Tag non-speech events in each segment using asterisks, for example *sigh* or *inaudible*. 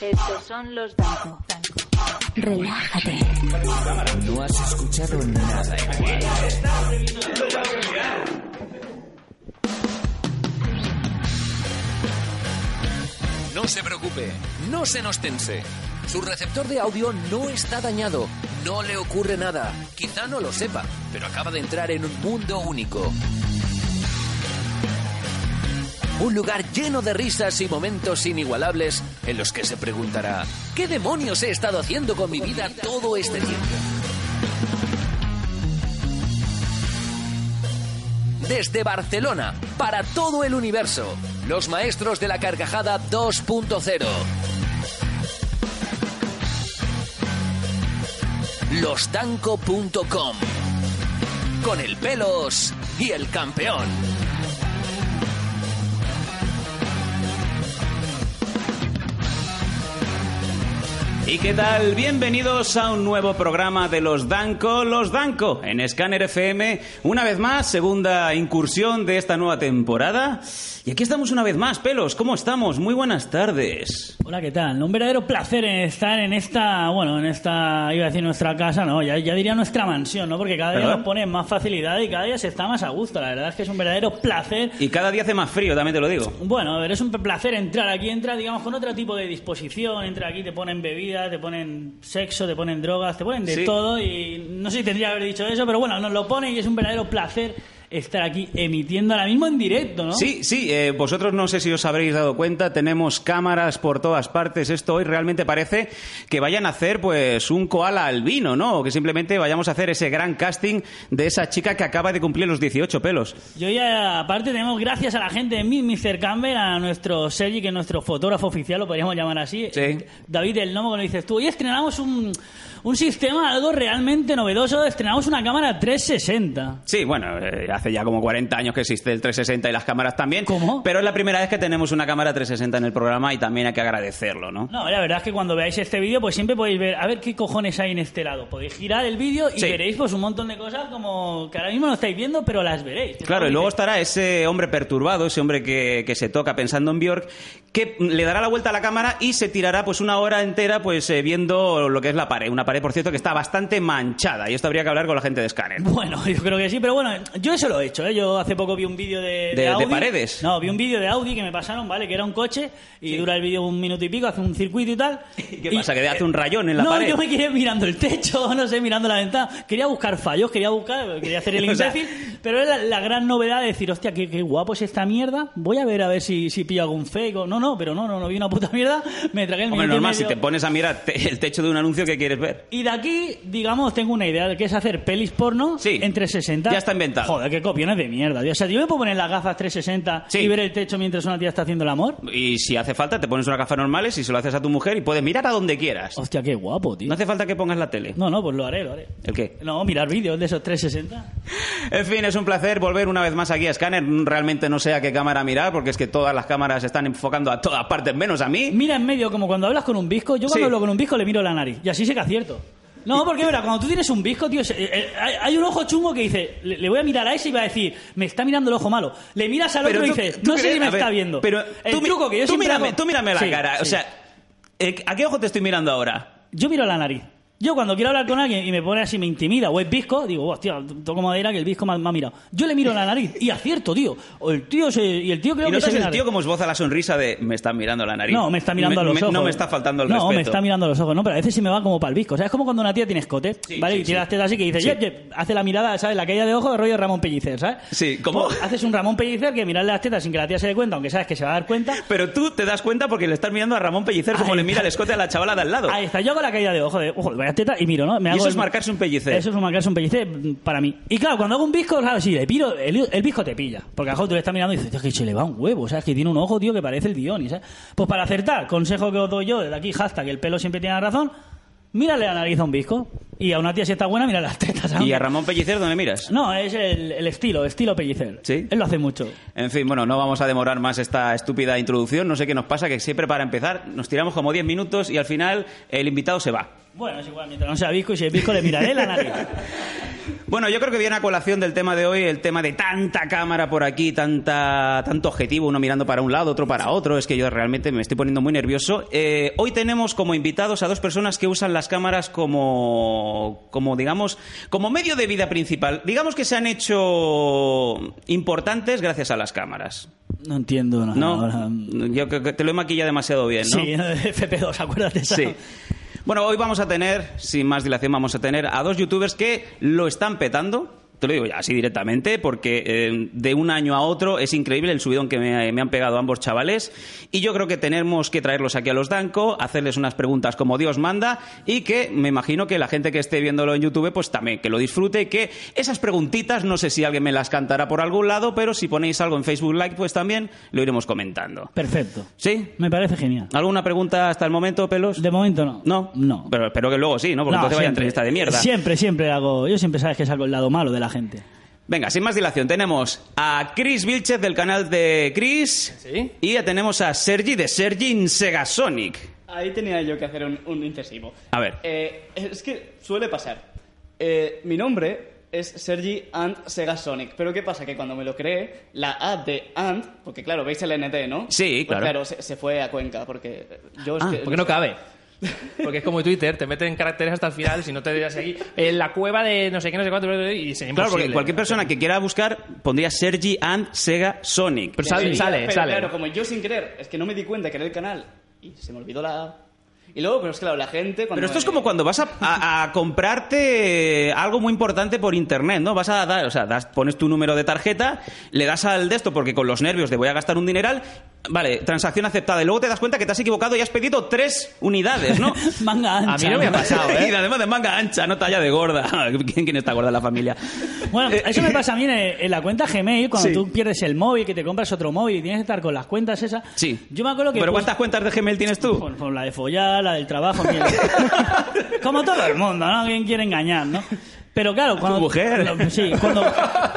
Estos son los Danco. Relájate. No has escuchado nada igual. No se preocupe, no se nos tense. Su receptor de audio no está dañado, no le ocurre nada. Quizá no lo sepa, pero acaba de entrar en un mundo único. Un lugar lleno de risas y momentos inigualables en los que se preguntará, ¿qué demonios he estado haciendo con mi vida todo este tiempo? Desde Barcelona, para todo el universo, los maestros de la carcajada 2.0. Losdanco.com. Con el pelos y el campeón. ¿Y qué tal? Bienvenidos a un nuevo programa de Los Danco, Los Danco, en Scanner FM. Una vez más, segunda incursión de esta nueva temporada. Y aquí estamos una vez más, pelos. ¿Cómo estamos? Muy buenas tardes. Hola, ¿qué tal? Un verdadero placer estar en esta, bueno, en esta, iba a decir nuestra casa, no, ya, ya diría nuestra mansión, ¿no? Porque cada día ¿Verdad? nos ponen más facilidad y cada día se está más a gusto. La verdad es que es un verdadero placer. Y cada día hace más frío, también te lo digo. Bueno, a ver, es un placer entrar aquí, entra, digamos, con otro tipo de disposición, entra aquí, te ponen bebida, te ponen sexo, te ponen drogas, te ponen de Sí. todo y no sé si tendría que haber dicho eso, pero bueno, nos lo pone y es un verdadero placer estar aquí emitiendo ahora mismo en directo, ¿no? Sí, sí, eh, vosotros no sé si os habréis dado cuenta, tenemos cámaras por todas partes. Esto hoy realmente parece que vayan a hacer pues un koala albino, ¿no? O que simplemente vayamos a hacer ese gran casting de esa chica que acaba de cumplir los 18 pelos. Yo ya, aparte, tenemos gracias a la gente de mí, Mr. Campbell, a nuestro Sergi, que es nuestro fotógrafo oficial, lo podríamos llamar así. Sí. David el Nomo, como lo dices tú. Hoy estrenamos un, un sistema, algo realmente novedoso. Estrenamos una cámara 360. Sí, bueno, eh, hace ya como 40 años que existe el 360 y las cámaras también. ¿Cómo? Pero es la primera vez que tenemos una cámara 360 en el programa y también hay que agradecerlo, ¿no? No, la verdad es que cuando veáis este vídeo, pues siempre podéis ver, a ver qué cojones hay en este lado. Podéis girar el vídeo y Sí. veréis pues un montón de cosas como que ahora mismo no estáis viendo, pero las veréis. Claro, y luego estará ese hombre perturbado, ese hombre que, que se toca pensando en Bjork, que le dará la vuelta a la cámara y se tirará pues una hora entera pues eh, viendo lo que es la pared. Una pared, por cierto, que está bastante manchada. Y esto habría que hablar con la gente de Scanner. Bueno, *laughs* yo creo que sí, pero bueno, yo eso lo he hecho, ¿eh? Yo hace poco vi un vídeo de, De- de Audi. paredes. No, vi un vídeo de Audi que me pasaron, ¿vale? Que era un coche y dura el vídeo un minuto y pico, hace un circuito y tal. *laughs* ¿Qué pasa? ¿Que hace un rayón en la no, pared? yo me quedé mirando el techo, *laughs* no sé, mirando la ventana. Quería buscar fallos, quería buscar, quería hacer *laughs* el O sea- imbécil, pero es la, la gran novedad de decir, hostia, qué, qué guapo es esta mierda. Voy a ver a ver si, si pillo algún fake o... No, no, pero no, no, no vi una puta mierda. Me tragué el Hombre, minuto y normal, si medio. te pones a mirar te- el techo de un anuncio que quieres ver. Y de aquí, digamos, tengo una idea de que es hacer pelis porno Sí. en 360. Ya está inventado. Joder, qué copiones de mierda. tío. O sea, yo me puedo poner las gafas 360 Sí. y ver el techo mientras una tía está haciendo el amor. Y si hace falta, te pones una gafa normal y si se lo haces a tu mujer y puedes mirar a donde quieras. Hostia, qué guapo, tío. No hace falta que pongas la tele. No, no, pues lo haré, lo haré. ¿El qué? No, mirar vídeos de esos 360. En fin, es un placer volver una vez más aquí a Scanner. Realmente no sé a qué cámara mirar, porque es que todas las cámaras están enfocando a todas partes, menos a mí. Mira en medio, como cuando hablas con un visco. Yo cuando Sí. hablo con un visco le miro la nariz. Y así sé que acierto. No, porque verá, cuando tú tienes un visco, tío, se- eh, eh, hay hay un ojo chungo que dice, le, le voy a mirar a ese y va a decir, me está mirando el ojo malo. Le miras al Pero otro y tú- dices, tú no sé crees- si me a ver, está viendo. Pero el tú, mi- truco que yo tú siempre mírame, hago- tú mírame a la Sí, cara. O sí. sea, eh, ¿a qué ojo te estoy mirando ahora? Yo miro la nariz. Yo cuando quiero hablar con alguien y me pone así, me intimida, o es visco, digo, hostia, toco madera que el visco me ha, me ha mirado. Yo le miro la nariz y acierto, tío. O el tío se- y el tío creo Y que notas se el mira- tío como esboza la sonrisa de me está mirando la nariz. No, me está mirando Me- a los me- ojos. No me está faltando el No, respeto. me está mirando a los ojos, no, pero a veces se me va como pal visco. O sea, es como cuando una tía tiene escote, Sí, ¿vale? sí, y tiene sí. las tetas así que dice, Sí. "Yep, yep", hace la mirada, ¿sabes? La caída de ojo de rollo Ramón Pellicer, ¿sabes? Sí, ¿cómo? Pues, haces un Ramón Pellicer que mirarle las tetas sin que la tía se dé cuenta, aunque sabes que se va a dar cuenta. Pero tú te das cuenta porque le estás mirando a Ramón Pellicer como Ahí le mira está. el escote a la chavala de al lado. Ahí está, yo hago la caída de ojo de, ojo, vaya con las tetas y miro, ¿no? Me Y hago eso el- es marcarse un pellicer. Eso es un marcarse un pellicer mm, para mí. Y claro, cuando hago un bizco, claro, si le piro, el, el bizco te pilla. Porque a lo mejor tú le estás mirando y dices, "Tío, que se le va un huevo, ¿sabes? Que tiene un ojo, tío, que parece el Dionis, ¿sabes? Pues para acertar, consejo que os doy yo desde aquí, hashtag, el pelo siempre tiene la razón, mírale la nariz a un bizco. Y a una tía si está buena, mira las tetas. ¿sabes? ¿Y a Ramón Pellicer dónde miras? No, es el, el estilo, estilo pellicer. Sí. Él lo hace mucho. En fin, bueno, no vamos a demorar más esta estúpida introducción. No sé qué nos pasa, que siempre para empezar nos tiramos como 10 minutos y al final el invitado se va. Bueno, es igual, mientras no sea bizco y si es bizco le miraré *laughs* la nariz. Bueno, yo creo que viene a colación del tema de hoy, el tema de tanta cámara por aquí, tanta, tanto objetivo, uno mirando para un lado, otro para otro. Es que yo realmente me estoy poniendo muy nervioso. Eh, hoy tenemos como invitados a dos personas que usan las cámaras como, como, digamos, como medio de vida principal. Digamos que se han hecho importantes gracias a las cámaras. No entiendo nada. ahora. mm. No, yo creo que te lo he maquillado demasiado bien, ¿no? Sí, *laughs* FP2, acuérdate. esa? *laughs* Sí. Bueno, hoy vamos a tener, sin más dilación, vamos a tener a dos youtubers que lo están petando. Te lo digo ya así directamente, porque eh, de un año a otro es increíble el subidón que me, me han pegado ambos chavales. Y yo creo que tenemos que traerlos aquí a los Danco, hacerles unas preguntas como Dios manda, y que me imagino que la gente que esté viéndolo en YouTube, pues también que lo disfrute. y Que esas preguntitas, no sé si alguien me las cantará por algún lado, pero si ponéis algo en Facebook Live, pues también lo iremos comentando. Perfecto. ¿Sí? Me parece genial. ¿Alguna pregunta hasta el momento, pelos? De momento no. No, No. Pero espero que luego sí, ¿no? Porque No, entonces vaya siempre. entrevista de mierda. Siempre, siempre hago. Yo siempre sabes que salgo el lado malo de la *laughs* gente. Venga, sin más dilación, tenemos a Chris Vilchez del canal de Chris. Sí. Y ya tenemos a Sergi de Sergi in Segasonic. Ahí tenía yo que hacer un, un incisivo. A ver. Eh, es que suele pasar. Eh, mi nombre es Sergi and Segasonic, pero ¿qué pasa? Que cuando me lo creé, la A de and, porque claro, veis el NT, ¿no? Sí, Pues claro. claro, se, se fue a Cuenca, porque yo... es Ah, que- Porque no cabe. Porque es como Twitter, te meten caracteres hasta el final, si no te dirás aquí, en la cueva de no sé qué, no sé cuánto, y sería Claro, porque imposible. cualquier persona que quiera buscar pondría Sergi and Sega Sonic. Pero sale, Sí, sale, pero sale. Claro, como yo sin querer, es que no me di cuenta que era el canal y se me olvidó la A. Y luego, pero es claro, la gente... Cuando Pero esto es me- como cuando vas a, a- *laughs* a comprarte algo muy importante por internet, ¿no? Vas a dar, o sea, das- pones tu número de tarjeta, le das al de esto porque con los nervios te voy a gastar un dineral. Vale, transacción aceptada. Y luego te das cuenta que te has equivocado y has pedido tres unidades, ¿no? Manga ancha. *laughs* A mí no me ha pasado, ¿eh? *laughs* Y además de manga ancha, no talla de gorda. *laughs* ¿Quién, quién está gorda en la familia? Bueno, Eh, eso me pasa a mí en, en la cuenta Gmail, cuando Sí. tú pierdes el móvil, que te compras otro móvil y tienes que estar con las cuentas esas. Sí. Yo me acuerdo que. ¿Pero puse- cuántas cuentas de Gmail tienes tú? Por, por la de follar, la del trabajo, *laughs* mira. Como todo el mundo, ¿no? Alguien quiere engañar, ¿no? Pero claro, cuando. mujer. lo- sí, cuando,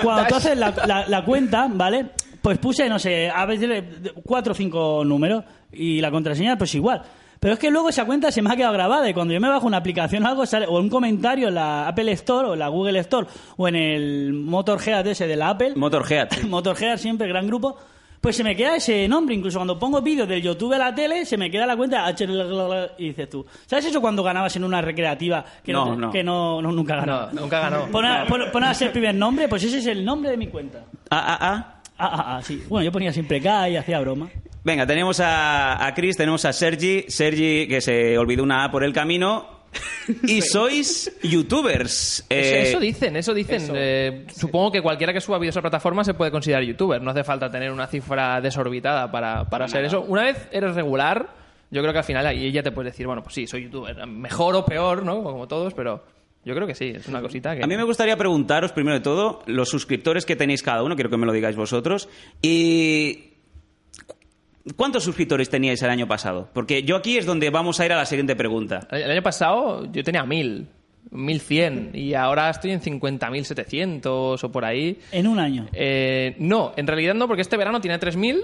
cuando tú haces la, la- la cuenta, ¿vale? Pues puse, no sé, a veces cuatro o cinco números y la contraseña, pues igual. Pero es que luego esa cuenta se me ha quedado grabada y cuando yo me bajo una aplicación o algo, sale, o un comentario en la Apple Store o en la Google Store o en el Motor GATS de la Apple, Motorhead. *laughs* Motorhead siempre, gran grupo. Pues se me queda ese nombre, incluso cuando pongo vídeos del YouTube a la tele, se me queda la cuenta HLLL, y dices tú. ¿Sabes eso cuando ganabas en una recreativa? Que no, No, no. Que no, no, nunca ganaba. No, nunca ganó. Pon a, pon- pon a ese primer nombre, pues ese es el nombre de mi cuenta. Ah, ah, ah. Ah, ah, ah, sí. Bueno, yo ponía siempre K y hacía broma. Venga, tenemos a, a Chris, tenemos a Sergi, Sergi que se olvidó una A por el *laughs* camino. Y sois youtubers. Eso- Eh, eso dicen, eso dicen. Eh, Supongo que cualquiera que suba vídeos a plataforma se puede considerar youtuber. No hace falta tener una cifra desorbitada para, para ser eso. Una vez eres regular, yo creo que al final ahí ya te puedes decir, bueno, pues sí, soy youtuber. Mejor o peor, ¿no? Como todos, pero yo creo que sí, es una cosita que... A mí me gustaría preguntaros, primero de todo, los suscriptores que tenéis cada uno, quiero que me lo digáis vosotros. Y. ¿Cuántos suscriptores teníais el año pasado? Porque yo aquí es donde vamos a ir a la siguiente *laughs* pregunta. El año pasado yo tenía 1000, 1100 y ahora estoy en 50.700 o por ahí. En un año. Eh, no, en realidad no, porque este verano tiene 3000.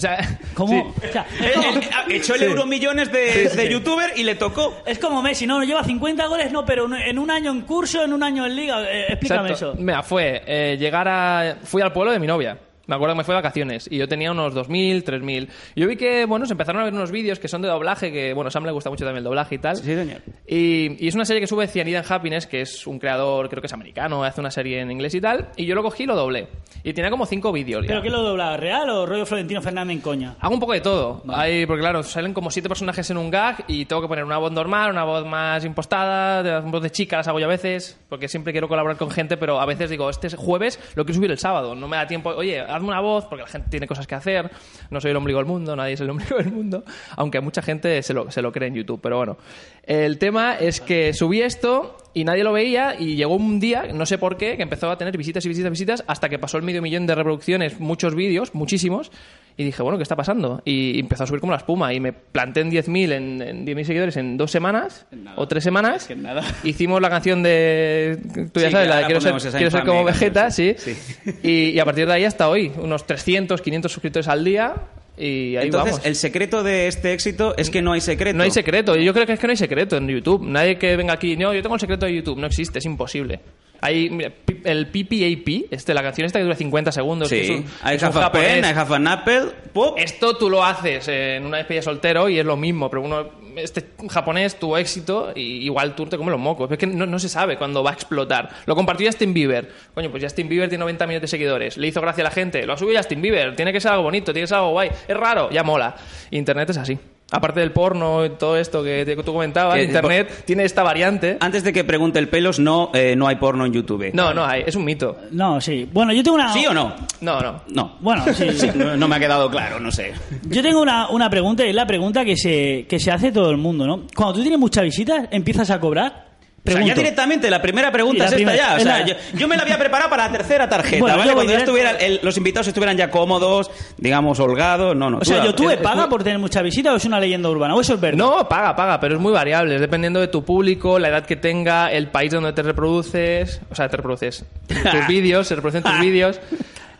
*laughs* sea, ¿Cómo? sí. O sea, Eh, es, como, eh, ah, Echó el euro millones de, de youtuber y le tocó. es como Messi, no, no lleva 50 goles, no, pero en un año en curso, en un año en liga. Eh, explícame Exacto. eso. Mira, fue eh, llegar a. Fui al pueblo de mi novia. Me acuerdo que me fui de vacaciones y yo tenía unos 2.000, 3.000. Y Yo vi que, bueno, se empezaron a ver unos vídeos que son de doblaje, que, bueno, a Sam le gusta mucho también el doblaje y tal. Sí, señor. Y, y es una serie que sube Cyanide and Happiness, que es un creador, creo que es americano, hace una serie en inglés y tal. Y yo lo cogí y lo doblé. Y tenía como cinco vídeos. ya. ¿Pero qué lo doblaba? ¿Real o rollo Florentino Fernández en coña? Hago un poco de todo. Hay- porque claro, salen como siete personajes en un gag y tengo que poner una voz normal, una voz más impostada, de- voz de chicas hago yo a veces, porque siempre quiero colaborar con gente, pero a veces digo, este es jueves, lo quiero subir el sábado, no me da tiempo. Oye, hazme una voz, porque la gente tiene cosas que hacer, no soy el ombligo del mundo, nadie es el *laughs* ombligo del mundo, aunque mucha gente se lo, se lo cree en YouTube, pero bueno. El tema es que subí esto y nadie lo veía y llegó un día, no sé por qué, que empezó a tener visitas y visitas y visitas hasta que pasó el medio millón de reproducciones, muchos vídeos, muchísimos, y dije, bueno, ¿qué está pasando? Y empezó a subir como la espuma y me planté en 10.000, en, en 10.000 seguidores en dos semanas Nada. o tres semanas. Es que nada. Hicimos la canción de... Tú ya Sí, que sabes, la de ahora Quiero ser, ponemos esa quiero ser infame como canción, Vegeta, sí. sí. Y, y a partir de ahí hasta hoy, unos 300, 500 suscriptores al día y ahí Entonces, vamos. el secreto de este éxito es que no hay secreto. No hay secreto. Yo creo que es que no hay secreto en YouTube. Nadie que venga aquí, no, yo tengo el secreto de YouTube. No existe, es imposible. Hay mira, pi- el PPAP, este, la canción esta que dura 50 segundos. que es Sí. un- Hay es un half a japonés. pen, I have an apple, pop. Esto tú lo haces en una despedida de soltero y es lo mismo, pero uno, este japonés tuvo éxito y igual tú te comes los mocos. Es que no, no se sabe cuándo va a explotar. Lo compartió Justin Bieber. Coño, pues Justin Bieber tiene 90 millones de seguidores. Le hizo gracia a la gente. Lo ha subido Justin Bieber. Tiene que ser algo bonito, tiene que ser algo guay. Es raro, ya mola. Internet es así. Aparte del porno y todo esto que te- tú comentabas, Que- Ah, Internet tiene esta variante. Antes de que pregunte el pelos, no, eh, no hay porno en YouTube. No, no hay, es un mito. No, sí. Bueno, yo tengo una. ¿Sí o no? No, no. No. Bueno, sí. Sí, no, no me ha quedado claro, no sé. Yo tengo una, una pregunta y es la pregunta que se, que se hace todo el mundo, ¿no? Cuando tú tienes muchas visitas, ¿empiezas a cobrar? O sea, ya Pregunto. directamente, la primera pregunta Y la es esta primera- ya. O es sea, la- yo, yo me la había preparado para la tercera tarjeta, Bueno, ¿vale? yo voy Cuando ya directo. estuviera, el- los invitados estuvieran ya cómodos, digamos, holgados. No, no. O sea, la- ¿YouTube es- es- paga por tener muchas visitas o es una leyenda urbana? ¿O eso es verdad? No, paga, paga, pero es muy variable, es dependiendo de tu público, la edad que tenga, el país donde te reproduces, o sea, te reproduces tus vídeos, se reproducen tus vídeos.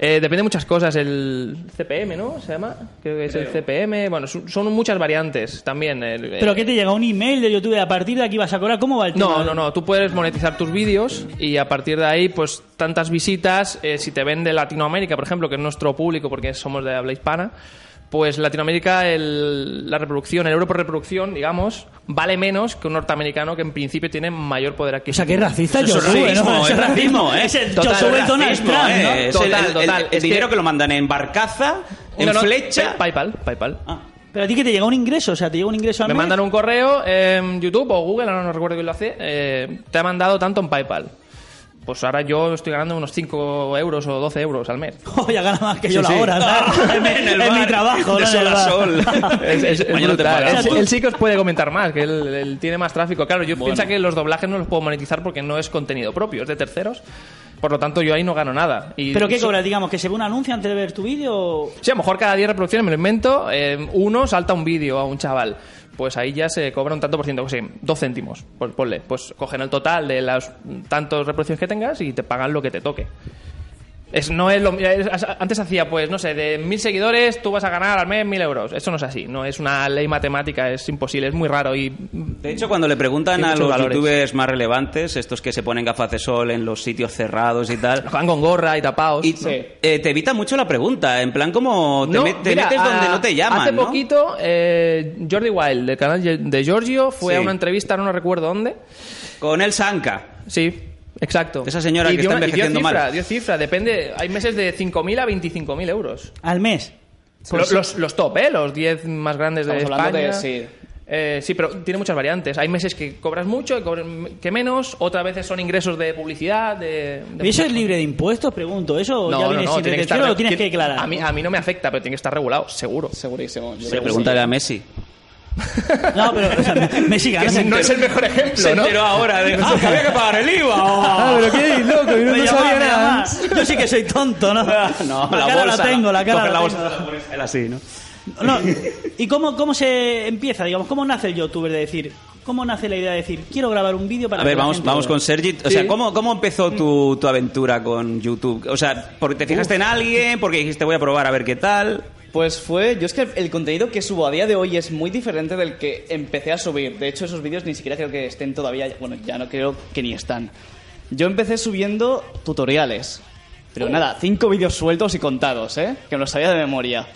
Eh, depende de muchas cosas, el CPM, ¿no? Se llama, creo que es el CPM, bueno, su- son muchas variantes también. el- ¿Pero qué te llega? ¿Un email de YouTube de a partir de aquí vas a cobrar? ¿Cómo va el tema? no, no, no. Tú puedes monetizar tus vídeos y a partir de ahí, pues tantas visitas. eh, si te ven de Latinoamérica, por ejemplo, que es nuestro público porque somos de habla hispana, pues Latinoamérica, el- la reproducción, el euro por reproducción, digamos, vale menos que un norteamericano que en principio tiene mayor poder O adquisitivo. sea, que es racista Eso es YouTube, racismo, ¿no? es *laughs* Eso racismo, ¿eh? Es el Total, Josué es Donald racismo, Trump, ¿eh? ¿no? Es Total, el- el, total. el Es que- dinero que lo mandan en barcaza, en No, no, flecha. Pay- PayPal, PayPal. Ah, Pero a ti que te llega un ingreso, o sea, te llega un ingreso al Me mes. mandan un correo, eh, YouTube o Google, ahora no recuerdo quién lo hace, eh, te ha mandado tanto en PayPal. Pues ahora yo estoy ganando unos 5 euros o 12 euros al mes. *laughs* Oh, ya gana más que yo Sí, la sí. hora, ¿sabes? En *laughs* mi- En el en mi bar, trabajo, de ¿no? En sol el a bar. *laughs* sol. Es, es- es Mañana te brutal. pagamos. O sea, tú- Él, él sí que os puede comentar más, que él, él tiene más tráfico. Claro, yo pienso que los doblajes no los puedo monetizar porque no es contenido propio, es de terceros. Por lo tanto, yo ahí no gano nada. Y ¿Pero qué so- cobras? Digamos, que se ve un anuncio antes de ver tu vídeo. o- Sí, a lo mejor cada 10 reproducciones me lo invento, eh, uno salta un vídeo a un chaval. Pues ahí ya se cobra un tanto por ciento, pues sí, dos céntimos, pues ponle. Pues cogen el total de las tantos reproducciones que tengas y te pagan lo que te toque. Es, no es lo, mira, es- antes hacía, pues, no sé, de mil seguidores tú vas a ganar al mes mil euros. Eso no es así, no es una ley matemática, es imposible, es muy raro y De hecho, cuando le preguntan Tiene a muchos los valores. youtubers más relevantes, estos que se ponen gafas de sol en los sitios cerrados y tal, van con gorra y tapados. y Sí. eh, te evita mucho la pregunta. En plan, como te, No, met- te mira, metes donde a- no te llaman. Hace ¿no? poquito, eh, Jordi Wild, del canal de Giorgio, fue Sí. a una entrevista, no recuerdo dónde, Con el Sanka. Sí, exacto. Esa señora que dio está una- envejeciendo dio cifra, mal. Dio cifra, depende. Hay meses de 5.000 a 25.000 euros. Al mes. Los, pues los, los top, ¿eh? Los 10 más grandes de Estamos hablando España. de- sí. Eh, sí, pero tiene muchas variantes. Hay meses que cobras mucho, que, cobras m- que menos. Otras veces son ingresos de publicidad. De, de ¿Y eso muchas es libre de impuestos? Pregunto. ¿Eso cosas. ya No, no, viene no. sin tiene que detección estar- o lo tienes que tiene- declarar? A mí, a mí no me afecta, pero tiene que estar regulado, seguro. Segurísimo. yo Se creo que pregúntale sí. a Messi. No, pero o sea, me- me sigue Que ganando. no es el *laughs* mejor ejemplo, Se ¿no? enteró ahora. *laughs* De, ah, que había que pagar el IVA. Ah, pero qué loco, yo no sabía nada. Yo sí que soy tonto, ¿no? No, la, *laughs* la, cara bolsa. la tengo, la cara coge la, la tengo. bolsa. Él así, ¿no? No, ¿Y cómo, cómo se empieza, digamos? ¿Cómo nace el youtuber de decir? ¿Cómo nace la idea de decir, quiero grabar un vídeo para A que ver, la vamos, gente vamos vea? con Sergi. O sea, ¿cómo, cómo empezó tu, tu aventura con YouTube? O sea, porque te fijaste en alguien, porque dijiste voy a probar a ver qué tal. Pues fue, yo es que el contenido que subo a día de hoy es muy diferente del que empecé a subir. De hecho, esos vídeos ni siquiera creo que estén todavía, bueno, ya no creo que ni están. Yo empecé subiendo tutoriales. Pero nada, cinco vídeos sueltos y contados, ¿eh? Que me los sabía de memoria.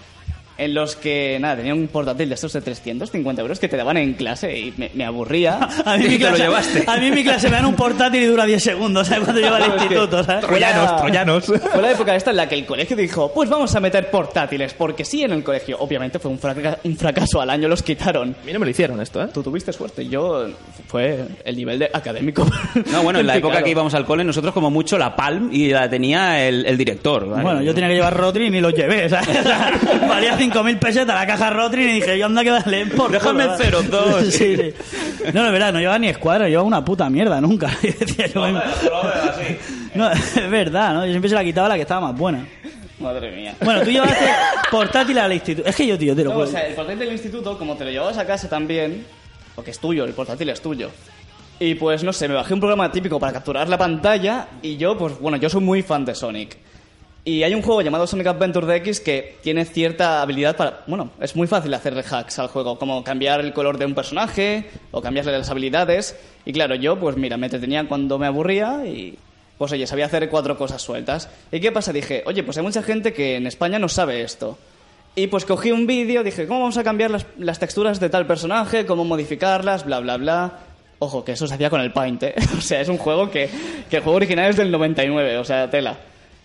en los que, nada, tenía un portátil de estos de 350 euros que te daban en clase y me, me aburría. A mí, Y *laughs* mi te lo clase, llevaste. a mí mi clase me dan un portátil y dura 10 segundos, ¿sabes? Cuando lleva al instituto, ¿sabes? Fue la- troyanos. Fue la época esta en la que el colegio dijo, pues vamos a meter portátiles, porque sí en el colegio. Obviamente fue un, fraca- un fracaso al año, los quitaron. A mí no me lo hicieron esto, ¿eh? Tú tuviste suerte, yo fue el nivel de académico. No, bueno, en la *laughs* Sí, época claro. que íbamos al cole, nosotros como mucho la palm y la tenía el, el director. ¿vale? Bueno, yo tenía que llevar Rotring y lo llevé, ¿sabes? O sea, valía 5.000 pesetas la caja Rotring y dije, yo anda que darle por culo, Déjame el ¿vale? 0,2. *laughs* Sí, sí. No, de verdad, no llevaba ni escuadra, llevaba una puta mierda, nunca. *laughs* Y decía yo, venga. No, *laughs* es verdad, ¿no? Yo siempre se la quitaba la que estaba más buena. Madre mía. Bueno, tú llevaste portátil al instituto. Es que yo, tío, te lo No, o puedo. sea, el portátil del instituto, como te lo llevabas a casa también, porque es tuyo, el portátil es tuyo. Y pues no sé, me bajé un programa típico para capturar la pantalla y yo, pues bueno, yo soy muy fan de Sonic. Y hay un juego llamado Sonic Adventure DX que tiene cierta habilidad para... Bueno, es muy fácil hacerle hacks al juego, como cambiar el color de un personaje o cambiarle las habilidades. Y claro, yo pues mira, me entretenía cuando me aburría y pues oye, sabía hacer cuatro cosas sueltas. ¿Y qué pasa? Dije, oye, pues hay mucha gente que en España no sabe esto. Y pues cogí un vídeo, dije, ¿cómo vamos a cambiar las, las texturas de tal personaje? ¿Cómo modificarlas? Bla, bla, bla. Ojo, que eso se hacía con el Paint, ¿eh? *laughs* O sea, es un juego que, que el juego original es del 99, o sea, tela.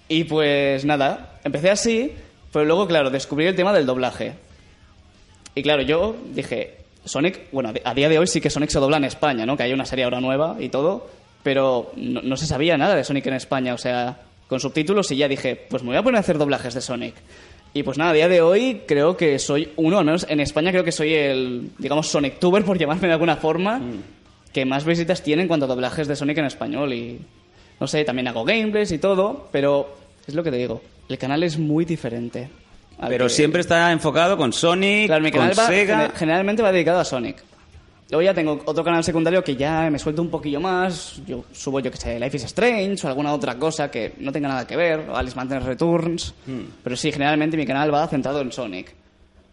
Y pues nada, empecé así, pero luego, claro, descubrí el tema del doblaje. Y claro, yo dije, Sonic, bueno, a día de hoy sí que Sonic se dobla en España, ¿no? Que hay una serie ahora nueva y todo, pero no, no se sabía nada de Sonic en España, o sea, con subtítulos y ya dije, pues me voy a poner a hacer doblajes de Sonic. Y pues nada, a día de hoy creo que soy uno, al menos en España creo que soy el, digamos, Sonic Tuber, por llamarme de alguna forma, Mm. que más visitas tiene en cuanto a doblajes de Sonic en español y, no sé, también hago gameplays y todo, pero es lo que te digo, el canal es muy diferente. al Pero que- siempre está enfocado con Sonic, Claro, mi con canal va- Sega. gener- generalmente va dedicado a Sonic. Luego ya tengo otro canal secundario que ya me suelto un poquillo más. Yo subo, yo que sé, Life is Strange o alguna otra cosa que no tenga nada que ver, o Alice Mountain Returns. Hmm. Pero sí, generalmente mi canal va centrado en Sonic.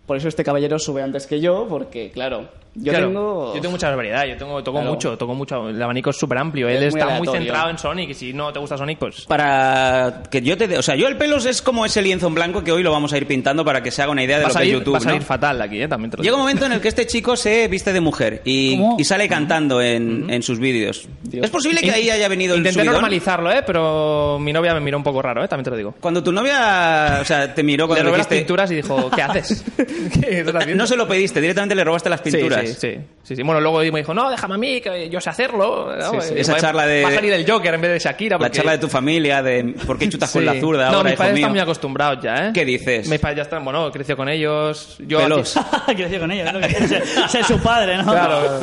Por eso este caballero sube antes que yo, porque, claro, yo Claro, tengo... yo tengo mucha variedad, yo tengo, toco Claro. mucho, toco mucho, el abanico es súper amplio, él Es muy está muy aleatorio. centrado en Sonic y si no te gusta Sonic, pues... Para que yo te. de- O sea, yo el pelo es como ese lienzo en blanco que hoy lo vamos a ir pintando para que se haga una idea de Va a lo que salir, es YouTube. va a salir ¿no? fatal aquí, ¿eh? También te lo Llega un digo. momento en el que este chico se viste de mujer y, ¿Cómo? y sale cantando en, en sus vídeos. Es posible que ahí haya venido el Intenté subidón. normalizarlo, ¿eh? Pero mi novia me miró un poco raro, ¿eh? También te lo digo. Cuando tu novia, o sea, te miró Le cuando robé le las dijiste- "Ah, pinturas y dijo, *laughs* ¿qué haces? ¿Qué estás haciendo? *laughs* No se lo pediste, directamente le robaste las Sí, pinturas. Sí, sí, sí, sí. Bueno, luego me dijo, no, déjame a mí, que yo sé hacerlo. ¿no? Sí, sí. Eh, Esa va- charla de- Va a salir el Joker en vez de Shakira. La porque- charla de tu familia, de por qué chutas Sí. con la zurda No, ahora, mis hijo padres mío. están muy acostumbrados ya, ¿eh? ¿Qué dices? Mis padres ya están, bueno, creció con ellos. Yo Pelos. *laughs* Creció con ella, es lo que quiere ser, ser su padre, ¿no? Claro.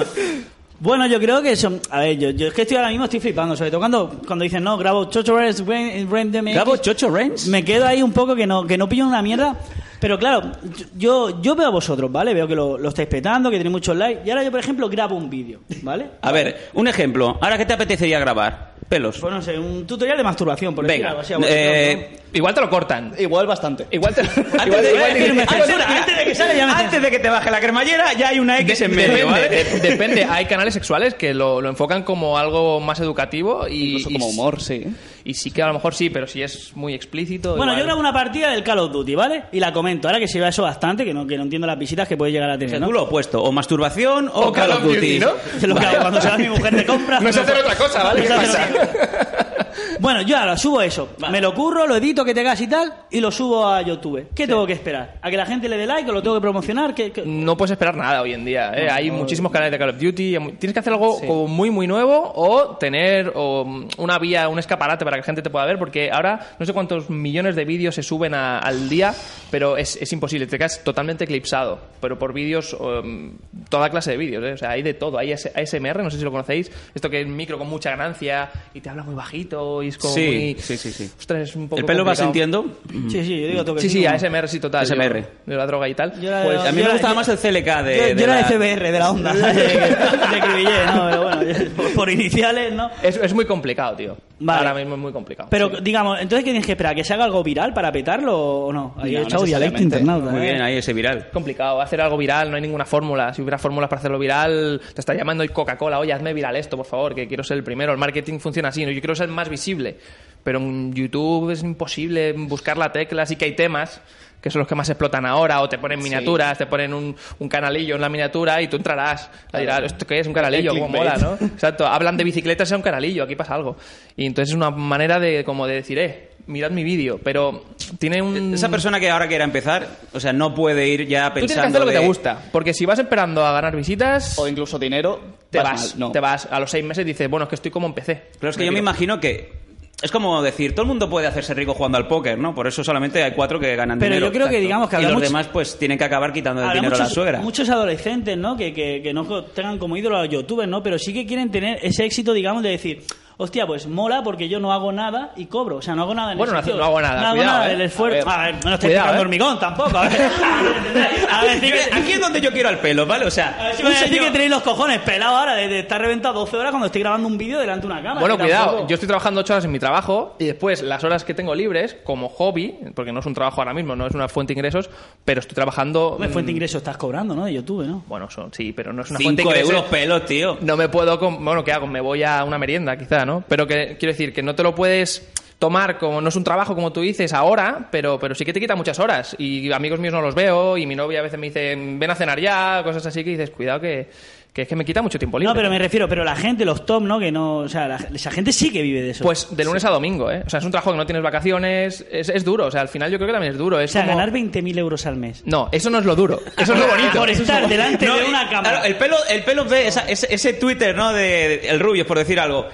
Bueno, yo creo que son. A ver, yo, yo es que estoy ahora mismo estoy flipando, sobre todo cuando, cuando dicen, no, grabo Chocho Rains, Rain- Rain DMX". ¿Gabo Chocho Rains? Me quedo ahí un poco que no, que no pillo una mierda. Pero claro, yo, yo veo a vosotros, ¿vale? Veo que lo, lo estáis petando, que tenéis muchos likes. Y ahora yo, por ejemplo, grabo un vídeo, ¿vale? A ver, un ejemplo. ¿Ahora qué te apetecería grabar? Pelos. Pues no sé, un tutorial de masturbación, por decir Venga. algo así, a vosotros, ¿no? eh, Igual te lo cortan. Igual bastante. Igual te Antes de- igual- eh, igual- antes- censura, antes de que salga ya me- antes de que te baje la cremallera, ya hay una X en medio, ¿vale? Depende, de- depende. hay canales sexuales que lo, lo enfocan como algo más educativo y, Incluso y- como humor, sí. Y sí que a lo mejor sí, pero si es muy explícito. Bueno, igual- yo grabo una partida del Call of Duty, ¿vale? Y la comento. Ahora que se lleva eso bastante, que no, que no entiendo las visitas que puede llegar a O tener, sea, ¿no? tú lo opuesto, o masturbación o, O Call of Duty, ¿no? Es lo que hago cuando se va mi mujer de compra. No sé hacer otra cosa, ¿vale? No ¿Qué sé hacer pasa? otra Bueno, yo ahora subo eso. Me lo curro, lo edito, que te gas y tal, y lo subo a YouTube. ¿Qué tengo que esperar? ¿A que la gente le dé like o lo tengo que promocionar? ¿Qué, qué- No puedes esperar nada hoy en día. ¿eh? Hay muchísimos canales de Call of Duty. hay mu- Tienes que hacer algo como muy, muy nuevo o tener o, mm, una vía, un escaparate para que la gente te pueda ver, porque ahora no sé cuántos millones de vídeos se suben a- al día, pero es, es imposible. Te quedas totalmente eclipsado, pero por vídeos, o, mm, toda clase de vídeos. ¿eh? O sea, hay de todo. Hay AS- ASMR, no sé si lo conocéis, esto que es micro con mucha ganancia y te habla muy bajito y es como Sí, muy... sí, sí, sí. Ostras, es un poco El pelo vas complicado. sintiendo. Sí, sí, yo digo tengo que Sí, sí, ¿no? ASMR, sí, total. ASMR. yo- De la droga y tal. Yo era- Pues- A mí me Yo la- gustaba yo- más el CLK de. Yo, de yo era la- FBR de la onda. *laughs* ¿sabes? de, de cribillé, ¿no? Pero bueno, *laughs* yo- por, por iniciales, ¿no? Es, es muy complicado, tío. Vale. Ahora mismo es muy complicado. Pero, Sí. digamos, ¿entonces qué tienes que esperar? ¿Que se haga algo viral para petarlo o no? Ahí No, he echado dialecto necesariamente. internauta. Muy ¿eh? bien, ahí ese viral. Es complicado. Hacer algo viral, no hay ninguna fórmula. Si hubiera fórmulas para hacerlo viral, te está llamando el Coca-Cola, oye, hazme viral esto, por favor, que quiero ser el primero. El marketing funciona así, ¿no? yo quiero ser más visible. Pero en YouTube es imposible buscar la tecla, sí que hay temas que son los que más explotan ahora, o te ponen miniaturas, te ponen un, un canalillo en la miniatura y tú entrarás. a dirás, ¿esto qué es? Un canalillo, El como mola, clickbait. ¿no? Exacto, hablan de bicicletas, sea un canalillo, aquí pasa algo. Y entonces es una manera de como de decir, eh, mirad mi vídeo, pero tiene un... Esa persona que ahora quiera empezar, o sea, no puede ir ya Mm. Tú pensando. tienes que hacer lo que de- te gusta, porque si vas esperando a ganar visitas, O incluso dinero. te vas, mal, no. te vas. A los seis meses dices, bueno, es que estoy como empecé. Claro, es que yo me tiro. imagino que. Es como decir, todo el mundo puede hacerse rico jugando al póker, ¿no? Por eso solamente hay cuatro que ganan Pero dinero. yo creo que, digamos, Y que habrá los mucho- demás, pues, tienen que acabar quitando el Habrá dinero a la muchos, suegra. *laughs* muchos adolescentes, ¿no? Que, que, que no co- tengan como ídolo a los youtubers, ¿no? Pero sí que quieren tener ese éxito, digamos, de decir, hostia, pues mola porque yo no hago nada y cobro. O sea, no hago nada en el Bueno, no sentido- hace- no hago nada, No hago cuidado, nada ¿eh? del esfuerzo. A A ver. ver, no estoy Cuidado, picando ¿eh? hormigón tampoco. A ver, *laughs* a ver, sí que- Aquí es donde yo quiero al pelo, ¿vale? O sea, Sí, un sí señor- que tenéis los cojones pelados ahora de, de estar reventado 12 horas cuando estoy grabando un vídeo delante de una cámara. Bueno, que tampoco- cuidado, yo estoy trabajando ocho horas en mi trabajo y después las horas que tengo libres, como hobby, porque no es un trabajo ahora mismo, no es una fuente de ingresos, pero estoy trabajando. Hombre, fuente de mm, ingreso estás cobrando, ¿no? De YouTube, ¿no? Bueno, son, sí, pero no es una fuente de Cinco ingresos. euros pelos, tío. No me puedo. com- Bueno, ¿qué hago? Me voy a una merienda, quizá, ¿no? Pero que quiero decir que no te lo puedes tomar como no es un trabajo como tú dices ahora pero pero sí que te quita muchas horas y amigos míos no los veo y mi novia a veces me dice ven a cenar ya cosas así que dices cuidado que, que es que me quita mucho tiempo libre No, pero me refiero, pero la gente, los top, ¿no? Que no, o sea, la- esa gente sí que vive de eso. Pues de lunes a domingo, ¿eh? O sea, es un trabajo que no tienes vacaciones, es, es duro, o sea, al final yo creo que también es duro. o Es sea, como- ganar 20.000 euros al mes. No, eso no es lo duro, *laughs* eso es lo bonito. Por estar delante No, de y- una cámara. Claro, el pelo, el pelo ve esa- ese, ese Twitter, ¿no? De, de- el Rubius, por decir algo.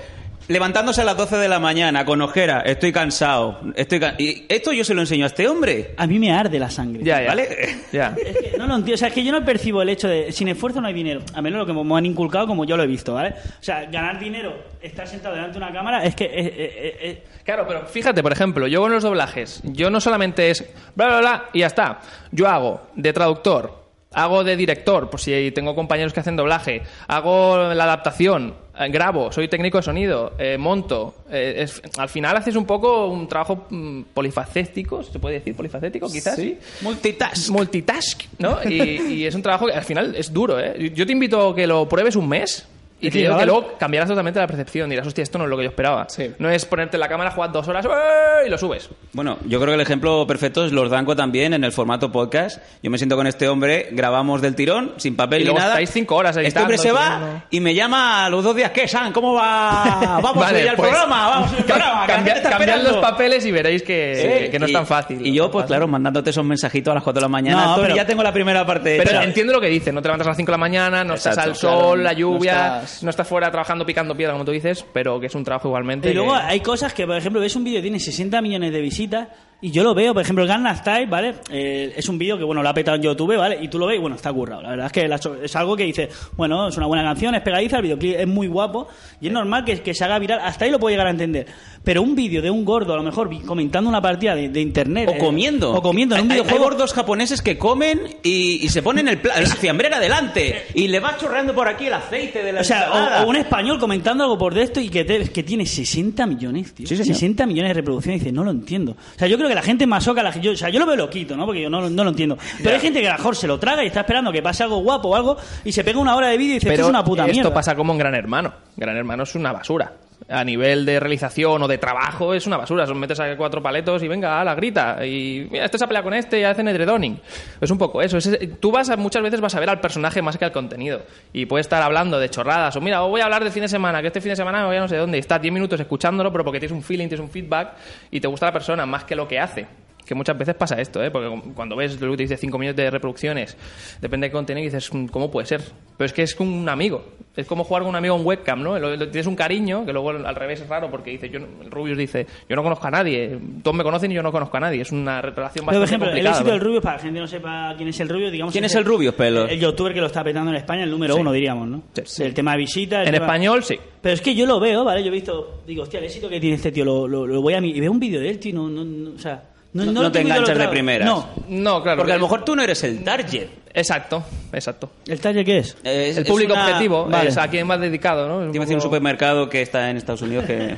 Levantándose a las 12 de la mañana con ojera, estoy cansado. Estoy ca- y esto yo se lo enseño a este hombre. A mí me arde la sangre. Ya, ya. ¿Vale? Ya. Es que no lo entiendo. O sea, es que yo no percibo el hecho de sin esfuerzo no hay dinero. A menos lo que me han inculcado como yo lo he visto, ¿vale? O sea, ganar dinero, estar sentado delante de una cámara, es que... eh, eh, eh, Claro, pero fíjate, por ejemplo, yo con los doblajes, yo no solamente es bla, bla, bla, y ya está. Yo hago de traductor, hago de director, por si tengo compañeros que hacen doblaje, hago la adaptación, eh, grabo, soy técnico de sonido, eh, monto. eh, es- al final haces un poco un trabajo mm, polifacético, se puede decir polifacético, quizás. Sí. Multitask. multitask, ¿no? Y, y es un trabajo que al final es duro, ¿eh? Yo te invito a que lo pruebes un mes y Es te que digo que igual- luego cambiarás totalmente la percepción. Dirás, hostia, esto no es lo que yo esperaba. Sí. No es ponerte la cámara, jugar dos horas ¡eh! y lo subes. Bueno, yo creo que el ejemplo perfecto es los Danco también en el formato podcast. Yo me siento con este hombre, grabamos del tirón, sin papel Y ni luego nada. estáis cinco horas Este editando, hombre se subiendo. va y me llama a los dos días. ¿Qué, San? ¿Cómo *laughs* va? Vamos Vale, a ir al pues, programa, vamos a *laughs* subir el ca- programa. que la cambia- gente está cambiad los esperando. papeles y veréis que, Sí, que no es y- tan fácil. Y No yo, es pues tan claro, fácil. mandándote esos mensajes a las 4 de la mañana. No, Tony, pero- ya tengo la primera parte Pero hecha. entiendo lo que dices, no te levantas a las 5 de la mañana, no estás al Exacto, claro, sol, la no lluvia, no estás... estás- fuera trabajando picando piedra, como tú dices, pero que es un trabajo igualmente. Y luego que- hay cosas que, por ejemplo, ves un vídeo que tiene 60 millones de visitas y yo lo veo, por ejemplo, Gangnam Style, ¿vale? Eh, es un vídeo que, bueno, lo ha petado en YouTube, ¿vale? Y tú lo ves y, bueno, está currado. La verdad es que la so- es algo que dice, bueno, es una buena canción, es pegadiza, el videoclip es muy guapo y es normal que, que se haga viral. Hasta ahí lo puedo llegar a entender. Pero un vídeo de un gordo, a lo mejor, vi- comentando una partida de, de internet... O eh, comiendo. o comiendo en un Hay- hay- videojuego... Hay gordos japoneses que comen y, y se ponen el pla- la fiambrera delante y le va chorreando por aquí el aceite de la O sea, ensalada. o, o un español comentando algo por de esto y que, te- que tiene 60 millones, tío. Sí, señor. 60 millones de reproducciones. Dice, no lo entiendo. O sea, yo creo que la gente masoca, la, yo, o sea, yo lo veo loquito, ¿no? Porque yo no, no lo entiendo. Pero hay gente que a lo mejor se lo traga y está esperando que pase algo guapo o algo y se pega una hora de vídeo y dice, esto Este es una puta esto mierda. pasa como en Gran Hermano. Gran Hermano es una basura. A nivel de realización o de trabajo es una basura. Son metes a cuatro paletos y venga, a la grita. Y mira, este se ha peleado con este y hacen edredoning. Es un poco eso. Es ese- tú vas a- muchas veces vas a ver al personaje más que al contenido. Y puede estar hablando de chorradas. O mira, o voy a hablar del fin de semana, que este fin de semana me voy a no sé dónde. Y estás 10 minutos escuchándolo, pero porque tienes un feeling, tienes un feedback y te gusta la persona más que lo que hace. Que muchas veces pasa esto, ¿eh? Porque cuando ves lo que te dice 5 millones de reproducciones, depende del contenido, y dices, "Mm, ¿cómo puede ser? Pero es que es como un amigo. Es como jugar con un amigo en webcam, ¿no? Lo- lo- tienes un cariño, que luego al revés es raro porque dice, yo, no- el Rubius dice, yo no conozco a nadie, todos me conocen y yo no conozco a nadie. Es una re- relación Pero, bastante ¿eh? por ejemplo, el complicada. éxito ¿no? del Rubio, para la gente que no sepa quién es el Rubio, digamos... ¿Quién es el Rubius, pelos? El, youtuber que lo está petando en España, el número uno, diríamos, ¿no? Sí, sí. El tema de visitas... el En tema- español, sí. Pero es que yo lo veo, ¿vale? Yo he visto, digo, hostia, el éxito que tiene este tío, lo, lo, lo voy a mi- y veo un vídeo de él, tío, y no, no, no, o sea, no, No- no, no te tengo yo lo enganchas de trago. primeras. No. No, claro. Porque a lo mejor tú no eres el target. Exacto, exacto. ¿El talle qué es? Eh, es- el es público una- objetivo, Vale. es a quien más dedicado, ¿no? Es un Te iba a decir un poco- supermercado que está en Estados Unidos *laughs* que...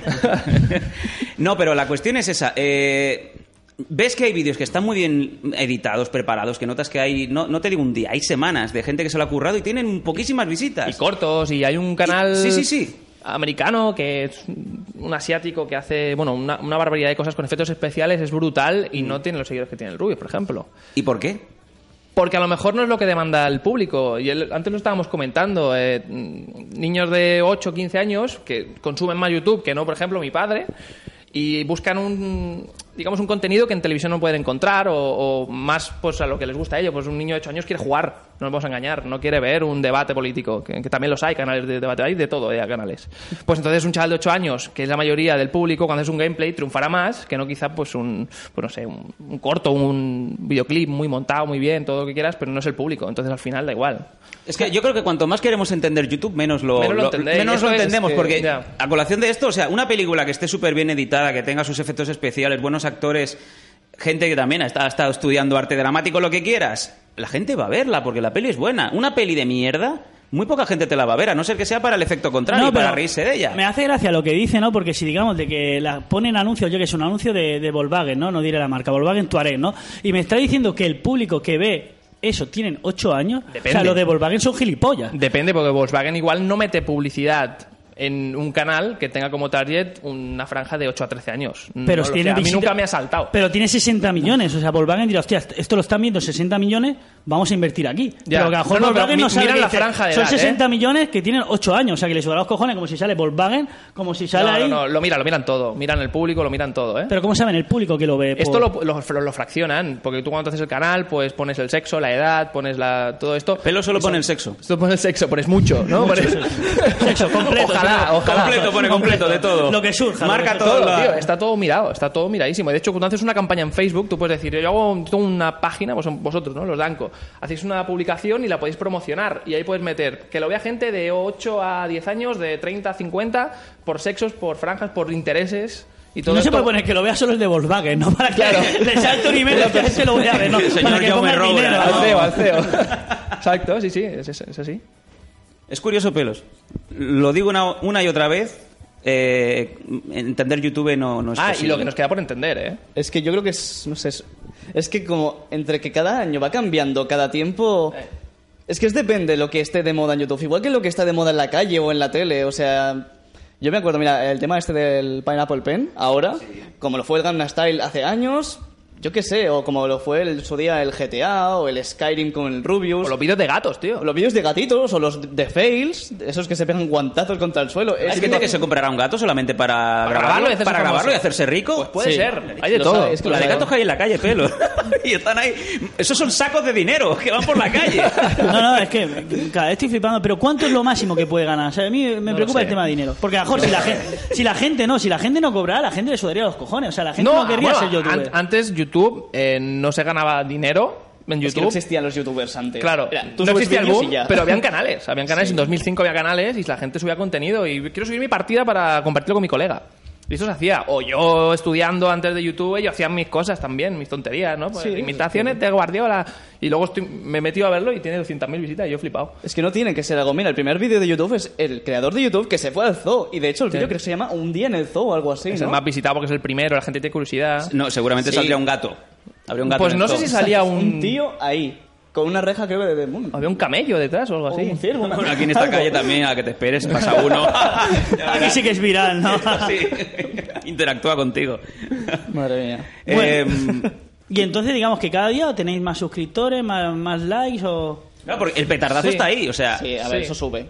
no, pero la cuestión es esa. eh, Ves que hay vídeos que están muy bien editados, preparados, que notas que hay, no, no te digo un día, hay semanas de gente que se lo ha currado y tienen poquísimas visitas. Y cortos, y hay un canal. Sí, sí, sí. americano, que es un asiático que hace, bueno, una, una barbaridad de cosas con efectos especiales, es brutal y Mm. no tiene los seguidores que tiene el Rubius, por ejemplo. ¿Y por qué? Porque a lo mejor no es lo que demanda el público. Y el- antes lo estábamos comentando. eh, mm, niños de 8, 15 años que consumen más YouTube que no, por ejemplo, mi padre. Y buscan un, digamos, un contenido que en televisión no pueden encontrar o, o más pues, a lo que les gusta a ellos. Pues un niño de 8 años quiere jugar, no nos vamos a engañar. No quiere ver un debate político, que, que también los hay, canales de debate, hay de todo, hay canales. Pues entonces un chaval de 8 años, que es la mayoría del público, cuando es un gameplay, triunfará más que no quizá pues un, pues, no sé, un, un corto, un videoclip muy montado, muy bien, todo lo que quieras, pero no es el público. Entonces al final da igual. Es que yo creo que cuanto más queremos entender YouTube, menos lo, Menos lo entendéis. menos Esto lo es entendemos. que- porque ya. a colación de esto, o sea, una película que esté súper bien editada, que tenga sus efectos especiales, buenos actores, gente que también ha estado, ha estado estudiando arte dramático, lo que quieras, la gente va a verla porque la peli es buena. Una peli de mierda, muy poca gente te la va a ver, a no ser que sea para el efecto contrario, y pero para reírse de ella. Me hace gracia lo que dice, ¿no? Porque si digamos de que la ponen anuncios, yo que sé, un anuncio de, de Volkswagen, ¿no? No diré la marca, Volkswagen Touareg, ¿no? Y me está diciendo que el público que ve eso tienen 8 años. O sea, Depende. los de Volkswagen son gilipollas. Depende, porque Volkswagen igual no mete publicidad en un canal que tenga como target una franja de 8 a 13 años. Pero No lo tiene sé, a mí visita- nunca me ha saltado. Pero tiene 60 millones. O sea, Volkswagen dirá, hostia, esto lo están viendo 60 millones, vamos a invertir aquí. Ya. Pero que a lo mejor No, no, pero Volkswagen mi- no sabe mira que la dice, franja de Son edad, ¿eh? 60 millones que tienen 8 años. O sea, que les suda los cojones como si sale Volkswagen, como si sale no, ahí. no, no, lo miran, lo miran todo. Miran el público, lo miran todo, ¿eh? Pero ¿cómo saben el público que lo ve? Esto por- lo, lo- lo fraccionan, porque tú cuando haces el canal, pues pones el sexo, la edad, pones la, todo esto. Pelo solo pone el sexo. Esto pones el sexo, pones mucho, ¿no? Pones- *laughs* Sexo completo. Ojalá, sexo ojalá. Completo, pone completo, de todo. Lo que surja, Marca lo que surja. todo. todo, la- tío, está todo mirado, está todo miradísimo. De hecho, cuando haces una campaña en Facebook, tú puedes decir, yo hago un- tengo una página, vos- vosotros, ¿no? Los Danco. Hacéis una publicación y la podéis promocionar y ahí puedes meter que lo vea gente de 8 a 10 años, de 30 a 50, por sexos, por franjas, por intereses y todo no se esto. puede poner que lo vea solo el de Volkswagen, ¿no? Para que Claro. le salte un email que se lo voy a ver, ¿no? El señor Para que Jaume ponga el Roura, dinero, ¿no? Al ¿no? CEO, al CEO. *laughs* Exacto, sí, sí, es, es- es así. Es curioso, pelos. Lo digo una, una y otra vez. eh, entender YouTube no, no es Ah, y posible. lo que nos queda por entender, ¿eh? Es que yo creo que es, no sé, es, es que como entre que cada año va cambiando, cada tiempo... Eh. Es que es depende lo que esté de moda en YouTube, igual que lo que está de moda en la calle o en la tele, o sea... Yo me acuerdo, mira, el tema este del Pineapple Pen, ahora, como lo fue el Gangnam Style hace años, yo qué sé, o como lo fue el, su día el GTA o el Skyrim con el Rubius. O los vídeos de gatos, tío. O los vídeos Pues de gatitos o los de fails, esos que se pegan guantazos contra el suelo. Hay gente que se comprará un gato solamente para, grabarlo, grabarlo y hacerse para famoso. grabarlo y hacerse rico. Pues puede Sí. ser, hay de Lo todo. sabe, es que Los Claro. gatos que hay en la calle, pelo. *laughs* y están ahí. Esos son sacos de dinero que van por la calle. *laughs* *laughs* No, no, es que cada vez estoy flipando. Pero ¿cuánto es lo máximo que puede ganar? O sea, a mí me lo preocupa sé. el tema de dinero. Porque a lo mejor si, la gente, si la gente no, si la gente no cobrara, la gente le sudaría los cojones. O sea, la gente no, querría bueno, ser youtuber. an- antes YouTube eh, no se ganaba dinero en Es que YouTube. no existían los youtubers antes. Claro, Era, tú no subes existía el vídeos boom, y ya. pero habían canales. Habían canales, en 2005 había canales y la gente subía contenido. Y quiero subir mi partida para compartirlo con mi colega. Y eso se hacía. O yo estudiando antes de YouTube, yo hacía mis cosas también, mis tonterías, ¿no? Pues, imitaciones de Guardiola. Y luego estoy- me he metido a verlo y tiene 200.000 visitas y yo he flipado. Es que no tiene que ser algo. Mira, el primer vídeo de YouTube es el creador de YouTube que se fue al zoo. Y de hecho, el vídeo creo que se llama Un día en el zoo o algo así. Es ¿no? el más visitado porque es el primero, la gente tiene curiosidad. No, seguramente Sí. saldría un gato. Habría un gato. Pues en no el sé top. *laughs* si salía un, tío ahí, con una reja creo que de. de bueno, Había un camello detrás o algo o así. un ciervo, una- Bueno, aquí en esta algo. calle también, a la que te esperes, pasa *laughs* uno. *laughs* Ya Aquí verás. sí que es viral, ¿no? *laughs* Sí. *laughs* Interactúa contigo. Madre mía. Em, Y entonces digamos que cada día tenéis más suscriptores, más, más likes o... claro, porque el petardazo Sí. está ahí. O sea, Sí, a ver, *laughs* Sí. eso sube.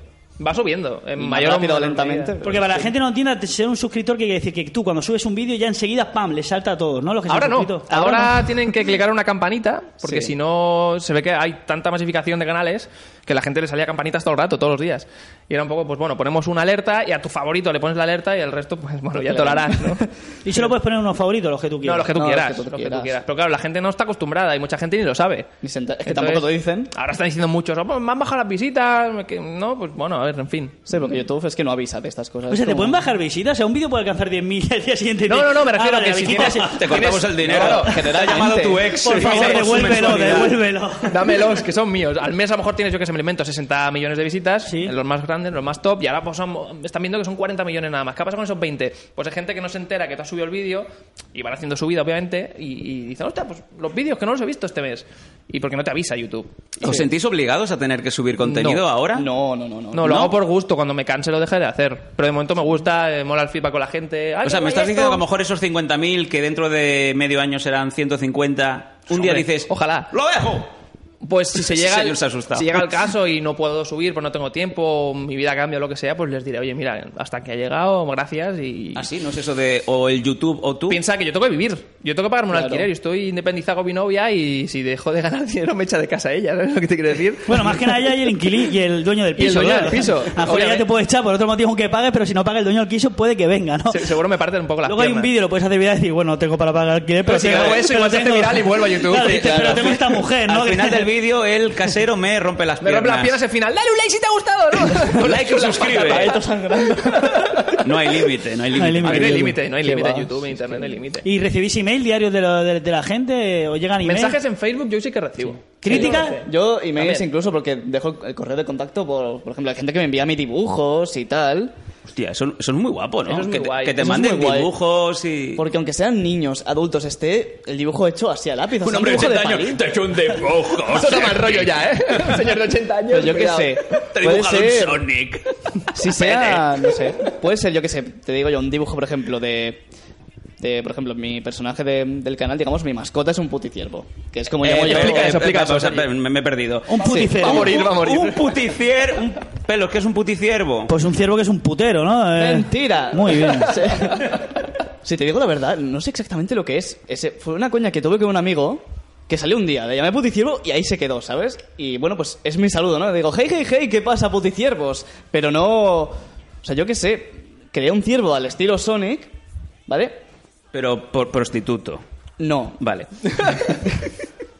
Va subiendo. En Más mayor o rápido o menor lentamente, medida. Porque para la gente no entienda, ser un suscriptor que quiere decir que tú cuando subes un vídeo ya enseguida, pam, le salta a todos, ¿no? Los que se han Ahora no. suscrito. Ahora tienen que clicar una campanita, porque Sí. si no, se ve que hay tanta masificación de canales que la gente le salía campanitas todo el rato, todos los días. Y era un poco, pues bueno, ponemos una alerta y a tu favorito le pones la alerta y al resto, pues bueno, ya te lo harás, *laughs* ¿no? Y solo puedes poner unos favoritos, los que tú No, quieras. los que tú No, los quieras. que tú los que tú quieras. quieras. Pero claro, la gente no está acostumbrada y mucha gente ni lo sabe. Ni se enter- Es que Entonces, tampoco lo dicen. Ahora están diciendo muchos, "Oh, pues me han bajado las visitas, que- no, pues bueno, a ver, en fin. Sí, porque YouTube es que no avisa de estas cosas. O sea, ¿te Como- pueden bajar visitas? O sea, un vídeo puede alcanzar 10.000 y al día siguiente... No, te- no, no, me refiero Ah, a que vale, si visitas- tienes- te cortamos tienes- el dinero. Claro, te ha generalmente. llamado tu ex. Por favor, Por su devuélvelo, mensualidad. devuélvelo. Dámelos, que son míos. Al mes a lo mejor tienes, yo que sé, me lo invento 60 millones de visitas, Sí. en los más grandes, en los más top, y ahora pues, son- están viendo que son 40 millones nada más. ¿Qué pasa con esos 20? Pues hay gente que no se entera que tú has subido el vídeo, y van haciendo su vida, obviamente, y, y dicen, hostia, pues los vídeos que no los he visto este mes. Y porque no te avisa YouTube. ¿Os sentís obligados a tener que subir contenido No. ahora? No, no, no. no. No, lo ¿no? hago por gusto. Cuando me canse lo dejaré de hacer. Pero de momento me gusta, eh, mola el feedback con la gente. Ay, O sea, mira, me estás Ah, esto. diciendo que a lo mejor esos 50.000 que dentro de medio año serán 150, un día Hombre, dices, ojalá. ¡Lo dejo! Pues *laughs* si se Sí, llega, señor, se ha asustado. si llega el caso y no puedo subir, pues no tengo tiempo, mi vida cambia o lo que sea, pues les diré, oye, mira, hasta que ha llegado, gracias y... Así, Ah, no es eso de o el YouTube o tú. Piensa que yo tengo que vivir, yo tengo que pagarme un Claro. alquiler, yo estoy independizado con mi novia y si dejo de ganar *laughs* dinero me echa de casa ella, ¿sabes lo que te quiero decir? Bueno, más que nada ya hay el inquilino y el dueño del Y el piso. dueño claro. *laughs* del piso, A lo mejor ya obviamente. te puede echar por otro motivo aunque pagues, pero si no paga el dueño del piso puede que venga, ¿no? Se- seguro me parten un poco las Luego hay un piernas. vídeo, lo puedes hacer viral y decir, bueno, tengo para pagar el alquiler, pero, Pero si tengo- hago eso, pero igual se hace tengo- viral *laughs* y vuelvo a YouTube. Claro, dices, Claro. Pero tengo esta mujer, ¿no? Al final *laughs* del vídeo, el casero me rompe las Me piernas. rompe las piernas el final, dale un like si te ha gustado, *laughs* ¿no? Un *laughs* like y eh. suscribe. Esto sangrando. No hay límite, no hay límite. A mí no hay límite, no hay Qué límite en va, YouTube, en Internet, no hay límite. *laughs* ¿Y recibís email diarios de, lo- de- de la gente? ¿O llegan email? Mensajes en Facebook yo sí que recibo. ¿Críticas? Yo emails También. incluso porque dejo el correo de contacto por, por ejemplo, hay gente que me envía mis dibujos y tal. Hostia, son, son muy guapos, ¿no? Eso es muy que, te- guay, que te eso es manden muy guay. dibujos y... Porque aunque sean niños, adultos, esté el dibujo hecho así a lápiz. o sea, dibujo palito. te echo un dibujo. Eso da mal rollo ya, ¿eh? Un señor de 80 años. Pero Pues yo qué cuidado. sé. Te he Puede dibujado un ser. Sonic. Si sea, no sé. Puede ser, yo qué sé, te digo yo, un dibujo, por ejemplo, de. de, por ejemplo, mi personaje de- del canal, digamos, mi mascota es un puticiervo. Que es como Eh, llamo yo. explica eso, eso, explica explica eso, eso. Sergio. Me, me he perdido. Un puticero. va a morir. Un- morir. Un puticier... Un... Pelos, ¿qué es un puticiervo? Pues un ciervo que es un putero, ¿no? Eh, ¡Mentira! Muy bien. *laughs* Sí. si te digo la verdad, no sé exactamente lo que es. Ese, fue una coña que tuve con un amigo que salió un día, le llamé puticiervo y ahí se quedó, ¿sabes? Y bueno, pues es mi saludo, ¿no? Le digo, hey, hey, hey, ¿qué pasa, puticiervos? Pero no. O sea, yo qué sé, creé un ciervo al estilo Sonic, ¿vale? Pero por prostituto. No, Vale.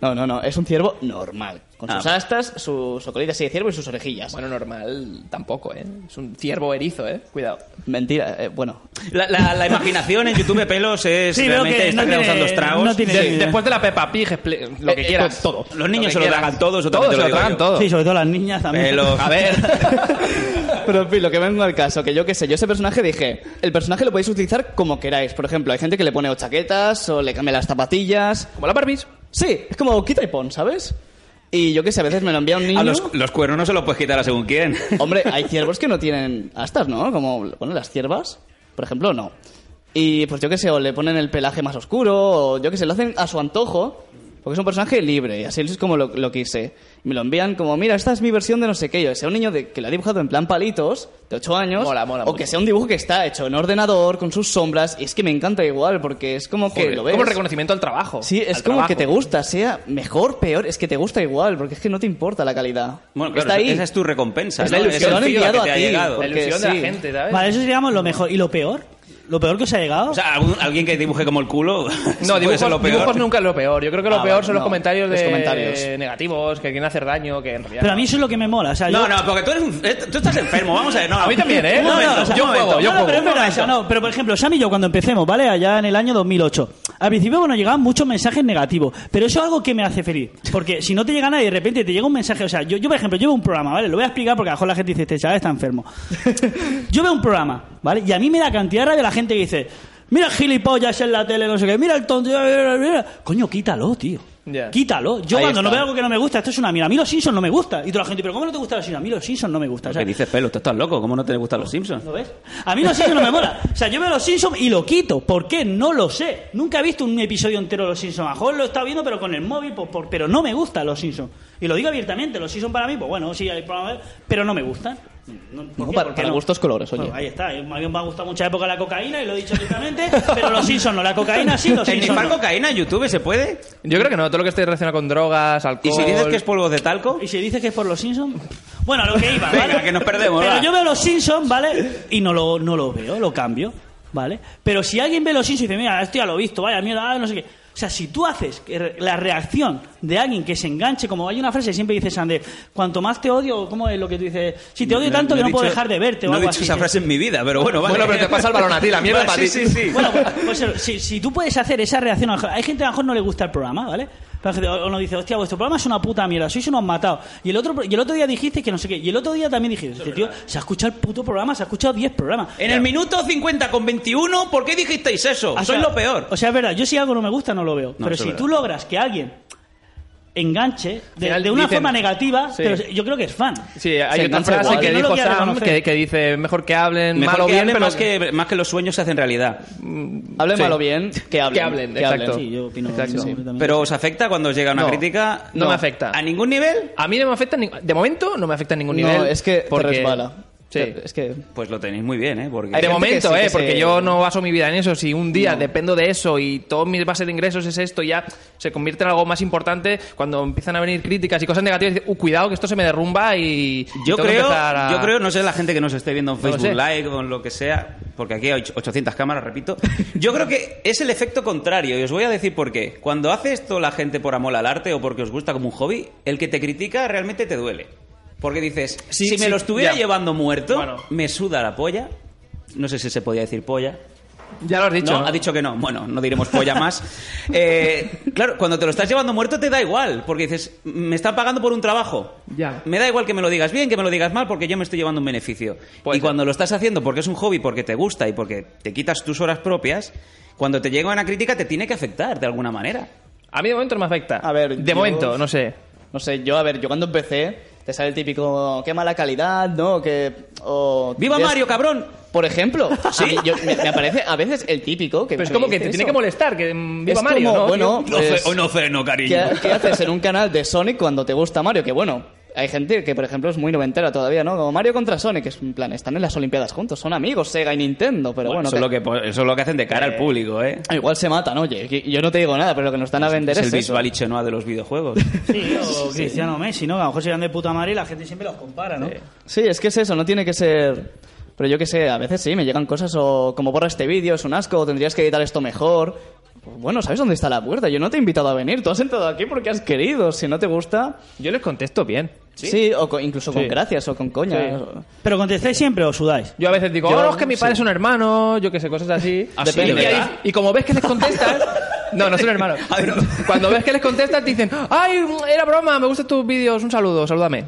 No, no, no, es un ciervo normal. Con Ah. sus astas, sus socolillas así de ciervo y sus orejillas. Bueno, normal tampoco, ¿eh? Es un ciervo erizo, ¿eh? Cuidado. Mentira, eh, bueno. La, la- la imaginación en YouTube Pelos es Sí, veo realmente que está no tiene- causando estragos. no tiene- De- Sí. después de la Peppa Pig, expli- lo que Eh, eh, quieras. todo. Los niños se lo pues, quieras. tragan todo, eso Todos también te se lo lo digo tragan yo. todo. Sí, sobre todo las niñas también. Oh. Pelos. A ver, *laughs* Pero en fin, lo que vengo al caso, que yo qué sé, yo ese personaje dije, el personaje lo podéis utilizar como queráis. Por ejemplo, hay gente que le pone o chaquetas o le cambia las zapatillas. como la Barbies. Sí, es como quita y pon, ¿sabes? Y yo qué sé, a veces me lo envía un niño. A los, los cuernos no se los puedes quitar a según quién. Hombre, hay ciervos que no tienen astas, ¿no? Como le ponen las ciervas, por ejemplo, no. Y pues yo qué sé, o le ponen el pelaje más oscuro, o yo qué sé, lo hacen a su antojo, porque es un personaje libre, y así es como lo, lo quise. Y me lo envían como, mira, esta es mi versión de no sé qué, yo, que sea un niño de- que lo ha dibujado en plan palitos, de 8 años, Mola, mola o mucho. que sea un dibujo que está hecho en ordenador, con sus sombras, y es que me encanta igual, porque es como que Joder, lo ves. Como reconocimiento al trabajo. Sí, es al como que te trabajo. gusta, sea mejor, peor, es que te gusta igual, porque es que no te importa la calidad. Bueno, está claro, ahí. esa es tu recompensa. Es la ¿no? ilusión el que feedback enviado que a te ha ti. llegado. La Porque ilusión de sí. la gente, ¿sabes? Vale, eso seríamos lo mejor. ¿Y lo peor? ¿Lo peor que os ha llegado? O sea, algún- alguien que dibuje como el culo. *laughs* No, puede dibujos, ser lo peor. dibujos nunca es lo peor. Yo creo que lo Ah, peor vale, son los no. comentarios Los de comentarios. negativos, que quieren hacer daño, que en realidad. pero a mí eso es lo que me mola. O sea, No, yo- no, porque tú, eres un- eh, tú estás enfermo, vamos a ver. No, A mí también, ¿eh? Un momento, o sea, yo un juego, momento. yo No, no, juego. pero es verdad, Un o sea, no, pero por ejemplo, Sam y yo cuando empecemos, ¿vale? Allá en el año 2008, al principio bueno, llegaban muchos mensajes negativos, pero eso es algo que me hace feliz, porque si no te llega nada y de repente te llega un mensaje, o sea, yo, yo por ejemplo, yo veo un programa, ¿vale? Lo voy a explicar porque a lo mejor la gente dice, este chaval está enfermo. Yo veo un programa, ¿vale? Y a mí me da cantidad de rabia la gente que dice, mira gilipollas en la tele, no sé qué, mira el tonto, mira, mira". coño, quítalo, tío. Ya. Quítalo. Yo Ahí cuando no está. veo algo que no me gusta, esto es una mierda. A mí los Simpsons no me gusta. Y toda la gente, ¿pero cómo no te gusta los Simpsons? A mí los Simpsons no me gusta. O sea, ¿Qué dices, pelo? Tú estás loco. ¿Cómo no te gustan los Simpsons? ¿Lo ves? A mí los Simpsons no me mola. O sea, yo veo los Simpsons y lo quito. ¿Por qué? No lo sé. Nunca he visto un episodio entero de los Simpsons. A lo mejor lo he estado viendo, pero con el móvil, pues, por- pero no me gustan los Simpsons. Y lo digo abiertamente, los Simpsons para mí, pues bueno, sí, hay programas, pero no me gustan. No, ¿por Bueno, qué? para, ¿Por qué para no? gustos colores, oye. Bueno, ahí está. A mí me ha gustado mucha época la cocaína, y lo he dicho abiertamente, pero los Simpsons no. La cocaína sí, los Simpsons ¿Tecnifar no. cocaína en YouTube se puede? Yo creo que no, todo lo que esté relacionado con drogas, alcohol. ¿Y si dices que es polvo de talco? ¿Y si dices que es por los Simpsons? Bueno, a lo que iba, ¿vale? Venga, que nos perdemos, Pero va. yo veo los Simpsons, ¿vale? Y no lo, no lo veo, lo cambio, ¿vale? Pero si alguien ve los Simpsons y dice, mira, esto ya lo he visto, vaya mierda, ah, no sé qué. O sea, si tú haces que re- la reacción de alguien que se enganche, como hay una frase que siempre dice Sander, cuanto más te odio, ¿cómo es lo que tú dices? Si te odio tanto he que no puedo dicho- dejar de verte o No he algo dicho así. ¿eh? esa frase en mi vida, pero bueno, vale. Bueno, pero te pasa el balón a ti, la mierda Vale, para ti. Sí, sí, sí. Bueno, pues, pues eso, si, si tú puedes hacer esa reacción, a lo mejor- hay gente que a lo mejor no le gusta el programa, ¿vale? Pero hay gente- O o nos dice, hostia, vuestro programa es una puta mierda, sois unos matados. Y el otro, y el otro día dijiste que no sé qué. Y el otro día también dijiste, este tío, se ha escuchado el puto programa, se ha escuchado 10 programas. En el minuto 50 con 21, ¿por qué dijisteis eso? O Soy sea- lo peor. O sea, es verdad, yo si algo no me gusta no lo veo. pero eso si es tú logras que alguien enganche de, Al final de una dicen- forma negativa, sí. pero yo creo que es fan. Sí, hay Se otra engancha frase igual. que Aunque no lo dijo quiera Sam reconocer. que, que dice mejor que hablen Mejor mal o que bien, hablen, pero más, que, más que los sueños se hacen realidad. Hablen Sí. mal o bien, que hablen. Que hablen, exacto. Sí, yo opino. Exacto, yo sí. también. Pero ¿os afecta cuando os llega una No, crítica? no me afecta. ¿A ningún nivel? a mí no me afecta ni- de momento no me afecta en ningún nivel. No, es que te porque- resbala. Sí. Es que... Pues lo tenéis muy bien, ¿eh? Porque... Hay de gente momento, que sí, eh, que porque se- yo no baso mi vida en eso. Si un día dependo de eso y todo mi base de ingresos es esto, ya se convierte en algo más importante cuando empiezan a venir críticas y cosas negativas. dices, "Uh, cuidado que esto se me derrumba y y Yo tengo que creo, empezar a- yo creo, no sé, la gente que nos esté viendo en No lo Facebook sé. Live o en lo que sea, porque aquí hay och- 800 cámaras, repito. Yo creo que es el efecto contrario, y os voy a decir por qué. Cuando hace esto la gente por amor al arte o porque os gusta como un hobby, el que te critica realmente te duele. Porque dices, Sí, si me sí, lo estuviera ya. llevando muerto, Bueno. me suda la polla. No sé si se podía decir polla. Ya lo has dicho. No, ¿no? ha dicho que no. Bueno, no diremos polla más. Eh, claro, cuando te lo estás llevando muerto te da igual, porque dices, me están pagando por un trabajo. Ya. Me da igual que me lo digas bien, que me lo digas mal, porque yo me estoy llevando un beneficio. Puede y ser. cuando lo estás haciendo porque es un hobby, porque te gusta y porque te quitas tus horas propias, cuando te llega una crítica te tiene que afectar de alguna manera. A mí de momento no me afecta. A ver, de yo- momento, no sé. No sé, yo, a ver, yo cuando empecé, te sale el típico, qué mala calidad, ¿no? Que, o- ¡Viva ves- Mario, cabrón! Por ejemplo, sí, yo- me, me aparece a veces el típico que. Pero es como que te dice tiene eso. que molestar, que mm, viva Es Mario, como, ¿no? bueno, pues, no freno, ¿qué, cariño. qué haces en un canal de Sonic cuando te gusta Mario? Que bueno, hay gente que, por ejemplo, es muy noventera todavía, ¿no? Como Mario contra Sonic, es en plan, están en las Olimpiadas juntos, son amigos, Sega y Nintendo, pero bueno. eso, es lo te- que, eso es lo que hacen de cara al público, ¿eh? Igual se matan, oye, que- yo no te digo nada, pero lo que nos están a Es vender es, el eso. visual Chenoa de los videojuegos. Sí, o Cristiano Messi, ¿no? Que a lo mejor se llevan de puta madre y la gente siempre los compara, ¿no? Sí, es que es eso, no tiene que ser... Pero yo que sé, a veces sí, me llegan cosas o como borra este vídeo, es un asco, o tendrías que editar esto mejor. Pues Bueno, ¿sabes dónde está la puerta? Yo no te he invitado a venir, tú has entrado aquí porque has querido, si no te gusta... Yo les contesto bien. Sí, o co- incluso con Sí. gracias o con coña. Sí. Pero contestáis siempre o sudáis. Yo a veces digo, Yo- "Oh, es que mi padre es un hermano, yo qué sé, cosas *laughs* así. ¿Ah, sí? Depende. ¿De y, ahí- verdad? y como ves que les contestas... No, no *laughs* son hermanos. Cuando ves que les contestas, te dicen, ay, era broma, me gustan tus vídeos, un saludo, salúdame.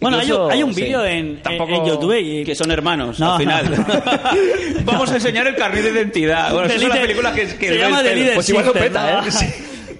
Bueno, hay Incluso- un, hay un sí. vídeo en, en- Tampoco- en YouTube y que son hermanos No. al final. *laughs* Vamos a enseñar el carnet de identidad. Bueno, The eso es una Leader- película que, que se llama ves, The Leader pues igual lo Sister, peta, ¿no? *laughs* ¿eh? Sí.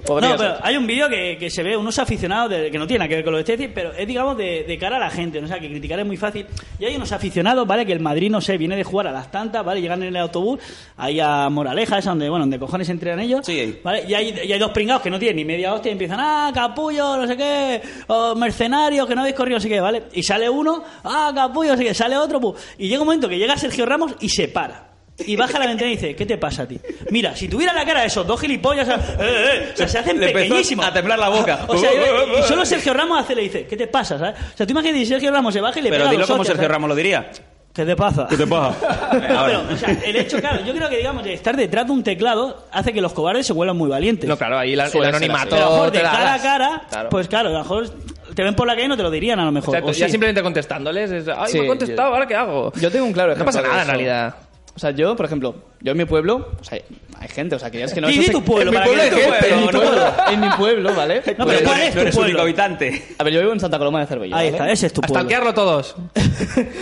Podría no, pero ser. hay un vídeo que, que se ve unos aficionados de- que no tiene nada que ver con lo de Chelsea, pero es digamos de, de cara a la gente, ¿no? o sea que criticar es muy fácil. Y hay unos aficionados, ¿vale? Que el Madrid, no sé, viene de jugar a las tantas, ¿vale? Llegan en el autobús, ahí a Moraleja, esa donde, bueno, donde cojones entrenan ellos. Sí, ahí. ¿vale? Y hay, y hay dos pringados que no tienen ni media hostia y empiezan, ah, capullo, no sé qué, o mercenarios que no habéis corrido, no sé qué, ¿vale? Y sale uno, ah, capullo, no sé qué, sale otro, pu- y llega un momento que llega Sergio Ramos y se para. Y baja la ventana y dice, ¿qué te pasa a ti? Mira, si tuviera la cara de esos dos gilipollas, o sea, eh, eh, o sea, se hacen Le empezó pequeñísimos. a temblar la boca. Uh, o sea, y solo Sergio Ramos hace, le dice, ¿qué te pasa? ¿sabes? O sea, tú imagínate si Sergio Ramos se baja y le Pero pega dilo los como hostias, Sergio ¿sabes? Ramos lo diría. ¿Qué te *laughs* pasa? *laughs* pasa? Pero, o sea, el hecho, claro, yo creo que, digamos, de estar detrás de un teclado hace que los cobardes se vuelvan muy valientes. No, claro, ahí la, el Suele ser anonimato... así. Pero a lo mejor te de la cara a das. cara, Claro. pues claro, a lo mejor te ven por la calle y no te lo dirían a lo mejor. Exacto, o ya sí. simplemente contestándoles. es, ay, Sí, me ha contestado, Oh, yo- ¿ahora qué hago? Yo tengo un claro No ejemplo. pasa de nada, en eso. realidad. O sea, yo, por ejemplo, yo en mi pueblo, o sea, hay gente, o sea, que ya es que no Di- eso di se- tu pueblo, en mi para pueblo, que hay diga tu gente, en mi pueblo, pueblo, en mi pueblo, ¿vale? *laughs* Pues, No, pero ¿cuál es Tú eres tu único pueblo? habitante. A ver, yo vivo en Santa Coloma de Cervelló. Ahí ¿vale? está, ese es tu pueblo. Estanquearlo *laughs* todos.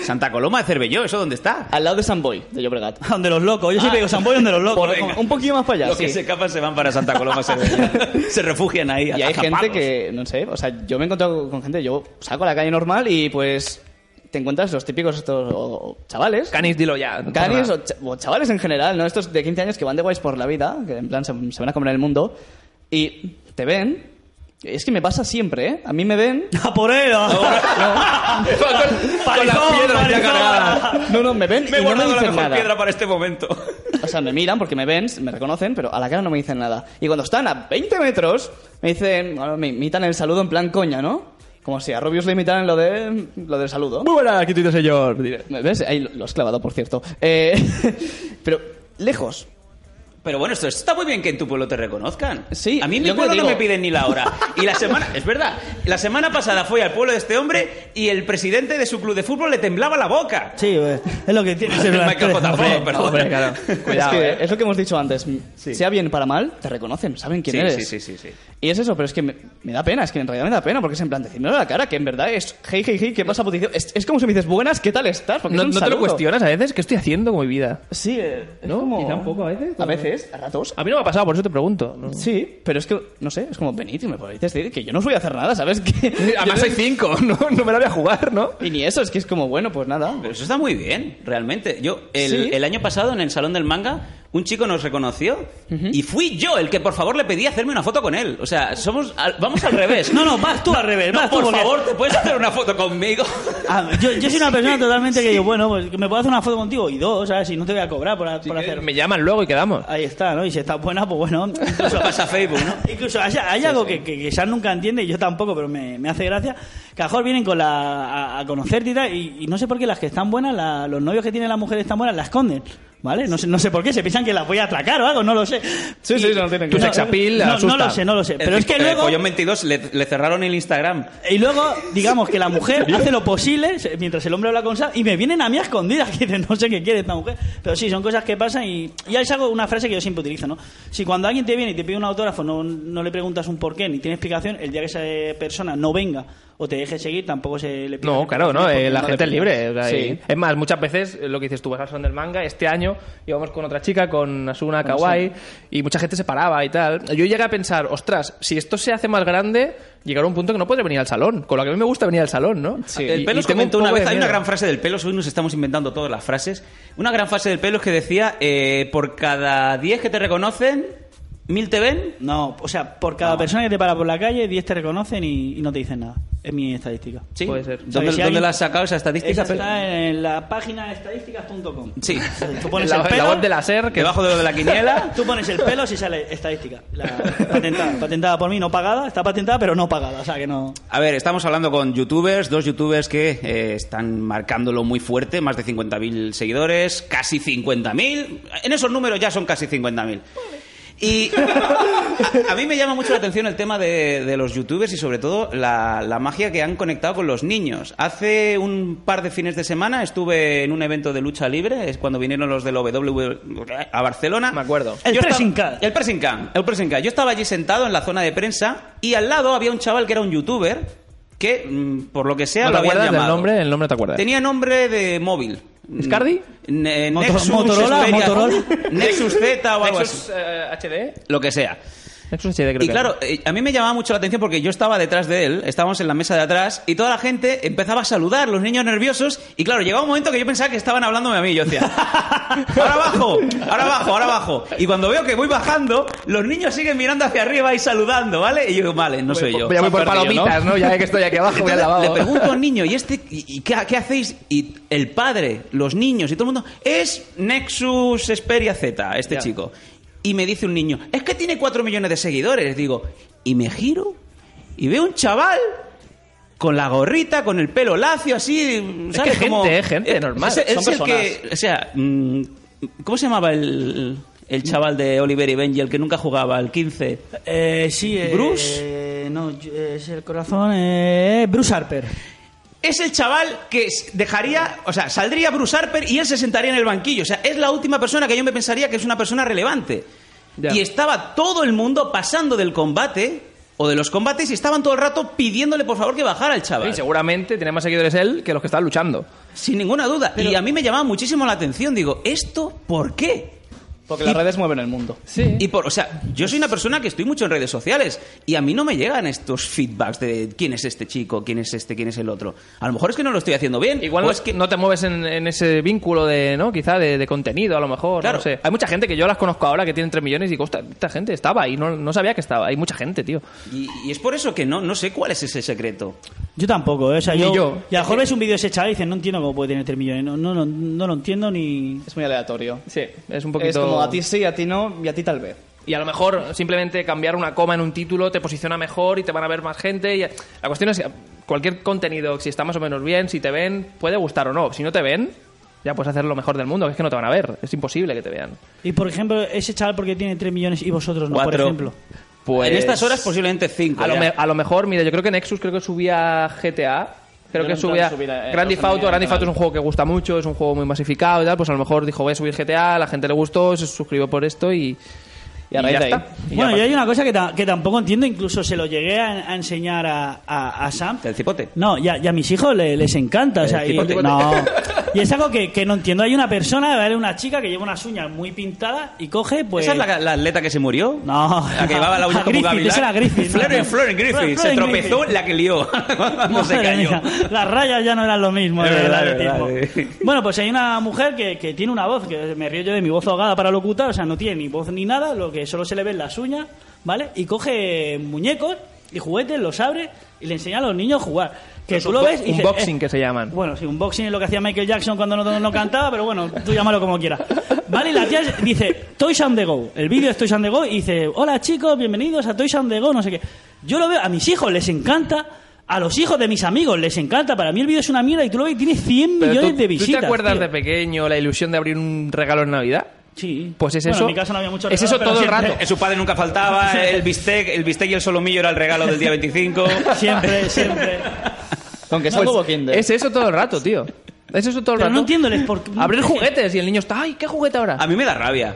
Santa Coloma de Cervelló, ¿eso dónde está? Al lado de San Boy, de Llobregat. *laughs* Donde los locos, Ah. yo siempre digo San Boy donde los locos. Por- Venga. Pues un poquillo más para allá, Los sí. que se escapan se van para Santa Coloma de *laughs* Cervelló. se refugian ahí. Y hay gente agazapados. que, no sé, o sea, yo me he encontrado con gente, yo saco a la calle normal y pues te encuentras los típicos estos o- o chavales. Canis, dilo ya. no pasa Canis nada. o, cha- o chavales en general, ¿no? Estos de 15 años que van de guays por la vida, que en plan se, se van a comer el mundo, y te ven. Es que me pasa siempre, ¿eh? A mí me ven. *laughs* ¡A por él! con, con las Palizón, piedras ya palizón. cargadas. No, no, me ven Me he y no me guardado la dicen mejor nada. piedra para este momento. O sea, me miran porque me ven, me reconocen, pero a la cara no me dicen nada. Y cuando están a 20 metros, me dicen, bueno, me imitan el saludo en plan coña, ¿no? Como si a Rubius le imitaran lo de lo del saludo. Muy buena actitud, señor. diré. ¿Ves? Ahí lo, lo has clavado, por cierto. Eh, *laughs* pero lejos. Pero bueno, esto esto está muy bien que en tu pueblo te reconozcan. Sí, A mí en mi yo que pueblo no digo- me piden ni la hora. Y la semana, es verdad, la semana pasada fui al pueblo de este hombre y el presidente de su club de fútbol le temblaba la *laughs* boca. Sí, eh, *laughs* es lo que tiene. que ser El la- Michael J. Hombre, Fox, pero Hombre, bueno. claro. *laughs* Cuidado, es que eh. es lo que hemos dicho antes. Sea bien para mal, te reconocen, saben quién Sí, eres. sí, sí, sí, sí. Y es eso, pero es que me, me da pena, es que en realidad me da pena, porque es en plan, decírmelo a la cara, que en verdad es, hey, hey, hey, ¿qué pasa? puto idiota? Es, es como si me dices, buenas, ¿qué tal estás? Porque No, es un no te lo saludo. cuestionas a veces, ¿qué estoy haciendo con mi vida? Sí, eh, es ¿No? como- Quizá un poco a veces, A veces, ¿Ves? A ratos. A mí no me ha pasado, por eso te pregunto. ¿no? Sí, pero es que, no sé, es como venid y me podéis decir que yo no os voy a hacer nada, ¿sabes? *laughs* Que *laughs* Además hay cinco, no, no me la voy a jugar, ¿no? Y ni eso, es que es como, bueno, pues nada. Pero eso está muy bien, realmente. Yo, el, Sí. el año pasado en el Salón del Manga, un chico nos reconoció y fui yo el que por favor le pedí hacerme una foto con él. O sea, somos al- vamos al revés. No, no, vas tú al revés. No, vas tú, por porque- favor, ¿te puedes hacer una foto *laughs* conmigo? Ah, yo, yo soy una *laughs* persona totalmente que digo, bueno, pues que me puedo hacer una foto contigo y dos, ¿sabes? Y no te voy a cobrar por, por hacer. Eh, Me llaman luego y quedamos. Ahí está, ¿no? Y si estás buena, pues bueno. *laughs* Eso Incluso, pasa a Facebook, ¿no? *laughs* incluso hay, hay algo que, que, que Sam nunca entiende, y yo tampoco, pero me, me hace gracia. Que a lo mejor vienen con la, a, a conocerte y tal, y, y no sé por qué las que están buenas, la- los novios que tienen las mujeres tan buenas, las esconden. ¿Vale? No sé, no sé por qué, se piensan que las voy a atracar o algo, no lo sé. Sí, sí, no tienen que- Tu sex appeal no, asusta. no lo sé, no lo sé. Pero El- es que el luego. Pollón 22 le, le cerraron el Instagram. Y luego, digamos que la mujer hace lo posible se- mientras el hombre habla con Sam y me vienen a mí a escondidas *laughs* que dicen, no sé qué quiere esta mujer. Pero sí, son cosas que pasan y, y es algo, una frase que yo siempre utilizo, ¿no? Si cuando alguien te viene y te pide un autógrafo no, no le preguntas un porqué ni tiene explicación, el día que esa eh, persona no venga o te deje seguir, tampoco se le pide No, claro, no, eh, la gente es libre. o sea, Sí. y- Es más, muchas veces eh, lo que dices tú vas al son del manga. Este año íbamos con otra chica, con Asuna Kawai, y mucha gente se paraba y tal. Yo llegué a pensar, ostras, si esto se hace más grande, llegará un punto que no podré venir al salón. Con lo que a mí me gusta venir al salón, ¿no? Y- El y pelo os tengo un comentó una poco vez, de hay una miedo. gran frase del pelo, hoy nos estamos inventando todas las frases. Una gran frase del pelo es que decía, eh, por cada 10 que te reconocen, mil te ven. No, o sea, por cada persona que te para por la calle, 10 te reconocen y, y no te dicen nada. Es mi estadística. Sí, Puede ser. O sea, que ¿Dónde, si dónde alguien- la has sacado esa estadística? Esa Pelo? está en la página estadísticas.com. *laughs* Sí. Tú pones La- el la pelo, voz de la SER, que- Debajo de lo de la *laughs* quiniela. Tú pones el pelo si sale estadística. La patentada, patentada por mí, no pagada. Está patentada, pero no pagada. O sea que no. A ver, estamos hablando con youtubers, dos youtubers que eh, están marcándolo muy fuerte, más de 50.000 seguidores, casi 50.000. En esos números ya son casi 50.000. Y a, a mí me llama mucho la atención el tema de, de los youtubers y sobre todo la, la magia que han conectado con los niños. Hace un par de fines de semana estuve en un evento de lucha libre, es cuando vinieron los del OW a Barcelona. Me acuerdo. El Yo estaba- pressing can. El pressing can, el pressing can. Yo estaba allí sentado en la zona de prensa y al lado había un chaval que era un youtuber que, mm, por lo que sea, ¿No lo te habían acuerdas del llamado. nombre? El nombre no te acuerdas. Tenía nombre de móvil. ¿Scardi? Ne- Moto- Nexus, Motorola, Xperia, Motorola. Nexus Z o algo Nexus así. eh, HD. Lo que sea. Nexus HD creo Y que claro, era. eh, a mí me llamaba mucho la atención porque yo estaba detrás de él, estábamos en la mesa de atrás y toda la gente empezaba a saludar, los niños nerviosos y claro, llegaba un momento que yo pensaba que estaban hablándome a mí, yo decía, *laughs* ahora abajo, ahora abajo, ahora abajo. Y cuando veo que voy bajando, los niños siguen mirando hacia arriba y saludando, ¿vale? Y yo, vale, no soy yo. Pues Voy a voy por Perdido, palomitas, ¿no? Ya que estoy aquí abajo, *laughs* voy al Entonces, lavabo. le pregunto al niño, ¿y este y, y qué, qué hacéis? Y el padre, los niños y todo el mundo, es Nexus Xperia Z, este Ya. chico. Y me dice un niño, es que tiene 4 millones de seguidores. Digo, y me giro y veo un chaval con la gorrita, con el pelo lacio, así. Es ¿sabes? que gente, Como- eh, gente, normal, Es, es son el que. O sea, mm, ¿cómo se llamaba el, el chaval de Oliver y Benji, el que nunca jugaba, el 15? Eh, sí, eh, ¿Bruce? eh, no, yo- es el corazón. Eh, Bruce Harper. Es el chaval que s- dejaría, o sea, saldría Bruce Harper y él se sentaría en el banquillo. O sea, es la última persona que yo me pensaría que es una persona relevante. Ya. Y estaba todo el mundo pasando del combate o de los combates y estaban todo el rato pidiéndole por favor que bajara el chaval. Y seguramente tiene más seguidores él que los que están luchando. Sin ninguna duda. Y a mí me llamaba muchísimo la atención. Digo, ¿esto por qué? Porque las redes mueven el mundo. Sí. Y por, o sea, yo soy una persona que estoy mucho en redes sociales y a mí no me llegan estos feedbacks de quién es este chico, quién es este, quién es el otro. A lo mejor es que no lo estoy haciendo bien. Igual o no, es que no te mueves en, en ese vínculo de, ¿no? Quizá de, de contenido, a lo mejor. Claro. No sé. Hay mucha gente que yo las conozco ahora que tienen 3 millones y digo, "Ostras, esta gente estaba ahí, no, no sabía que estaba. Hay mucha gente, tío. Y, y es por eso que no, no sé cuál es ese secreto. Yo tampoco, eh, o sea, Ni yo, yo. Y a lo mejor ves un vídeo de ese chaval y dices, no entiendo cómo puede tener 3 millones. No, no, no, no lo entiendo ni. Es muy aleatorio. Sí, es un poquito. Es como a ti sí, a ti no y a ti tal vez. Y a lo mejor simplemente cambiar una coma en un título te posiciona mejor y te van a ver más gente. Y... La cuestión es cualquier contenido, si está más o menos bien, si te ven, puede gustar o no. Si no te ven, ya puedes hacer lo mejor del mundo, que es que no te van a ver. Es imposible que te vean. Y por ejemplo, ese chaval porque tiene 3 millones y vosotros no, por Cuatro. ejemplo. Pues- En estas horas posiblemente cinco. A lo, ya. me- a lo mejor, mira, yo creo que Nexus creo que subía GTA. Creo Yo que no subía subí la- eh, Grand no Theft subí Auto. el Grand Theft Auto es canal. un juego que gusta mucho, es un juego muy masificado y tal. Pues a lo mejor dijo, voy a subir GTA, la gente le gustó, se suscribió por esto y... Y a raíz ya de ahí. está. y ya bueno, yo pasa. hay una cosa que, ta- que tampoco entiendo, incluso se lo llegué a, a enseñar a, a- a Sam. El cipote. No, y a, y a mis hijos le- les encanta. o sea, El y, cipote. *laughs* no. y es algo que, que no entiendo. Hay una persona, ¿vale? una chica que lleva unas uñas muy pintadas y coge, pues. ¿Esa es la, la atleta que se murió? No. La que llevaba la uña *laughs* A como un Griffith, gavilán. esa era Griffith. Florian, Florian Griffith. Florian se Griffith. *laughs* tropezó la que lió. *laughs* Cuando se Madre cayó. mía, las rayas ya no eran lo mismo. Es de verdad, verdad, de es tipo. verdad, *laughs* eh. Bueno, pues hay una mujer que, que tiene una voz, que me río yo de mi voz ahogada para locutar, o sea, no tiene ni voz ni nada, lo que solo se le ven las uñas, ¿vale? Y coge muñecos y juguetes, los abre y le enseña a los niños a jugar. Que tú lo ves y dices, Unboxing eh, que se llaman. bueno, sí, un boxing es lo que hacía Michael Jackson cuando no, no cantaba, pero bueno, tú llámalo como quieras. Vale, y la tía dice, Toys on the Go. El vídeo es Toys on the Go y dice, hola chicos, bienvenidos a Toys on the Go, no sé qué. Yo lo veo, a mis hijos les encanta, a los hijos de mis amigos les encanta. Para mí el vídeo es una mierda y tú lo ves y tiene 100 Pero millones tú- de visitas. ¿Tú te acuerdas tío. de pequeño la ilusión de abrir un regalo en Navidad? Sí. Pues es Bueno, eso. en mi casa no había mucho es regalo, eso pero todo el siempre- rato. Eh, Su padre nunca faltaba, el bistec, el bistec y el solomillo era el regalo del día 25. *laughs* Siempre, *laughs* siempre. Con que sea Pues, un huevo kinder. Es eso todo el rato, tío. Es eso todo el Pero rato. no entiendo el por qué- Abrir juguetes y el niño está, ay, ¿qué juguete ahora? A mí me da rabia.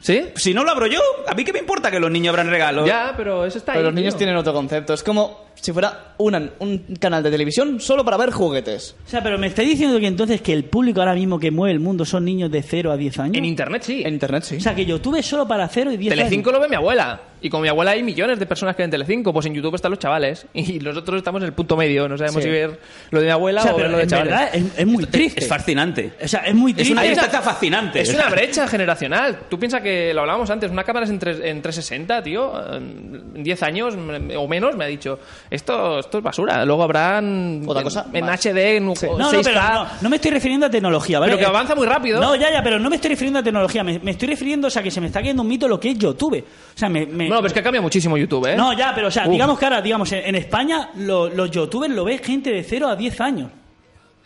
¿Sí? Si no lo abro yo, ¿a mí qué me importa que los niños abran regalos? Ya, pero eso está Pero ahí. los niños tío. tienen otro concepto. Es como si fuera una- un canal de televisión solo para ver juguetes. O sea, pero me está diciendo que entonces que el público ahora mismo que mueve el mundo son niños de 0 a 10 años. En internet sí. En En internet, sí. O sea, que YouTube es solo para 0 y 10 años. Telecinco lo ve mi abuela. Y como mi abuela hay millones de personas que ven Telecinco, pues en YouTube están los chavales. *laughs* Y nosotros estamos en el punto medio. No sabemos Sí. si ver lo de mi abuela O o, sea, ver pero lo de en chavales. verdad es, es muy triste. Es fascinante. o sea, es muy Es triste. una distancia fascinante. *laughs* Es una brecha generacional. Tú piensas que lo hablábamos antes, una cámara es en, tres- en 360, tío. En 10 años me- o menos me ha dicho, esto, esto es basura. Luego habrán Otra en, cosa en más. HD, en No, 6K. no, pero no, no me estoy refiriendo a tecnología, ¿vale? eh, Pero que avanza muy rápido. No, ya, ya, pero no me estoy refiriendo a tecnología. Me, me estoy refiriendo, o sea, que se me está cayendo un mito lo que es YouTube. O sea, me... me- Bueno, pero es que cambia muchísimo YouTube, ¿eh? No, ya, pero o sea, Uf. digamos que ahora, digamos, en, en España lo- los youtubers lo ve gente de 0 a 10 años.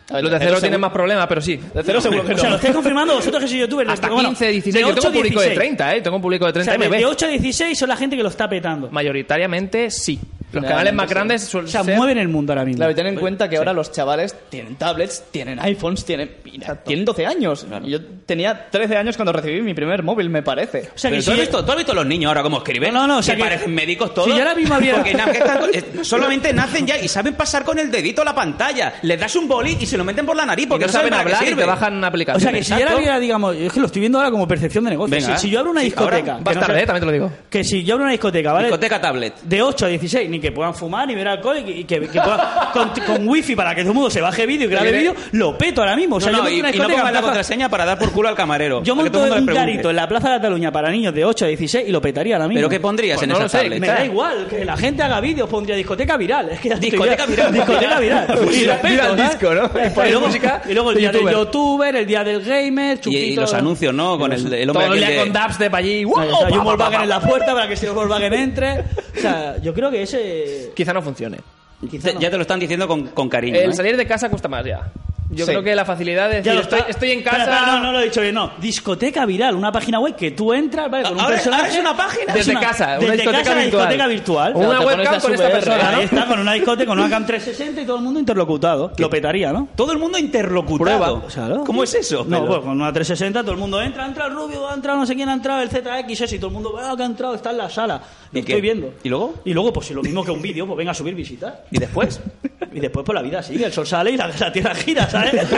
A ver, Los de cero seguro- tienen más problemas, pero sí. De cero seguro que O sea, lo no. estáis confirmando vosotros que sois youtubers. Hasta Bueno, 15, 16. de Yo tengo 8 a un público de 16. 30, ¿eh? Tengo un público de O 30 sea, y me de ve. 8 a 16 son la gente que lo está petando. Mayoritariamente sí. Los Realmente canales más sí. grandes O suelen sea, ser... mueven el mundo ahora mismo. Claro, y ten en cuenta que ahora los chavales tienen tablets, tienen iPhones, tienen, mira, tienen 12 años. Yo tenía 13 años cuando recibí mi primer móvil, me parece. O sea, que Pero si ¿tú, has visto, tú has visto los niños ahora cómo escriben? No, no, no, o sea que que- parecen médicos todos. Si yo ahora mismo abriera- Porque na- que están- *laughs* eh, solamente nacen ya y saben pasar con el dedito la pantalla. Les das un boli y se lo meten por la nariz porque Porque no saben para qué hablar y sirve. te bajan O sea, aplicaciones. que si yo ahora Exacto. viera, digamos, es que lo estoy viendo ahora como percepción de negocio. Venga. si, si yo abro una Sí, ahora discoteca. que Vas no tarde, sea- ¿eh? También te lo digo. Que si yo abro una discoteca, ¿vale? Discoteca tablet. De 8 a 16, ni que puedan fumar, ni beber alcohol, y que, y que- que *laughs* puedan- con, con wifi para que todo el mundo se baje vídeo y grabe Mire. vídeo, lo peto ahora mismo. O sea, no, yo no, monto y, una y no discoteca. pongas en la plaza- contraseña para dar por culo al camarero. yo para que todo monto el mundo le un pregunte. carrito en la Plaza de Cataluña para niños de 8 a 16 y lo petaría ahora mismo. ¿Pero qué pondrías Pues en no esa lo sé, tablet? Me da igual, que la gente haga vídeos, pondría discoteca viral. Es que ya te estoy Discoteca viendo. viral. Pues *laughs* Discoteca viral. Y lo Viral- peto, viral ¿sabes? disco, ¿no? Ya está, Pones Y luego, música y luego el de día del youtuber. youtuber, el día del gamer, Y, chupito. y los anuncios, ¿no? Con el, el hombre Todo el aquel día de- con daps de pa' allí. ¡Wow! O sea, hay Pa, un pa, pa, Volkswagen en pa. la puerta para que si el Volkswagen entre. O sea, yo creo que ese. Quizá no funcione. quizá Te- no. Ya te lo están diciendo con, con cariño. ¿eh? El salir de casa cuesta más ya. Yo Sí. creo que la facilidad de Ya decir, lo estoy, está. estoy en Espera, casa... espera, no, no lo he dicho bien, no. Discoteca viral, una página web que tú entras, ¿vale? Con un Ahora- personaje. ahora es una página. Es Desde una- casa, una desde discoteca casa, virtual. discoteca virtual. O una Claro, te pones webcam la con esta SVR, persona, Ahí ¿no? está, con una discoteca, con una cam 360 y todo el mundo interlocutado. Lo petaría, ¿no? Todo el mundo interlocutado. O sea, ¿no? ¿Cómo es eso? No, Pero- pues con una 360 todo el mundo entra, entra el Rubio, ha entrado no sé quién, ha entrado el ZX, eso, y todo el mundo, ah, que ha entrado, está en la sala. Lo ¿Y qué? estoy viendo. ¿Y luego? Y luego, pues si lo mismo que un vídeo, pues venga a subir visitas. ¿Y después? Y después, pues la vida sigue, el sol sale y la, la tierra gira, ¿sabes? *laughs*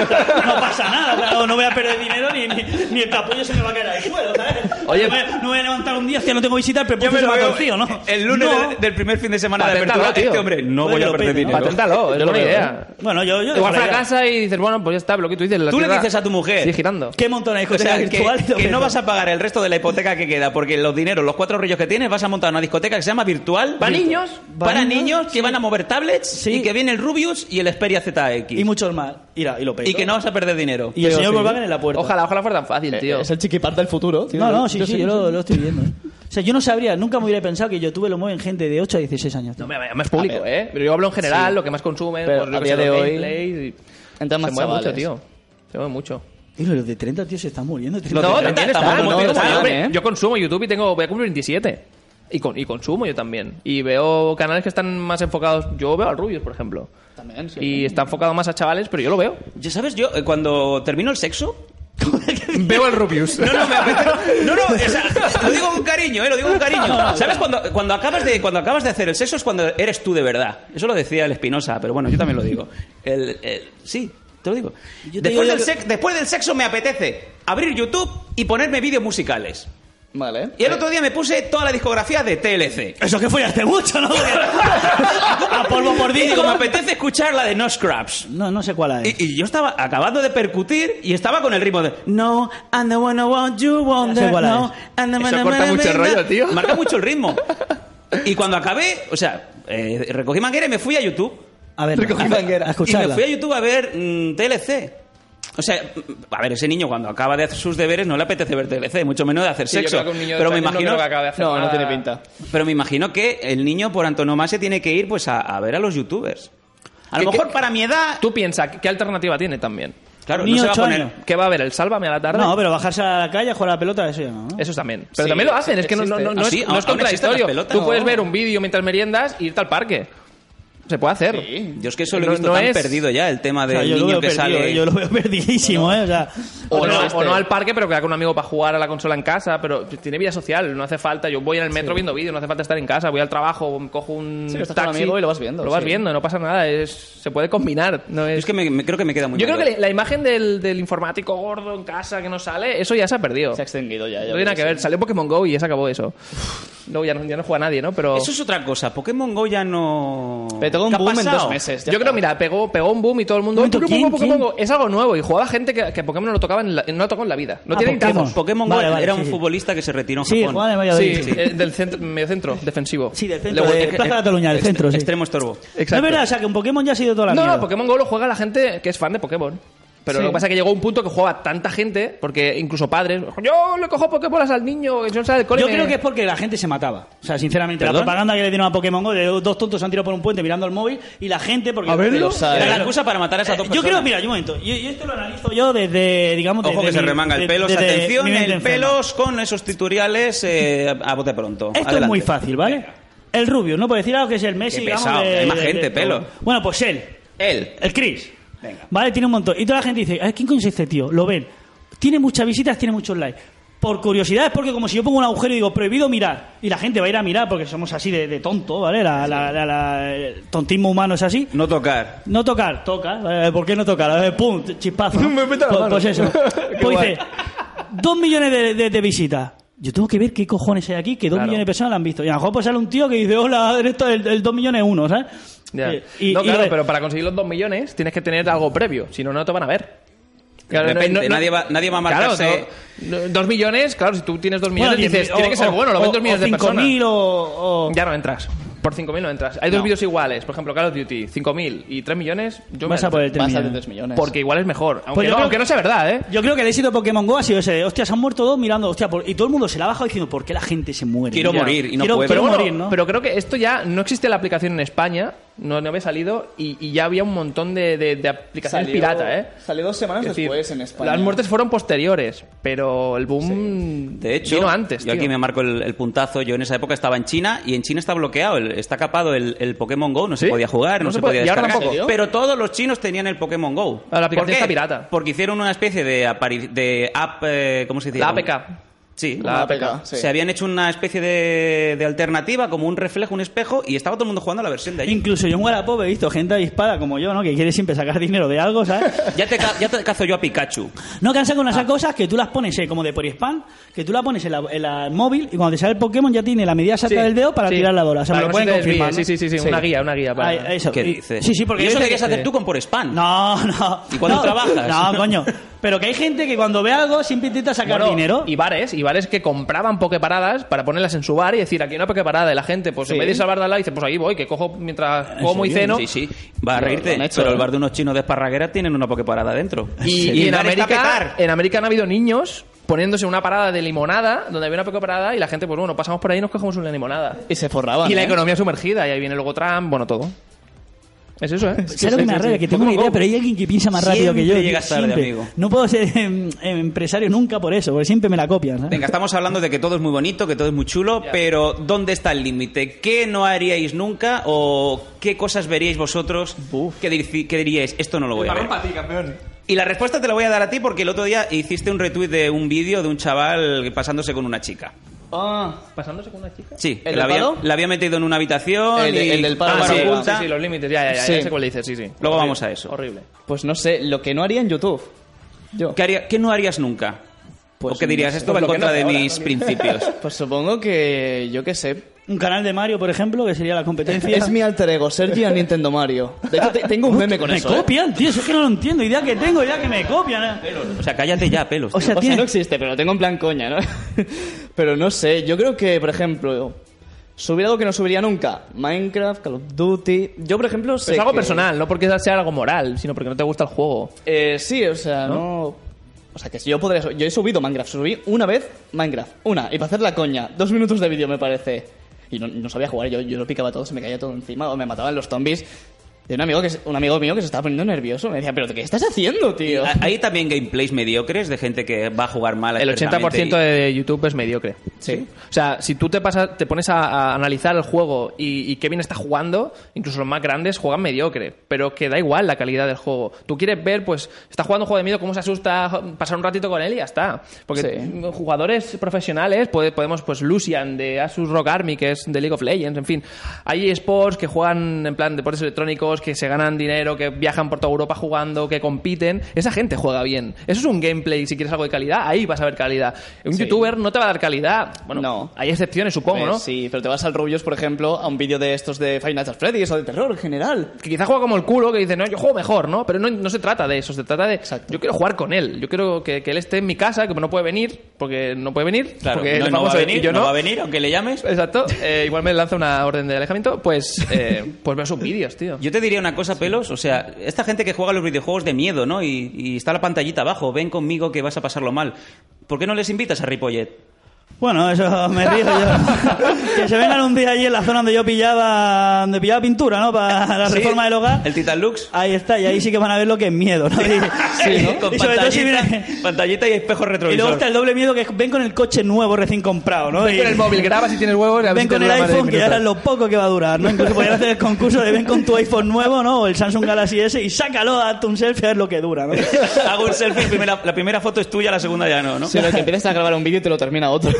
No pasa nada, claro, no voy a perder dinero ni, ni, ni el capullo se me va a caer al suelo, ¿sabes? Oye, no, voy a, no voy a levantar un día, hostia, no tengo visitas, pero pues se me ha torcido, ¿no? El lunes No. del, del primer fin de semana de Paténtalo, apertura, tío. este hombre, no Puede voy que a lo perder pete, ¿no? dinero. Paténtalo, es Yo lo buena veo, idea. Bueno, yo. yo Igual vas a dejaría. casa y dices, bueno, pues ya está, lo que tú dices. la Tú le tierra dices a tu mujer. Sigue girando. ¿Qué monta una O discoteca *laughs* sea, que, virtual? y lo que no meto? vas a pagar el resto de la hipoteca que queda, porque los dineros, los cuatro rollos que tienes, vas a montar una discoteca que se llama Virtual. ¿Para niños? Para, ¿Para niños? niños que van a mover tablets Sí. y que viene el Rubius y el Xperia ZX. Y muchos más. Mira, y lo peto. Y que no vas a perder dinero. Y el Yo señor sí. Volkswagen en la puerta. Eh, Ojalá, ojalá fuera tan fácil, tío. Es el chiquipar del futuro. tío. No, no, sí, sí, sé. yo lo, lo estoy viendo. O sea, yo no sabría, nunca me hubiera pensado que YouTube lo mueven gente de 8 a 16 años. tío. No, me- me- me es público, A ver. ¿eh? Pero yo hablo en general, lo que más consumen, Ah, Pero pues, lo a que día sea, de los hoy, gameplays y- entran más Se mueve mucho, chavales. tío. Se mueve mucho. Y los de 30, tío, se están muriendo. tío. No, Los de también 30 está. estamos no, muy no, bien, no, ¿eh? yo- Yo consumo YouTube y tengo, voy a cumplir 27. Y, con, y consumo yo también. Y veo canales que están más enfocados. Yo veo al Rubius, por ejemplo. También, sí. *laughs* Y está enfocado más a chavales, pero yo lo veo. Ya sabes, yo eh, cuando termino el sexo, *laughs* Veo el Rubius. No, no, me apetece. No, no, o sea, lo digo con cariño, eh, lo digo con cariño. ¿Sabes? Cuando, cuando, acabas de, cuando acabas de hacer el sexo es cuando eres tú de verdad. Eso lo decía el Espinosa, pero bueno, yo también lo digo. El, el- sí, te lo digo. Yo te digo Después, yo del que- sec- después del sexo me apetece abrir YouTube y ponerme vídeos musicales. Vale. Y el otro día me puse toda la discografía de TLC. Eso que follaste mucho, ¿no? a polvo Y mordido. digo, me apetece escuchar la de No Scraps. No, no sé cuál es. Y, y yo estaba acabando de percutir y estaba con el ritmo de No, and the one I want you wonder, Ya sé cuál no, and the Eso one I corta want mucho el you, rollo, tío. Marca mucho el *laughs* ritmo. Y cuando acabé, o sea, eh, recogí manguera y me fui a YouTube. A ver, Recogí a, manguera. Y a me escucharla. fui a YouTube a ver mm, TLC. O sea, mm, a ver, ese niño cuando acaba de hacer sus deberes no le apetece ver TLC, mucho menos de hacer Sí, yo sexo. creo que un niño de Pero me tres años no imagino creo que acabe de hacer No, no nada. tiene pinta. pero me imagino que el niño por antonomasia tiene que ir pues a, a ver a los youtubers. A lo ¿Qué- mejor qué- para mi edad, Tú piensas, ¿qué alternativa tiene también? claro, no Niño se va a ocho poner años. ¿Qué va a haber? ¿El sálvame a la tarde? No, pero bajarse a la calle a jugar a la pelota, eso ya no. ¿no? Eso también. Pero Sí, también lo hacen, sí, es que no, no- no- no existe. es- Ah, sí, no aún existen es las contradictorio. pelotas. Tú puedes No. ver un vídeo mientras meriendas e irte al parque. Se puede hacer. Sí. Yo es que eso lo he No- visto no tan es- perdido ya, el tema O sea, del yo, lo niño veo que perdido, sale. ¿eh? yo lo veo perdidísimo, ¿eh? O sea, O Otro no, este. o no al parque, pero queda con un amigo para jugar a la consola en casa. Pero tiene vida social, no hace falta. Yo voy en el metro viendo vídeos, no hace falta estar en casa. Voy al trabajo, cojo un Sí, estás con un taxi. amigo y lo vas viendo, Lo vas sí. viendo, no pasa nada. Es, se puede combinar. No Yo es, es que me, me- creo que me queda muy Yo creo mayor. que la, la imagen del, del informático gordo en casa que no sale, eso ya se ha perdido. Se ha extinguido ya. ya No tiene nada ves. que ver. Salió Pokémon Go y ya se acabó eso. Luego ya no, ya no juega nadie, ¿no? Pero Eso es otra cosa. Pokémon Go ya no. Pero tengo un ¿Qué ha boom en pasado? dos meses. Pues ya yo creo, está. mira, pegó, pegó un boom y todo el mundo. Un momento, "Pokémon ¿quién? Go, Pokémon ¿quién? Go". Es algo nuevo y jugaba gente que, que Pokémon no lo tocaba en la, no lo tocó en la vida. No Ah, tiene ni Pokémon. tazos. Pokémon Go Vale, vale, era un sí, sí. futbolista que se retiró en sí, Japón. jugaba en el Valladolid. Sí, eh, del centro, medio centro defensivo. Sí, del centro, de eh, Plaza eh, Cataluña, del centro, sí. Eh, Extremo estorbo. exacto. No es verdad, o sea, que un Pokémon ya ha sido toda la No, mierda. no, Pokémon Go lo juega la gente que es fan de Pokémon. Pero Sí. lo que pasa es que llegó un punto que jugaba tanta gente, porque incluso padres, yo le cojo Pokébolas al niño, que yo no sé del cole. Yo me- creo que es porque la gente se mataba. O sea, sinceramente, la ¿Perdón? propaganda que le dieron a Pokémon Go, de dos tontos se han tirado por un puente mirando al móvil y la gente, porque. A verlo. Claro. Era la excusa para matar a esas dos Eh, Yo creo, personas. mira, yo un momento. Yo, yo esto lo analizo yo desde, digamos, Ojo desde que se mi- remanga el de- pelos. desde Atención, mi mente el enferma. pelos con esos tutoriales eh, a bote pronto. Esto es Adelante. muy fácil, ¿vale? El Rubio, no puedo decir algo que es el Messi, Qué digamos, pesado, de- hay más de- gente, de- pelo. Bueno, pues él, Él. el Chris. Vale, tiene un montón. Y toda la gente dice, "Ay, ¿quién coño es este tío? Lo ven. Tiene muchas visitas, tiene muchos likes. Por curiosidad, es porque como si yo pongo un agujero y digo, prohibido mirar, y la gente va a ir a mirar porque somos así de, de tonto, ¿vale? La- la- la- la- el tontismo humano es así. No tocar. No tocar, toca. Eh, ¿Por qué no tocar? Eh, ¡Pum! Chispazo. *laughs* Me meto la pues, mano. pues eso. Qué pues guay. dice, dos millones de, de- de visitas. Yo tengo que ver qué cojones hay aquí, que dos Claro. millones de personas la han visto. Y a lo mejor pues sale un tío que dice, hola, esto es el, el dos millones uno, ¿sabes? Ya. Eh, Y, no, y claro, lo de- pero para conseguir los 2 millones tienes que tener algo previo, si no, no te van a ver. Claro, Depende, nadie va- nadie va a Claro, marcarse- no- no- dos millones, claro, si tú tienes dos millones, diez dices, mil- tiene o- que ser o- bueno, lo ven o- dos millones o de cinco personas. mil o... o- Ya no entras. Por 5.000 no entras. Hay dos No. vídeos iguales, por ejemplo, Call of Duty, 5.000 y 3 millones, yo me Vas a adelanto. por el tres Más de millones. Pues 3 millones. Porque igual es mejor. Aunque, yo no, creo- aunque no sea verdad, ¿eh? Yo creo que el éxito de Pokémon GO ha sido ese de, hostia, se han muerto dos mirando, hostia, por- y todo el mundo se la ha bajado diciendo, ¿por qué la gente se muere? Quiero Ya. morir y no Quiero- puedo. quiero Pero bueno, morir, ¿no? pero creo que esto ya no existe la aplicación en España, no, no había salido, y, y ya había un montón de, de- de aplicaciones Salió- pirata, ¿eh? Salió dos Es semanas decir, después en España. Las muertes fueron posteriores, pero el boom De hecho, vino antes. yo tío. aquí me marco el, el puntazo. Yo en esa época estaba en China y en China está bloqueado, el- está capado el, el Pokémon Go, no se ¿Sí? podía jugar, no, No se se puede- podía y ahora descargar. tampoco. Pero todos los chinos tenían el Pokémon Go. Ah, la aplicación ¿Por qué? está pirata. Porque hicieron una especie de, apari- de app, eh, ¿cómo se dice? La APK. Sí, La APK, sí. Se habían hecho una especie de, de alternativa, como un reflejo, un espejo, y estaba todo el mundo jugando a la versión de *laughs* allí. Incluso yo en Wallapop he visto gente avispada como yo, ¿no? Que quiere siempre sacar dinero de algo, ¿sabes? Ya te, ca- ya te cazo yo a Pikachu. No, que han sacado Ah. unas cosas que tú las pones eh, como de polispam, que tú la pones en, la- en la- el móvil y cuando te sale el Pokémon ya tiene la medida exacta Sí, del dedo para sí. tirar la bola. O sea, Para me lo que no pueden se te desvíe, confirmar. ¿no? Sí, sí, sí, sí, una guía, una guía. Para... Ay, eso. ¿Qué Y- dices? Sí, sí, porque ¿Y eso eso que que- quieres hacer tú con por spam? No, no. ¿Y cuando No, trabajas? No, coño. Pero que hay gente que cuando ve algo siempre intenta sacar Bueno, dinero. Y bares, y bares que compraban pokeparadas para ponerlas en su bar y decir, aquí hay una pokeparada. Y la gente, pues en vez de salvarla, dice, pues ahí voy, que cojo mientras como y ceno. Sí, sí. Va a Lo- reírte. lo han hecho, pero el ¿eh? bar de unos chinos de esparraguera tienen una pokeparada adentro. Y, y en, América, en América han habido niños poniéndose una parada de limonada, donde había una poca parada y la gente, pues bueno, pasamos por ahí y nos cogemos una limonada. Y se forraban. y la ¿eh? economía sumergida, y ahí viene luego Trump, bueno, todo. Es eso, ¿eh? ¿Sabes lo que me arregla? Que tengo una idea, pero hay alguien que piensa más rápido que yo. Siempre llegas tarde, Siempre. amigo. No puedo ser em, empresario nunca por eso, porque siempre me la copian. ¿eh? ¿sabes? Venga, estamos hablando de que todo es muy bonito, que todo es muy chulo, pero ¿dónde está el límite? ¿Qué no haríais nunca o qué cosas veríais vosotros que, dir- que diríais, esto no lo voy a ver? ti, campeón. Y la respuesta te la voy a dar a ti porque el otro día hiciste un retweet de un vídeo de un chaval pasándose con una chica. Ah, ¿Pasándose con una chica? Sí, ¿El la del había, palo? la había metido en una habitación. El- y- el del palo, Ah, sí, sí, sí, oculta. Sí, sí, los límites, ya, ya, ya, Sí. ya sé cuál dices, sí, sí. Luego Horrible, vamos a eso. Horrible. pues no sé, lo que no haría en YouTube. Yo. ¿Qué, haría- qué no harías nunca? Pues ¿O qué dirías? no sé. Esto va en Pues lo contra que de no sé mis principios. Pues supongo que. Yo qué sé. Un canal de Mario, por ejemplo, que sería la competencia. Es mi alter ego, Sergio a Nintendo Mario. De hecho, te- tengo un meme con me eso. ¿eh? copian, tío, eso es que no lo entiendo. Idea que tengo, idea que me copian. eh. O sea, cállate ya, pelos. O sea, O sea, tiene- no existe, pero lo tengo en plan coña, ¿no? *laughs* pero no sé, yo creo que, por ejemplo, subir algo que no subiría nunca. Minecraft, Call of Duty. Yo, por ejemplo, sé. Pero es algo que- personal, no porque sea algo moral, sino porque no te gusta el juego. Eh, sí, o sea, ¿No? O sea, que si yo podría. su- Yo he subido Minecraft, subí una vez Minecraft, una, y para hacer la coña, dos minutos de vídeo me parece. Y no, no sabía jugar, yo, yo lo picaba todo, se me caía todo encima, o me mataban los zombies. De un amigo, que, se- un amigo mío que se estaba poniendo nervioso, me decía, ¿pero qué estás haciendo, tío? A- Hay también gameplays mediocres de gente que va a jugar mal. El 80% expertamente de YouTube es mediocre. Sí. O sea, si tú te pasas, te pones a, a analizar el juego y, y qué bien está jugando, incluso los más grandes juegan mediocre, pero que da igual la calidad del juego. Tú quieres ver, pues, está jugando un juego de miedo, cómo se asusta, jo- pasar un ratito con él y ya está. Porque Sí. mm, jugadores profesionales, pode- podemos, pues, Lucian de Asus Rock Army, que es de League of Legends, en fin. Hay sports que juegan en plan deportes electrónicos, que se ganan dinero, que viajan por toda Europa jugando, que compiten. Esa gente juega bien. Eso es un gameplay, si quieres algo de calidad, ahí vas a ver calidad. Un Sí. youtuber no te va a dar calidad. Bueno, No. hay excepciones, supongo, Pues ¿no? Sí, pero te vas al Rubius, por ejemplo, a un vídeo de estos de Five Nights at Freddy's o de terror en general. que quizá juega como el culo, que dice, no, yo juego mejor, ¿no? Pero no, no se trata de eso, se trata de, Exacto. yo quiero jugar con él, yo quiero que, que él esté en mi casa, que no puede venir, porque no puede venir, Claro, porque no, es no va a famoso y venir, yo no no. va a venir, aunque le llames. Exacto, eh, igual me lanza una orden de alejamiento, pues, eh, pues veo sus vídeos, tío. Yo te diría una cosa, pelos. O sea, esta gente que juega a los videojuegos de miedo, ¿no? Y, y está la pantallita abajo, ven conmigo que vas a pasarlo mal. ¿Por qué no les invitas a Ripollet? Bueno, eso me río yo. que se vengan un día allí en la zona donde yo pillaba, donde pillaba pintura, ¿no? Para la Sí, reforma del hogar. El Titan Lux. Ahí está, y ahí sí que van a ver lo que es miedo, ¿no? Y, *laughs* Con y sobre todo si pantallita, viene- pantallita y espejo Y luego retrovisor. está el doble miedo que es, ven con el coche nuevo recién comprado, ¿no? Y- Con el móvil, graba si tienes huevos y a ver Ven si te con el dura más de iPhone, que diez ahora es minutos. lo poco que va a durar, ¿no? Incluso podrían hacer el concurso de ven con tu iPhone nuevo, ¿no? O el Samsung Galaxy S y sácalo, hazte un selfie a ver lo que dura, ¿no? Hago un selfie, primera- la primera foto es tuya, la segunda ya no, ¿no? Pero que empiezas a grabar un vídeo y te lo termina *laughs* otro.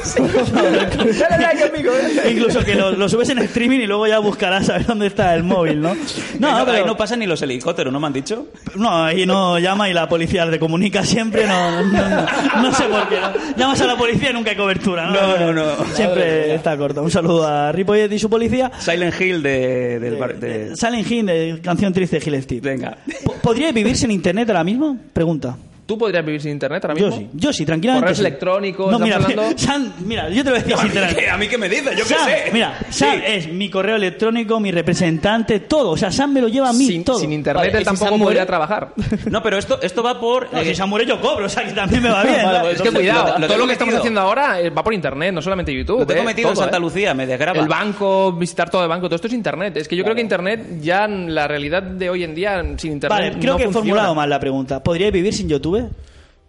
Incluso que lo, lo subes en streaming y luego ya buscarás a ver dónde está el móvil, ¿no? Ahí No, ahí pero, no pasan ni los helicópteros, ¿no me han dicho? no, ahí no llama y la policía te comunica siempre, no, no, no, no sé por qué. ¿no? Llamas a la policía y nunca hay cobertura, ¿no? No, no, no. Siempre está corto. Un saludo a Ripollet y su policía. Eh, Silent Hill de, del bar- de- Silent Hill, de canción triste de Gil Steve. *laughs* Venga. ¿Podría vivir sin internet ahora mismo? Pregunta. ¿Tú podrías vivir sin internet ahora Yo mismo? sí, yo sí, tranquilamente. Correos sí. electrónicos, No, mira, *laughs* estamos hablando- Sam, mira, yo te lo decía ¿A sin mí tener- qué? ¿A mí qué me dices? Yo qué Sam, sé. mira, Sam Sí. eh, es mi correo electrónico, mi representante, todo. O sea, Sam me lo lleva a mí Sin, todo. sin internet Vale, él ¿y si tampoco Sam muere? *laughs* podría trabajar. No, pero esto, esto va por... No, eh, si Sam muere yo cobro, *laughs* o sea que también me va bien. Vale, ¿no? pues es que cuidado, lo- lo todo tengo lo que estamos metido. haciendo ahora eh, va por internet, no solamente YouTube. lo tengo eh, metido en todo, Santa eh. Lucía, me desgraba. El banco, visitar todo el banco, todo esto es internet. Es que yo creo que internet ya en la realidad de hoy en día sin internet Vale, creo no que he funciona. formulado mal la pregunta. ¿Podría vivir sin YouTube?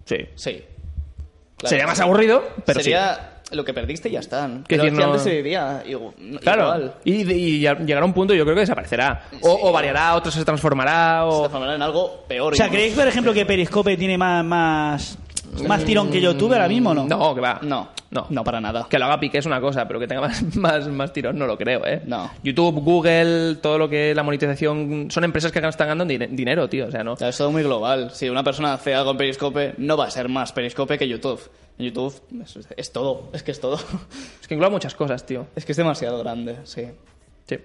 Sí. Sería más aburrido, pero sí. Sería lo que perdiste y ya está. ¿no? Que Pero decir, si no- antes se vivía igu- igual. Claro, y, y ya- llegará un punto yo creo que desaparecerá. O, o variará, otro se transformará, Se o... transformará en algo peor. O sea, incluso. ¿creéis, por ejemplo, que Periscope tiene más, más, más tirón que YouTube ahora mismo o no? No, que va. No, no. no para nada. Que lo haga Piqué es una cosa, pero que tenga más, *laughs* más, más tirón no lo creo, ¿eh? No. YouTube, Google, todo lo que es la monetización... Son empresas que están ganando din- dinero, tío, o sea, no... Claro, Es todo muy global. Si una persona hace algo en Periscope, no va a ser más Periscope que YouTube. YouTube es, es todo, es que es todo. *laughs* Es que engloba muchas cosas, tío. Es que es demasiado grande, sí. Sí.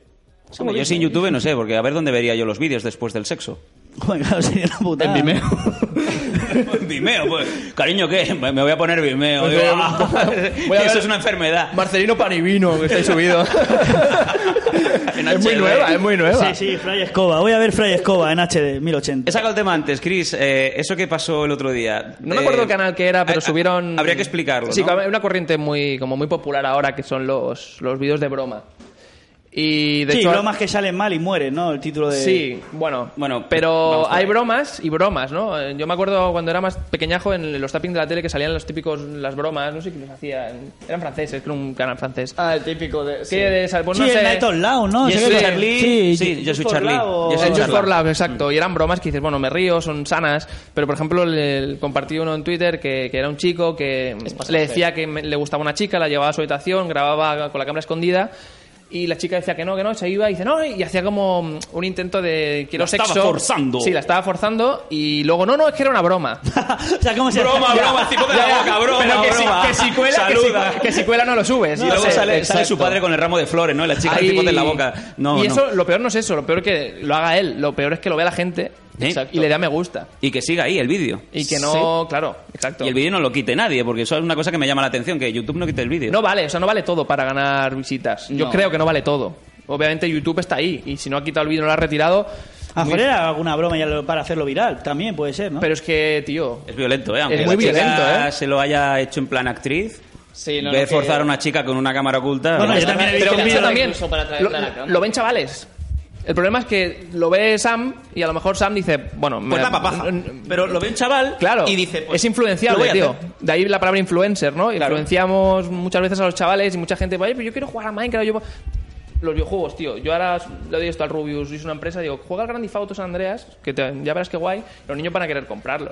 Hombre, yo sin YouTube no sé, porque a ver dónde vería yo los vídeos después del *laughs* sexo. *laughs* Joder, claro, sería una putada. En Vimeo. Vimeo, pues. Cariño, ¿qué? Me me voy a poner Vimeo. Pues Digo, *laughs* voy a- "Ah, voy a *laughs* Eso ver- es una enfermedad. Marcelino Panivino, que *laughs* estáis subido. En es muy HD. nueva, es muy nueva. Sí, sí, Fray Escoba. Voy a ver Fray Escoba en HD 1080. He sacado el tema antes, Chris. eh, eso que pasó el otro día. No me Eh, acuerdo el canal que era, pero a- a- subieron... Habría que explicarlo. Sí, ¿no? una corriente muy, como muy popular ahora, que son los, los vídeos de broma. Y de sí, hecho, bromas que salen mal y mueren, ¿no? El título de... Sí, Bueno, bueno, bueno, vamos pero por hay ahí. bromas y bromas, ¿no? Eh, Yo me acuerdo cuando era más pequeñajo en los tappings de la tele que salían los típicos, las bromas, no sé quién los hacía, eran franceses, creo un canal francés. Ah, el típico de... Sí, de sal- pues Sí, no el sé. Night on Loud, ¿no? Yes, Sé que- sí. Sí, Sí, sí, yo soy Just for Charlie. Love o- Yo soy El Just Charlie. for Love, exacto. Y eran bromas que dices, bueno, me río, son sanas. Pero, por ejemplo, le- le compartí uno en Twitter que, que era un chico que le decía que me- le gustaba una chica, la llevaba a su habitación, grababa con la cámara escondida. Y la chica decía que no, que no, se iba y dice no, y hacía como un intento de quiero La estaba sexo. forzando. Sí, la estaba forzando y luego, no, no, es que era una *laughs* broma. *laughs* o sea, ¿cómo se Broma, broma, encima de la boca, broma, Pero que, si- broma. que Si, cuela, que Saluda. si, que si cuela no lo subes. Y luego Sí, sale, sale su exacto. padre con el ramo de flores, ¿no? Y la chica Ahí- el tipo en la boca. No, y no. eso, lo peor no es eso, lo peor que lo haga él, lo peor es que lo vea la gente ¿Eh? y le da me gusta. Y que siga ahí el vídeo. Y que no, claro, exacto. Y el vídeo no lo quite nadie, porque eso es una cosa que me llama la atención, que YouTube no quite el vídeo. No vale, o sea, no vale todo para ganar visitas. Yo No. creo que no vale todo. Obviamente YouTube está ahí y si no ha quitado el vídeo no lo ha retirado. A lo muy- mejor Ah, era alguna broma ya lo- para hacerlo viral, también puede ser, ¿no? Pero es que, tío, Es violento, ¿eh? Aunque Es muy la chica violento, ¿eh? se lo haya hecho en plan actriz. Sí, no, en vez de no, que- forzar a una chica con una cámara oculta... pues No, no, yo bueno, también he Pero visto eso un vídeo de- también incluso para traerla a la lo, cámara. lo ven chavales. El problema es que lo ve Sam y a lo mejor Sam dice, bueno, pues me- la papaja. Pero lo ve un chaval Claro, y dice... Pues, es influenciable, lo voy a tío. hacer. De ahí la palabra influencer, ¿no? Influenciamos muchas veces a los chavales y mucha gente, oye, pero yo quiero jugar a Minecraft. Yo... Los videojuegos, tío. Yo ahora le doy esto al Rubius, soy una empresa, digo, juega al Grand Theft Auto San Andreas, que te- ya verás qué guay. Los niños van a querer comprarlo.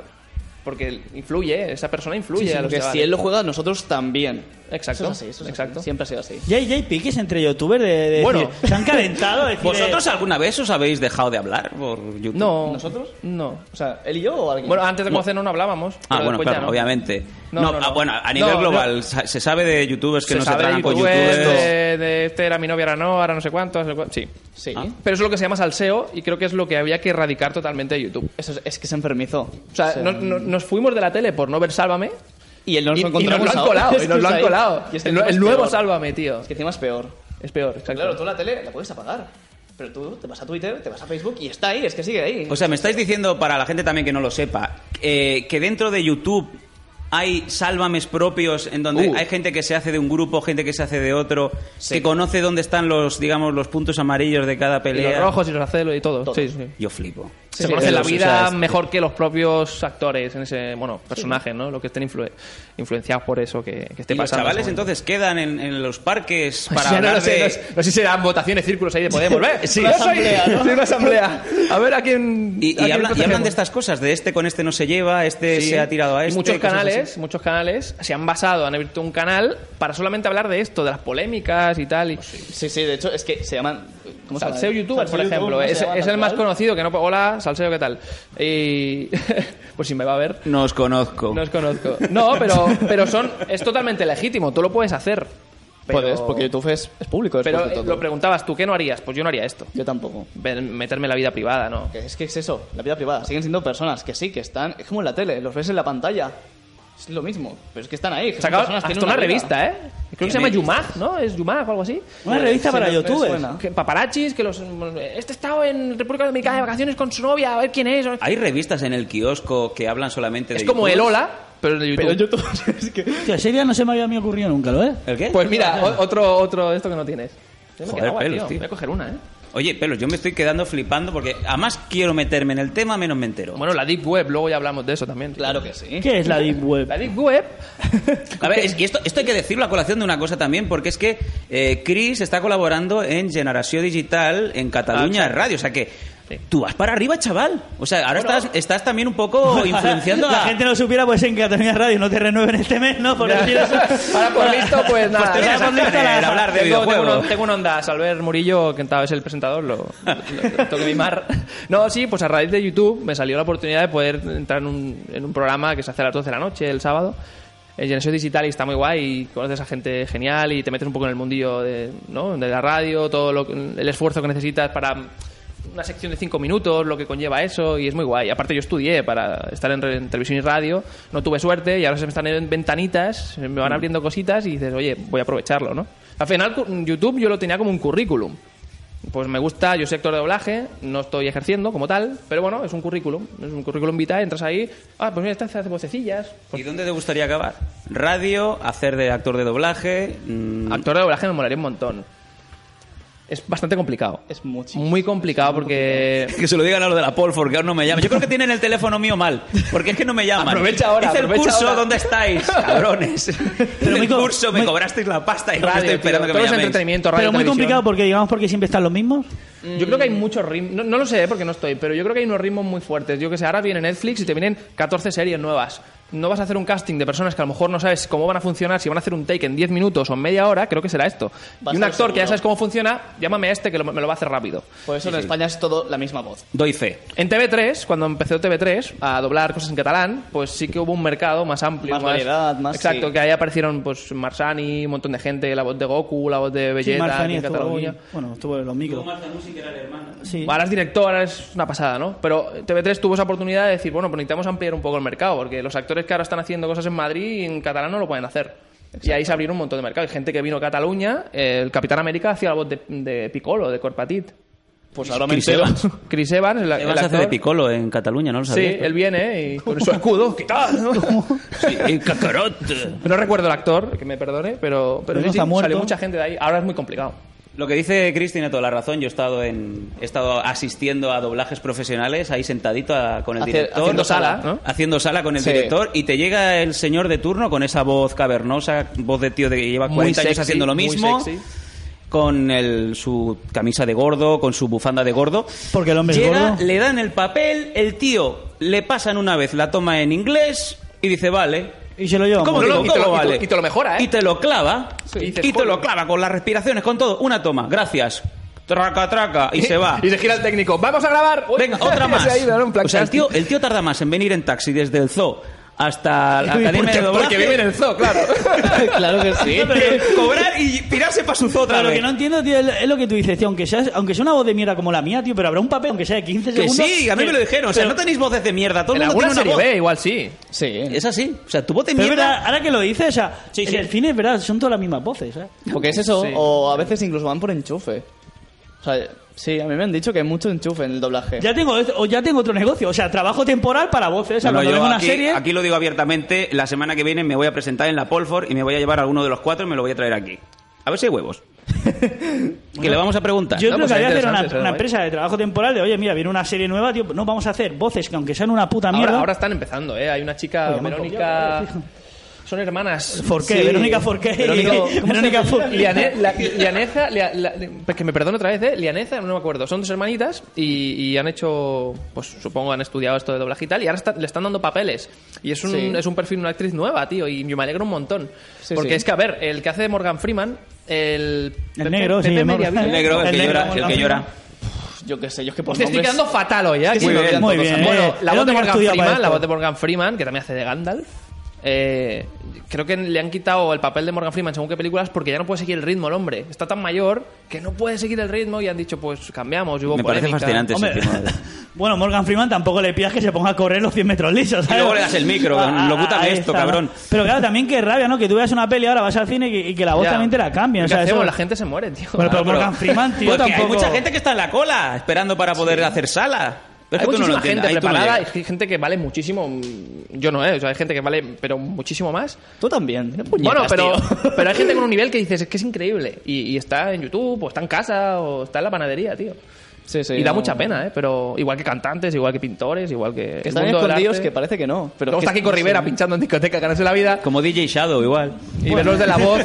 Porque influye, ¿eh? esa persona influye a los Porque chavales. si él lo juega, nosotros también. Exacto, Eso es así, eso es exacto. así. Siempre ha sido así. Y hay, y hay piques entre youtubers de, de Bueno. decir, se han calentado. de decir, ¿Vosotros eh, alguna vez os habéis dejado de hablar por YouTube? No. ¿Nosotros? No. O sea, ¿él y yo o alguien? Bueno, antes de conocernos no hablábamos. Ah, pero bueno, después ya claro, no. obviamente. No, No, no, ah, no. bueno, a nivel No, global, no. sa- ¿se sabe de youtubers que Se no se sabe tragan de con youtubers, youtubers? de, de este era mi novia, ahora no, ahora no sé cuánto, no sé cuánto. Sí. sí. Ah. Pero eso es lo que se llama salseo y creo que es lo que había que erradicar totalmente de YouTube. Eso es, es que se enfermizó. O sea, no- no- nos fuimos de la tele por no ver Sálvame y él nos y, lo y nos encontramos lo han ahora. colado, y Es nos que lo *laughs* han ahí- colado. y es que El, encima el es nuevo peor. Sálvame, tío. Es que encima es peor. Es peor, exacto. Claro, tú la tele la puedes apagar. Pero tú te vas a Twitter, te vas a Facebook y está ahí, es que sigue ahí. O sea, me estáis diciendo, para la gente también que no lo sepa, eh, que dentro de YouTube hay sálvames propios en donde Uh. hay gente que se hace de un grupo, gente que se hace de otro, que conoce dónde están los, digamos, los puntos amarillos de cada y los pelea. rojos y los azules y todo. Sí, sí. Yo flipo. se conocen la sí, vida o sea, es- mejor que los propios actores en ese, bueno, personajes, ¿no? Los que estén influ- influenciados por eso que, que esté ¿Y los pasando. chavales seguro. entonces quedan en, en los parques Pues para ya no, hablar lo sé, de- no sé, no sé si serán votaciones, círculos ahí de Podemos. ¿eh? Sí. yo soy, Asamblea, ¿no? soy una asamblea. A ver a quién. Y, y a quién hablan, y protegemos. hablan de estas cosas, de este con este no se lleva, este Sí. se ha tirado a Y este. muchos cosas así. canales, muchos canales se han basado, han abierto un canal para solamente hablar de esto, de las polémicas y tal. Y, Sí, sí, de hecho, es que se llaman. ¿Cómo se llama? Salseo YouTuber, por Salseo YouTube, ejemplo. ¿no se es llama es tal el más cual? conocido que no. Hola, Salseo, ¿qué tal? Y. *laughs* pues si me va a ver. No os conozco. No os conozco. No, pero, pero son, es totalmente legítimo, tú lo puedes hacer. Pero- Puedes, porque YouTube es, es público. después Pero de eh, todo. lo preguntabas tú, ¿qué no harías? Pues yo no haría esto. Yo tampoco. Ver- Meterme en la vida privada, ¿no? Que Es que es eso, la vida privada. Siguen siendo personas que sí, que están. Es como en la tele, los ves en la pantalla. Es lo mismo, pero es que están ahí. que son Sacaba personas, hasta tienen una, vida. revista, ¿eh? Creo que se me llama Yumag, ¿no? Es Yumag o algo así. Una revista para me- me ¿eh? youtubers. suena. Que paparachis, que los... Este estaba en República Dominicana de vacaciones con su novia, a ver quién es. Hay revistas en el kiosco que hablan solamente de Es como YouTube. el Hola, pero de YouTube. Pero YouTube *laughs* es que. eh, Tío, ese día no se me había a mí ocurrido nunca, ¿lo eh? ¿El qué? Pues mira, o- otro, otro de esto que no tienes. Yo me he Joder, quedado, pelos, tío. tío. Voy a coger una, ¿eh? Oye, pelos, yo me estoy quedando flipando porque además quiero meterme en el tema, menos me entero. Bueno, la Deep Web, luego ya hablamos de eso también. Claro que sí. ¿Qué es la Deep Web? ¿Eh? La Deep *laughs* Web... a ver, es- y esto, esto hay que decirlo a colación de una cosa también, porque es que eh, Chris está colaborando en Generación Digital en Cataluña Radio, o sea que Sí. tú vas para arriba, chaval. O sea, ahora estás, estás también un *laughs* poco influenciando la a... gente no supiera, pues en Cataluña Radio no te renueven este mes, ¿no? Por decir *laughs* eso. Ahora por listo, pues nada. te vienes Ahora a por listo, hacer nada. hablar de Tengo- videojuegos. Tengo, un- tengo un onda, Albert Murillo, que tal vez es el presentador, lo, lo- lo tengo que mimar. No, sí, pues a raíz de YouTube me salió la oportunidad de poder entrar en un, en un programa que se hace a las 12 de la noche, el sábado. El Generación Digital y está muy guay y conoces a gente genial y te metes un poco en el mundillo de, ¿no? de la radio, todo lo- el esfuerzo que necesitas para una sección de cinco minutos, lo que conlleva eso, y es muy guay. Aparte, yo estudié para estar en, re- en televisión y radio, no tuve suerte, y ahora se me están en ventanitas, se me Mm. van abriendo cositas, y dices, oye, voy a aprovecharlo, ¿no? Al final, cu- YouTube yo lo tenía como un currículum. Pues me gusta, yo soy actor de doblaje, no estoy ejerciendo como tal, pero bueno, es un currículum, es un currículum vitae, entras ahí, ah, pues mira, esta hace vocecillas. ¿Y dónde te gustaría acabar? Radio, hacer de actor de doblaje... mm, Actor de doblaje me molaría un montón. es bastante complicado. Es muchísimo. Muy complicado porque... Que se lo digan a los de la Polfor, que aún no me llaman. Yo creo que tienen el teléfono mío mal, porque es que no me llaman. Aprovecha ahora, Hice el aprovecha curso, ahora. ¿dónde *laughs* estáis? Cabrones. Pero muy el co- curso, me muy- cobrasteis la pasta y ahora *laughs* Radio, estoy esperando que tío, todo me es llaméis. entretenimiento, radio, Pero muy televisión. complicado porque, digamos, porque siempre están los mismos. Yo creo que hay Mm. muchos ritmos, no, no lo sé, ¿eh? porque no estoy, pero yo creo que hay unos ritmos muy fuertes. Yo que sé, ahora viene Netflix y te vienen 14 series nuevas. No vas a hacer un casting de personas que a lo mejor no sabes cómo van a funcionar, si van a hacer un take en 10 minutos o en media hora, creo que será esto. Va a y un ser actor seguro. que ya Pues sabes cómo funciona, llámame a este que lo- me lo va a hacer rápido. Por eso en España es todo la misma voz. Doy fe. En TV3, cuando empezó TV3 a doblar cosas en catalán, pues sí que hubo un mercado más amplio. Más variedad, más- Exacto, sí. que ahí aparecieron pues Marsani, un montón de gente, la voz de Goku, la voz de Sí, Vegeta aquí Marzani en estuvo Cataluña. hoy. Bueno, estuvo en los micros. Eh, Sí. A las directoras, una pasada, ¿no? Pero TV3 tuvo esa oportunidad de decir, bueno, pues necesitamos ampliar un poco el mercado, porque los actores que ahora están haciendo cosas en Madrid y en catalán no lo pueden hacer. Y ahí se abrieron un montón de mercados. Hay gente que vino a Cataluña, eh, el Capitán América hacía la voz de, de Piccolo, *laughs* de Corpatit. Pues ahora me Chris entero. Evans. Chris Evans, el, el Vas a hacer de actor. picolo en Cataluña, ¿no lo Sí, sabías? *laughs* él viene y con su escudo, ¿qué tal? *laughs* Sí, el cacarote. No recuerdo el actor, que me perdone, pero, Pero pero no sí, sí, está muerto. salió mucha gente de ahí. Ahora es muy complicado. Lo que dice Chris tiene toda la razón. Yo he estado en, he estado asistiendo a doblajes profesionales, ahí sentadito a- con el Hace- director, haciendo sala, ¿no? haciendo sala con el Sí. director, y te llega el señor de turno con esa voz cavernosa, voz de tío de que lleva 40 Muy años sexy, haciendo lo muy mismo, sexy. con el- su camisa de gordo, con su bufanda de gordo. Porque el hombre es Llega, gordo. le dan el papel, el tío le pasan una vez la toma en inglés y dice vale. Y se lo llevan. ¿Cómo te No, no, lo- y te lo- cómo y te- vale? y te lo mejora, ¿eh? Y te lo clava. Sí. y Dices, y te lo "Joder". clava con las respiraciones, con todo. Una toma, gracias. Traca, traca. Y se va. *laughs* Y se gira el técnico, ¡vamos a grabar! Uy, Venga, *laughs* otra se más. ha ido, ¿no? En plan O sea, el casting. tío, el tío tarda más en venir en taxi desde el zoo *laughs* hasta la academia porque, de doblaje. porque vive en el zoo, *laughs* claro. claro que *laughs* sí. *laughs* que cobrar y pirarse para su zoo otra Pero lo vez. que no entiendo, tío, es es lo que tú dices, tío. Aunque, seas, aunque sea una voz de mierda como la mía, tío, pero habrá un papel, aunque sea de 15 que segundos. sí, a mí me lo dijeron. O sea, no tenéis voces de mierda. Todo en el mundo alguna tiene serie una voz. B, igual sí. Sí. Es así. O sea, tu voz de Pero es verdad, mierda... ahora que lo dices, o sea, Sí, en sí. el cine es verdad, son todas las mismas voces, ¿eh? Porque es eso, Sí. o a veces incluso van por enchufe. O sea, sí, a mí me han dicho que hay mucho enchufe en el doblaje. Ya tengo, o ya tengo otro negocio, o sea, trabajo temporal para voces. O sea, No, no, cuando yo vemos Pues una aquí, serie. aquí lo digo abiertamente. La semana que viene me voy a presentar en la Polford y me voy a llevar a alguno de los cuatro y me lo voy a traer aquí. A ver si hay *laughs* huevos. que le vamos a preguntar. Yo No, creo pues que había que hacer una, interesante, una ¿no? empresa de trabajo temporal de, oye, mira, viene una serie nueva, tío, no vamos a hacer voces que aunque sean una puta mierda. Ahora, ahora están empezando, ¿eh? Hay una chica, Oye, me han Verónica... copiado, eh, Son hermanas. Forqué, Verónica Forqué y- Verónica Forqué. Liane- la- Lianeza, Lia- la- pues que me perdone otra vez, ¿eh? Lianeza, no me acuerdo. Son dos hermanitas y, y han hecho, pues supongo han estudiado esto de doblaje y tal, y ahora está- le están dando papeles. Y es un, Sí. es un perfil, una actriz nueva, tío, y yo me alegro un montón. Sí, porque sí. es que, a ver, el que hace de Morgan Freeman, el... Pepe- negro, sí, Pepe el Morgan- Mediavilla. El negro, el, El que negro, llora, el que llora. Yo qué sé, yo es que por Hostia, estoy nombres- quedando fatal hoy, ¿eh? Sí, Aquí sí, me muy bien. olvidan Muy todos. bien, Bueno, eh. la Era voz de un Morgan estudio para Freeman, la esto. voz de Morgan Freeman, que también hace de Gandalf. eh, creo que le han quitado el papel de Morgan Freeman según qué películas porque ya no puede seguir el ritmo el hombre. Está tan mayor que no puede seguir el ritmo y han dicho, pues cambiamos. y hubo Me parece polémica. fascinante ese Hombre, tema. de- *laughs* bueno, Morgan Freeman tampoco le pidas que se ponga a correr los 100 metros lisos. ¿sabes? Ah, Y luego le das el micro, locútame ahí esto, está, ¿no? cabrón. Pero claro, también qué rabia, ¿no? Que tú veas una peli ahora, vas al cine y, que- y que la voz Ya. también te la cambian. ¿Qué o sea, hacemos? eso- La gente se muere, tío. Bueno, pero Claro, Morgan Freeman, tío, Porque tampoco. hay mucha gente que está en la cola esperando para poder hacer sala. Pero es hay que tú no muchísima lo gente entiendes, ahí tú no preparada, llegas. hay gente que vale muchísimo. mm, Yo no, ¿eh? O sea, hay gente que vale, pero muchísimo más. Tú también. ¿eh? Bueno, Puñetas, pero, tío. *laughs* *laughs* pero hay gente con un nivel que dices, es que es increíble. Y, y está en YouTube, o está en casa, o está en la panadería, tío. Sí, sí, y da no. mucha pena, ¿eh? Pero igual que cantantes, igual que pintores, igual que. Que el están mundo del escondidos arte. que parece que no. Pero Luego que está Kiko no sé. Rivera pinchando en discoteca, ganándose la *laughs* vida. Como DJ Shadow, igual. Y ves los de la voz.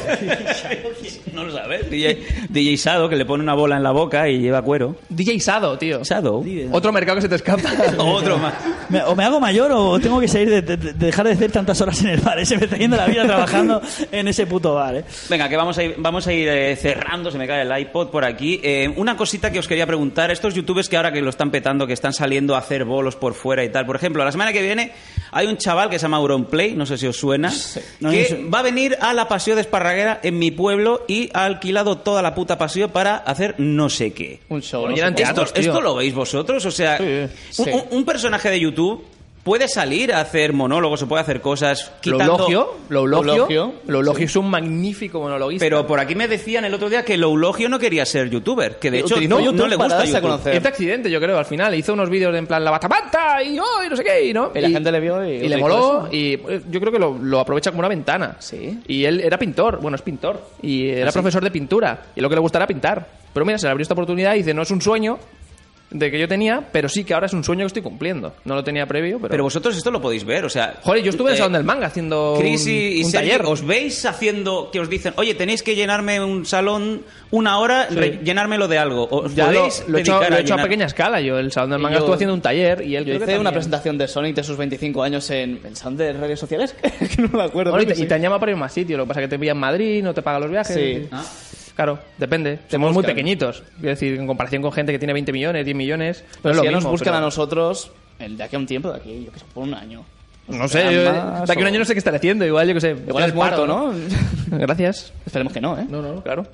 No lo sabes. DJ, DJ Shadow, que le pone una bola en la boca y lleva cuero. DJ Sado, *laughs* tío. Shadow. Otro mercado que se te escapa. Otro más. Me- o me hago mayor o tengo que salir de, de- de dejar de hacer tantas horas en el bar. ¿eh? Se me está *laughs* yendo la vida trabajando en ese puto bar. ¿eh? Venga, que vamos a ir, vamos a ir eh, cerrando, se me cae el iPod por aquí. Eh, una cosita que os quería preguntar, estos youtubers que ahora que lo están petando, que están saliendo a hacer bolos por fuera y tal, por ejemplo, la semana que viene hay un chaval que se llama Auronplay, no sé si os suena, No, que no sé. va a venir a la Paseo de Esparraguera en mi pueblo y ha alquilado toda la puta paseo para hacer no sé qué. Un show. Lo ¿no? llenan Esto- Esto, teatros, tío. esto lo veis vosotros, o sea, un, sí. un- un personaje de YouTube puede salir a hacer monólogos o puede hacer cosas quitando... Lo elogio, lo elogio. Eulogio, Lo elogio es un magnífico monologuista. Pero por aquí me decían el otro día que Loulogio no quería ser youtuber, que de hecho Utilizó no, YouTube no le para gusta darse a YouTube. conocer. Este accidente, yo creo, al final. Hizo unos vídeos de en plan la batamanta y oh, y no sé qué, y no. Y la gente le vio y- le y moló. todo eso. Y eh, yo creo que lo, lo aprovecha como una ventana. Sí. Y él era pintor, bueno, es pintor. Y era profesor de pintura. Y lo que le gusta era pintar. Pero mira, se le abrió esta oportunidad y dice, no es un sueño de que yo tenía, pero sí que ahora es un sueño que estoy cumpliendo. No lo tenía previo, pero... Pero vosotros esto lo podéis ver, o sea... Joder, yo estuve en el eh, salón del manga haciendo Chris y, un, y un Sergio, taller. ¿os veis haciendo que os dicen, oye, tenéis que llenarme un salón una hora, re- llenármelo de algo? ¿Os Ya lo, podéis lo he hecho, dedicar lo a he hecho a llenar? pequeña escala. Yo el salón del Y manga yo- estuve haciendo un taller y él Yo creo que hice una también. presentación de Sonic de sus 25 años en el sound de redes sociales, *laughs* que no me acuerdo. Bueno, y, creo te, que y te han llamado para ir a más sitio. Lo que pasa es que te pillan en Madrid, no te pagan los viajes. eh. Sí. Ah. Claro, depende. Somos muy buscan. pequeñitos. Es decir, en comparación con gente que tiene 20 millones, 10 millones. no Pero Pues si es lo ya mismo, nos buscan pero- a nosotros, el de aquí a un tiempo, de aquí, yo qué sé, por un año. No sé, yo, de aquí a un año no sé qué estaré haciendo. Igual, yo qué sé. Igual en es el muerto, paro, ¿no? *laughs* Gracias. Esperemos que no, ¿eh? No, no, claro.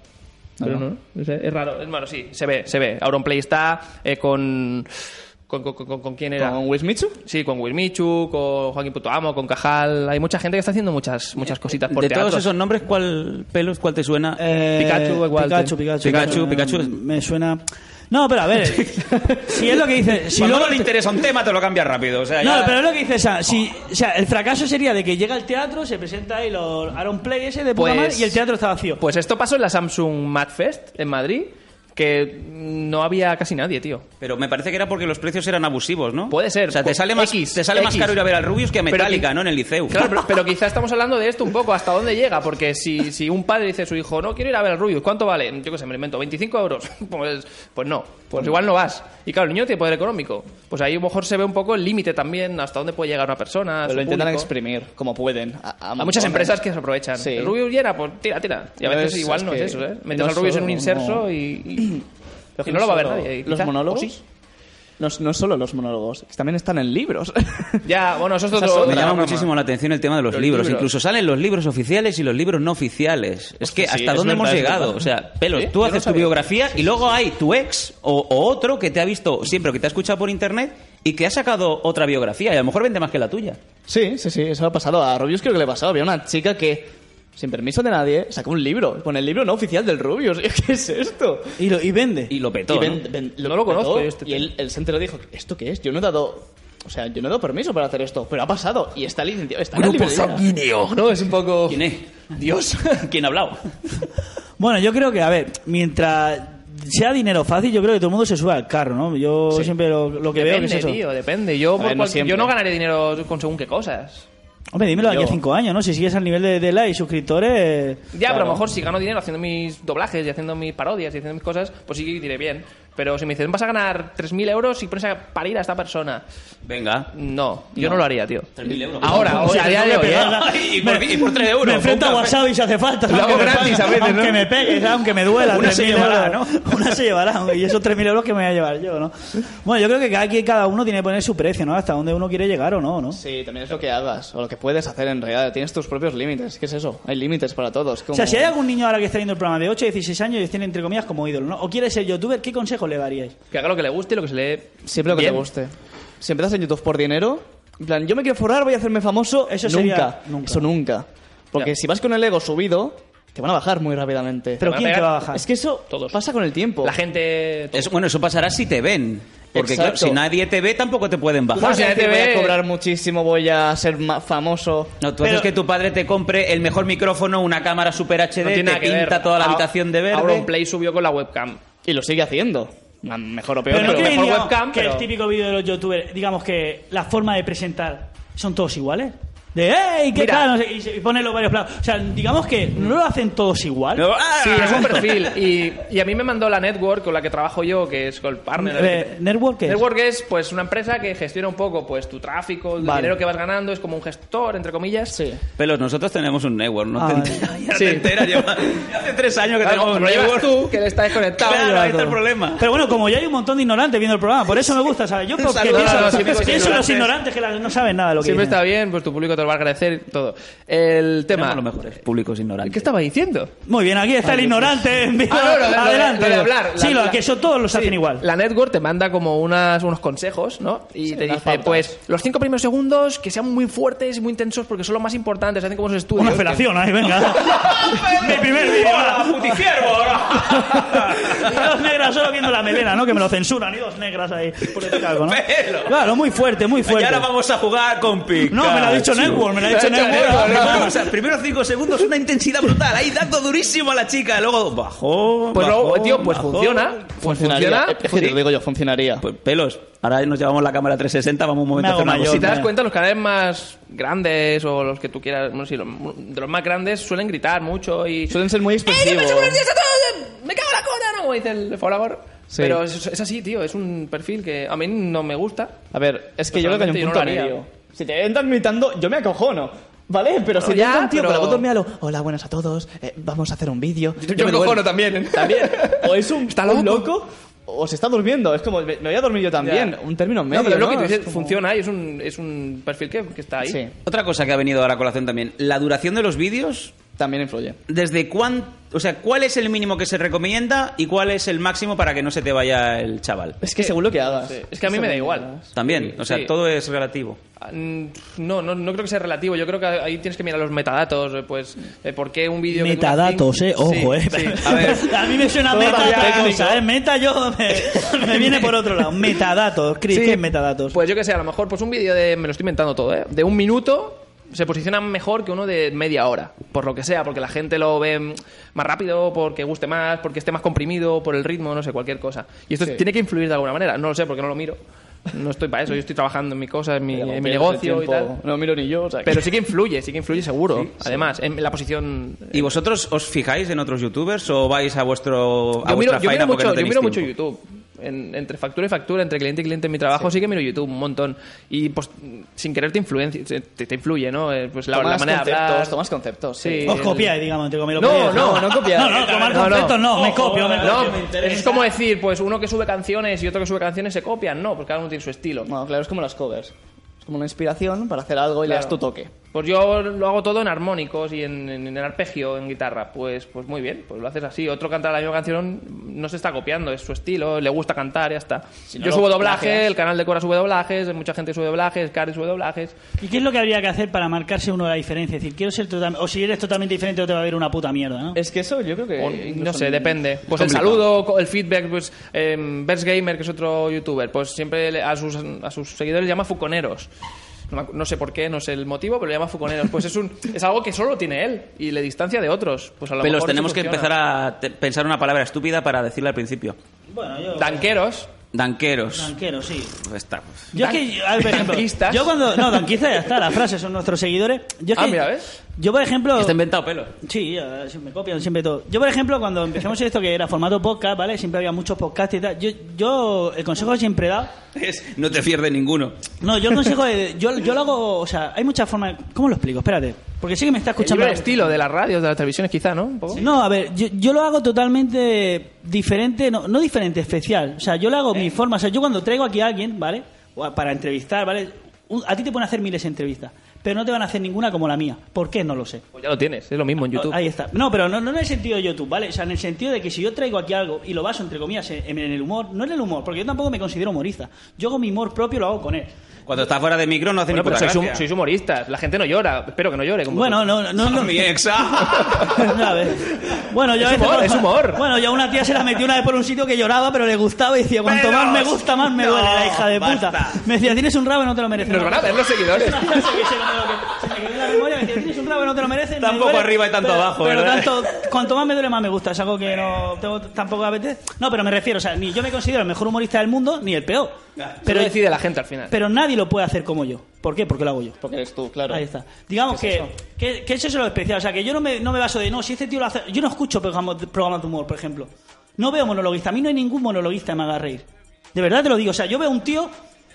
Pero no, no sé, es raro. Es raro, sí, se ve, se ve. Auronplay está eh, con, con, con, con- con quién era. ¿Con Wismichu? Sí, con Wilmichu, con Joaquín Putoamo, con Cajal. Hay mucha gente que está haciendo muchas, Eh, muchas cositas por Eh, De todos teatros. esos nombres, ¿cuál pelos, cuál te suena? Pikachu igual, Eh, Pikachu, sí. Pikachu, Pikachu, eh, Pikachu. Me suena. No, pero *laughs* a ver. si es lo que dice. Si Cuando luego- no le interesa un tema, te lo cambia rápido. O sea, No, ya- pero es lo que dice Sam. Si, o sea, el fracaso sería de que llega al teatro, se presenta ahí los Aaron Play ese de puta Pues- madre y el teatro está vacío. Pues esto pasó en la Samsung Mad Fest en Madrid, que no había casi nadie, tío. Pero me parece que era porque los precios eran abusivos, ¿no? Puede ser. O sea, te Pues, sale más, X, te sale más X. caro ir a ver al Rubius que a Pero Metallica, que- ¿no? En el liceo. Claro, pero, *laughs* pero quizá estamos hablando de esto un poco, hasta dónde llega, porque si, si un padre dice a su hijo, no quiero ir a ver al Rubius, ¿cuánto vale? Yo qué sé, me lo invento, 25 euros. *laughs* Pues, pues no, pues igual no vas. Y claro, el niño tiene poder económico. Pues ahí a lo mejor se ve un poco el límite también, hasta dónde puede llegar una persona. Pero su lo intentan público. exprimir, como pueden. A, a Hay muchas montones. empresas que se aprovechan. Sí. El Rubius llena, pues tira, tira. Y a No veces es- igual es no que es eso, ¿eh? no Metes al es Rubius en solo- un inserso no. y, *clears throat* y- Pero y que no lo va a ver solo- nadie. y ¿Los quizá- monólogos? o sí. No, no solo los monólogos, que también están en *laughs* libros. Ya, bueno, eso es Esas otro, son- Me otra llama rama. muchísimo la atención el tema de los, Los libros. libros. Incluso salen los libros oficiales y los libros no oficiales. Es que sí, hasta es dónde hemos verdad, es llegado. verdad. O sea, pelos, ¿Sí? Yo tú no haces tu sabía. biografía y luego hay tu ex o, o otro que te ha visto siempre, o que te ha escuchado por internet y que ha sacado otra biografía y a lo mejor vende más que la tuya. Sí, sí, sí, eso ha pasado. A Rubius creo que le ha pasado. Había una chica que, sin permiso de nadie, sacó un libro. Con el libro no oficial del Rubius. *laughs* ¿Qué es esto? Y, lo- y vende. Y lo petó. Y ¿no? ven- ven- No lo conozco, petó, yo este y él, él se enteró y dijo, ¿esto qué es? Yo no he dado... O sea, yo no he dado permiso para hacer esto, pero ha pasado. Y está licenciado. Está en la pues Grupo librería. *laughs* sanguíneo, ¿no? Es un poco... Oh, ¿Quién es? Dios, *laughs* ¿quién ha hablado? Bueno, yo creo que, a ver, mientras sea dinero fácil, yo creo que todo el mundo se sube al carro, ¿no? Yo siempre lo, lo que veo que Depende, es eso. tío, depende. Yo, por ver, no cual- siempre. yo no ganaré dinero con según qué cosas. Hombre, dímelo de aquí Yo- a cinco años, ¿no? Si sigues al nivel de, de like y suscriptores. Ya, pero a lo mejor si gano dinero haciendo mis doblajes y haciendo mis parodias y haciendo mis cosas, pues sí que diré bien. Pero si me dicen, vas a ganar 3.000 euros y pones a parir a esta persona. Venga. No, yo no, lo haría, tío. 3.000 euros. Ahora, O o sea, sea, a día no de me hoy, ¿eh? pega. *laughs* Y por, y por 3 euros. me enfrento a compra. WhatsApp y se hace falta. Lo hago aunque me gratis pague- a veces, ¿no? Aunque me pegues, aunque me duela. Una se 3.000 llevará, euros. *laughs* Una se llevará. Y esos 3.000 euros que me voy a llevar yo, ¿no? Bueno, yo creo que cada, quien- cada uno tiene que poner su precio, ¿no? Hasta dónde uno quiere llegar o no, ¿no? Sí, también es lo que hagas, o lo que puedes hacer en realidad. Tienes tus propios límites. ¿Qué es eso? Hay límites para todos. O sea, si hay algún niño ahora que está viendo el programa de 8 a 16 años y tiene, entre comillas, como ídolo, ¿no? O quiere ser youtuber, ¿qué consejos le daríais? Que haga lo que le guste y lo que se le... Siempre lo que Bien. te guste. Si empiezas en YouTube por dinero, en plan, yo me quiero forrar, voy a hacerme famoso, Eso sería- nunca. nunca. Eso nunca. Porque Ya. si vas con el ego subido, te van a bajar muy rápidamente. ¿Pero van a quién te pegar. va a bajar? es que eso Todos. pasa con el tiempo. La gente... Es- bueno, eso pasará si te ven. Porque claro, Exacto. si nadie te ve, tampoco te pueden Tú bajar. no vas si a nadie decir, te voy ve- a cobrar muchísimo, voy a ser ma- famoso. No, tú haces Pero- que tu padre te compre el mejor micrófono, una cámara super HD, No tiene te nada que ver. pinta toda la A- habitación de verde. Auronplay subió con la webcam. Y lo sigue haciendo. Ma- Mejor o peor, Pero, no pero, creéis, mejor digamos, webcam, que pero- el típico vídeo de los youtubers, digamos que la forma de presentar son todos iguales. De, ¡hey! ¿Qué Mira. tal? No sé, y se- y ponen los varios planos. O sea, digamos que no lo hacen todos igual. No, ¡ah! Sí, es un perfil. Y, y a mí me mandó la network con la que trabajo yo, que es con el partner. Eh, ¿Network qué es? Network es pues una empresa que gestiona un poco pues tu tráfico, el Vale. dinero que vas ganando, es como un gestor, entre comillas. Sí. Pelos, nosotros tenemos un network, no Ah, te vale. enteras. ya Sí. te enteras, lleva- hace tres años que Claro, tenemos como un lo llevas network. tú, que le estás desconectado. Claro, ahí está el todo. problema. Pero bueno, como ya hay un montón de ignorantes viendo el programa, por eso me gusta, ¿sabes? Yo *laughs* porque saludo a pienso, los amigos pienso en los ignorantes. ignorantes que la- no saben nada de lo que Siempre dicen. está bien, pues tu público te lo va a agradecer todo. El tema. Tenemos los mejores públicos ignorantes. ¿Qué estaba diciendo? Muy bien, aquí está el ignorante en vivo. Ah, no, lo de- lo de- Adelante. lo de hablar. Sí, La- lo- la- que eso todos los hacen igual. La network te manda como unas, unos consejos, ¿no? Y te unas dice, pautas. pues, los cinco primeros segundos que sean muy fuertes y muy intensos porque son los más importantes, hacen como unos estudios. Una que- felación, ahí, venga. *laughs* Mi primer vídeo. ¡Hola, puticiervo! Y *laughs* dos negras solo viendo la melena, ¿no? Que me lo censuran. Y dos negras ahí. Por decir algo, ¿no? Pelo. Claro, muy fuerte, muy Y fuerte. ahora vamos a jugar con Pikachu. No, me lo ha dicho Network, me lo ha hecho Lo ha hecho Network. Network, Vamos. ¿no? O sea, primeros cinco segundos, una intensidad brutal. Ahí dando durísimo a la chica. Luego bajó. Pues bajó, no, tío, pues bajó. funciona. Pues funciona. Es que te lo Eh, digo yo, funcionaría. Pues pelos. Ahora nos llevamos la cámara 360. Vamos un momento a hago hacer una mayor, Si te cosita. das Mira. cuenta, los canales más grandes o los que tú quieras, bueno, sí, los- de los más grandes suelen gritar mucho y... Suelen ser muy ¡Eh, expresivos. yo me aseguro, tío, tío! eh, ¡Me cago en la cola! ¿no? Como dice el de Forever. Sí. Pero es, es así, tío. Es un perfil que a mí no me gusta. A ver, es que yo creo que hay un Personalmente, yo no punto lo haría. medio. Si te entran gritando, yo me acojono. ¿Vale? Pero si No, te ya, entran, tío, pero- Oh, pero... con la voz dormida, lo, hola, buenas a todos, eh, vamos a hacer un vídeo. Yo, me vuelvo. cojono también. ¿eh? También. O es un, *laughs* Está un loco. loco, o se está durmiendo. Es como, me, me voy a dormir yo también. Ya. Un término medio, No, pero es lo que ¿no? tú Es dices como- funciona y es un, es un perfil que, que está ahí. Sí, Otra cosa que ha venido ahora a colación también. La duración de los vídeos. también influye. ¿Desde cuán, o sea, cuál es el mínimo que se recomienda y cuál es el máximo para que no se te vaya el chaval? Es que según lo que hagas. Sí. Eh, Es que a mí me da igual. También, o sea, Sí. todo es relativo. Ah, mm, No, no, no creo que sea relativo. Yo creo que ahí tienes que mirar los metadatos. eh, Pues, eh, ¿por qué un *laughs* vídeo. que dura Metadatos, cinco- eh, ojo, Sí, eh. *laughs* sí. A, ver. a mí me suena Todo meta otra técnico. cosa, eh. Meta yo me, me viene por otro lado. Metadatos, Chris, Sí, ¿qué es metadatos? Pues yo que sé, a lo mejor pues un vídeo de, me lo estoy inventando todo, ¿eh? De un minuto se posiciona mejor que uno de media hora, por lo que sea, porque la gente lo ve mm, más rápido, porque guste más, porque esté más comprimido, por el ritmo, no sé, cualquier cosa. Y esto tiene que influir de alguna manera, no lo sé, porque no lo miro. No estoy para eso, yo estoy trabajando en mi cosa, en mi, Como en mi pierdes negocio el y tiempo. tal. No miro ni yo, o sea que- *laughs* Pero sí que influye, sí que influye seguro. Además, en la posición... ¿Y vosotros os fijáis en otros youtubers o vais a vuestro a Yo miro, vuestra yo faena miro porque mucho, no yo tenéis miro mucho tiempo? YouTube. En- entre factura y factura, entre cliente y cliente en mi trabajo, sí, que miro YouTube un montón. Y pues sin querer te influencia, te, te influye, ¿no? Eh, Pues la, la Tomas manera de conceptos, hablar. tomas conceptos. Sí. Sí. Os el- copiáis, digamos, entre comillas. No, copiáis. no, no copiáis. No, no, tomar No, no. conceptos no, me copio, me No, copio. eso es como decir, pues uno que sube canciones y otro que sube canciones se copian, no, porque cada uno tiene su estilo. Bueno, claro, es como las covers. Es como una inspiración para hacer algo y le das tu toque. Pues yo lo hago todo en armónicos y en, en- en arpegio, en guitarra. Pues, pues muy bien, pues lo haces así. Otro canta la misma canción, no se está copiando, es su estilo, le gusta cantar, ya está. no yo lo subo doblaje, plagias. el canal de Cora sube doblajes, mucha gente sube doblajes, Cari sube doblajes. ¿Y qué es lo que habría que hacer para marcarse uno la diferencia? Es decir, quiero ser totalmente. O si eres totalmente diferente, no te va a ver una puta mierda, ¿no? Eh, Es que eso yo creo que... O, incluso no sé, en- depende. Pues el saludo, co- el feedback, pues eh, Bers Gamer, que es otro youtuber, pues siempre le- a sus, a sus seguidores le llama fuconeros. No, me acu- no sé por qué, no sé el motivo, pero le llama fuconeros. Pues es, un, es algo que solo tiene él y le distancia de otros. Pues a lo Pelos, mejor eso tenemos que funciona. empezar a te- pensar una palabra estúpida para decirla al principio. Bueno, yo. Tanqueros. Danqueros. Tanquero, sí. Está, pues. Yo es que, a ver, por ejemplo, Tanquistas. yo cuando. No, tanquistas ya está, las frases son nuestros seguidores. Yo es Ah, que- mira, ¿ves? Este Yo, por ejemplo. Está inventado pelo. Sí, eh, siempre me copian siempre todo. Yo, por ejemplo, cuando empezamos esto que era formato podcast, ¿vale? Siempre había muchos podcasts y tal. Yo, yo el consejo que siempre he dado. Es, no te pierdes ninguno. No, yo el consejo de. Yo, yo lo hago. O sea, hay muchas formas. ¿Cómo lo explico? Espérate. Porque sí que me está El escuchando. la- estilo de las radios, de las televisiones, quizá, ¿no? Un poco. No, a ver, yo, yo lo hago totalmente diferente, no, no diferente, especial. O sea, yo lo hago mi forma. O sea, yo cuando traigo aquí a alguien, ¿vale? O a- Para entrevistar, ¿vale? Un- a ti te pueden hacer miles de entrevistas, pero no te van a hacer ninguna como la mía. ¿Por qué? No lo sé. Pues ya lo tienes, es lo mismo en YouTube. Ah, Ahí está. No, pero no, no en el sentido de YouTube, ¿vale? O sea, en el sentido de que si yo traigo aquí algo y lo baso, entre comillas, en, en el humor, no en el humor, porque yo tampoco me considero humorista. Yo hago mi humor propio, lo hago con él. Cuando estás fuera de micro no hace Bueno, ni pero puta sois, hum- gracia. sois humoristas, la gente no llora, espero que no llore. como Bueno, vosotros. no, no, no. Mi exa. No, *laughs* a ver. Bueno, yo Es a veces- humor, es humor. Bueno, yo a una tía se la metí una vez por un sitio que lloraba, pero le gustaba y decía, cuanto más me gusta, más me duele la hija de puta. Me decía, tienes un rabo y no te lo mereces. *laughs* Nos No, van a ver los seguidores. no, no sé qué, se me lo- se me quedó en la memoria, me decía, tienes un rabo y no te lo mereces. me Tampoco duele, arriba y tanto pero- abajo, pero ¿verdad? tanto- cuanto más me duele, más me gusta. Es algo que no tengo tampoco a veces. No, pero me refiero, o sea, ni yo me considero el mejor humorista del mundo, ni el peor. Pero Pero, decide la gente al final. pero nadie lo puede hacer como yo. ¿Por qué? Porque lo hago yo. Porque eres tú, claro. Ahí está. Digamos ¿Qué es que, que, que eso es lo especial. O sea, que yo no me, no me baso de, no, si este tío lo hace... Yo no escucho programas, programas de humor, por ejemplo. No veo monologuista. A mí no hay ningún monologuista que me haga reír. De verdad te lo digo. O sea, yo veo un tío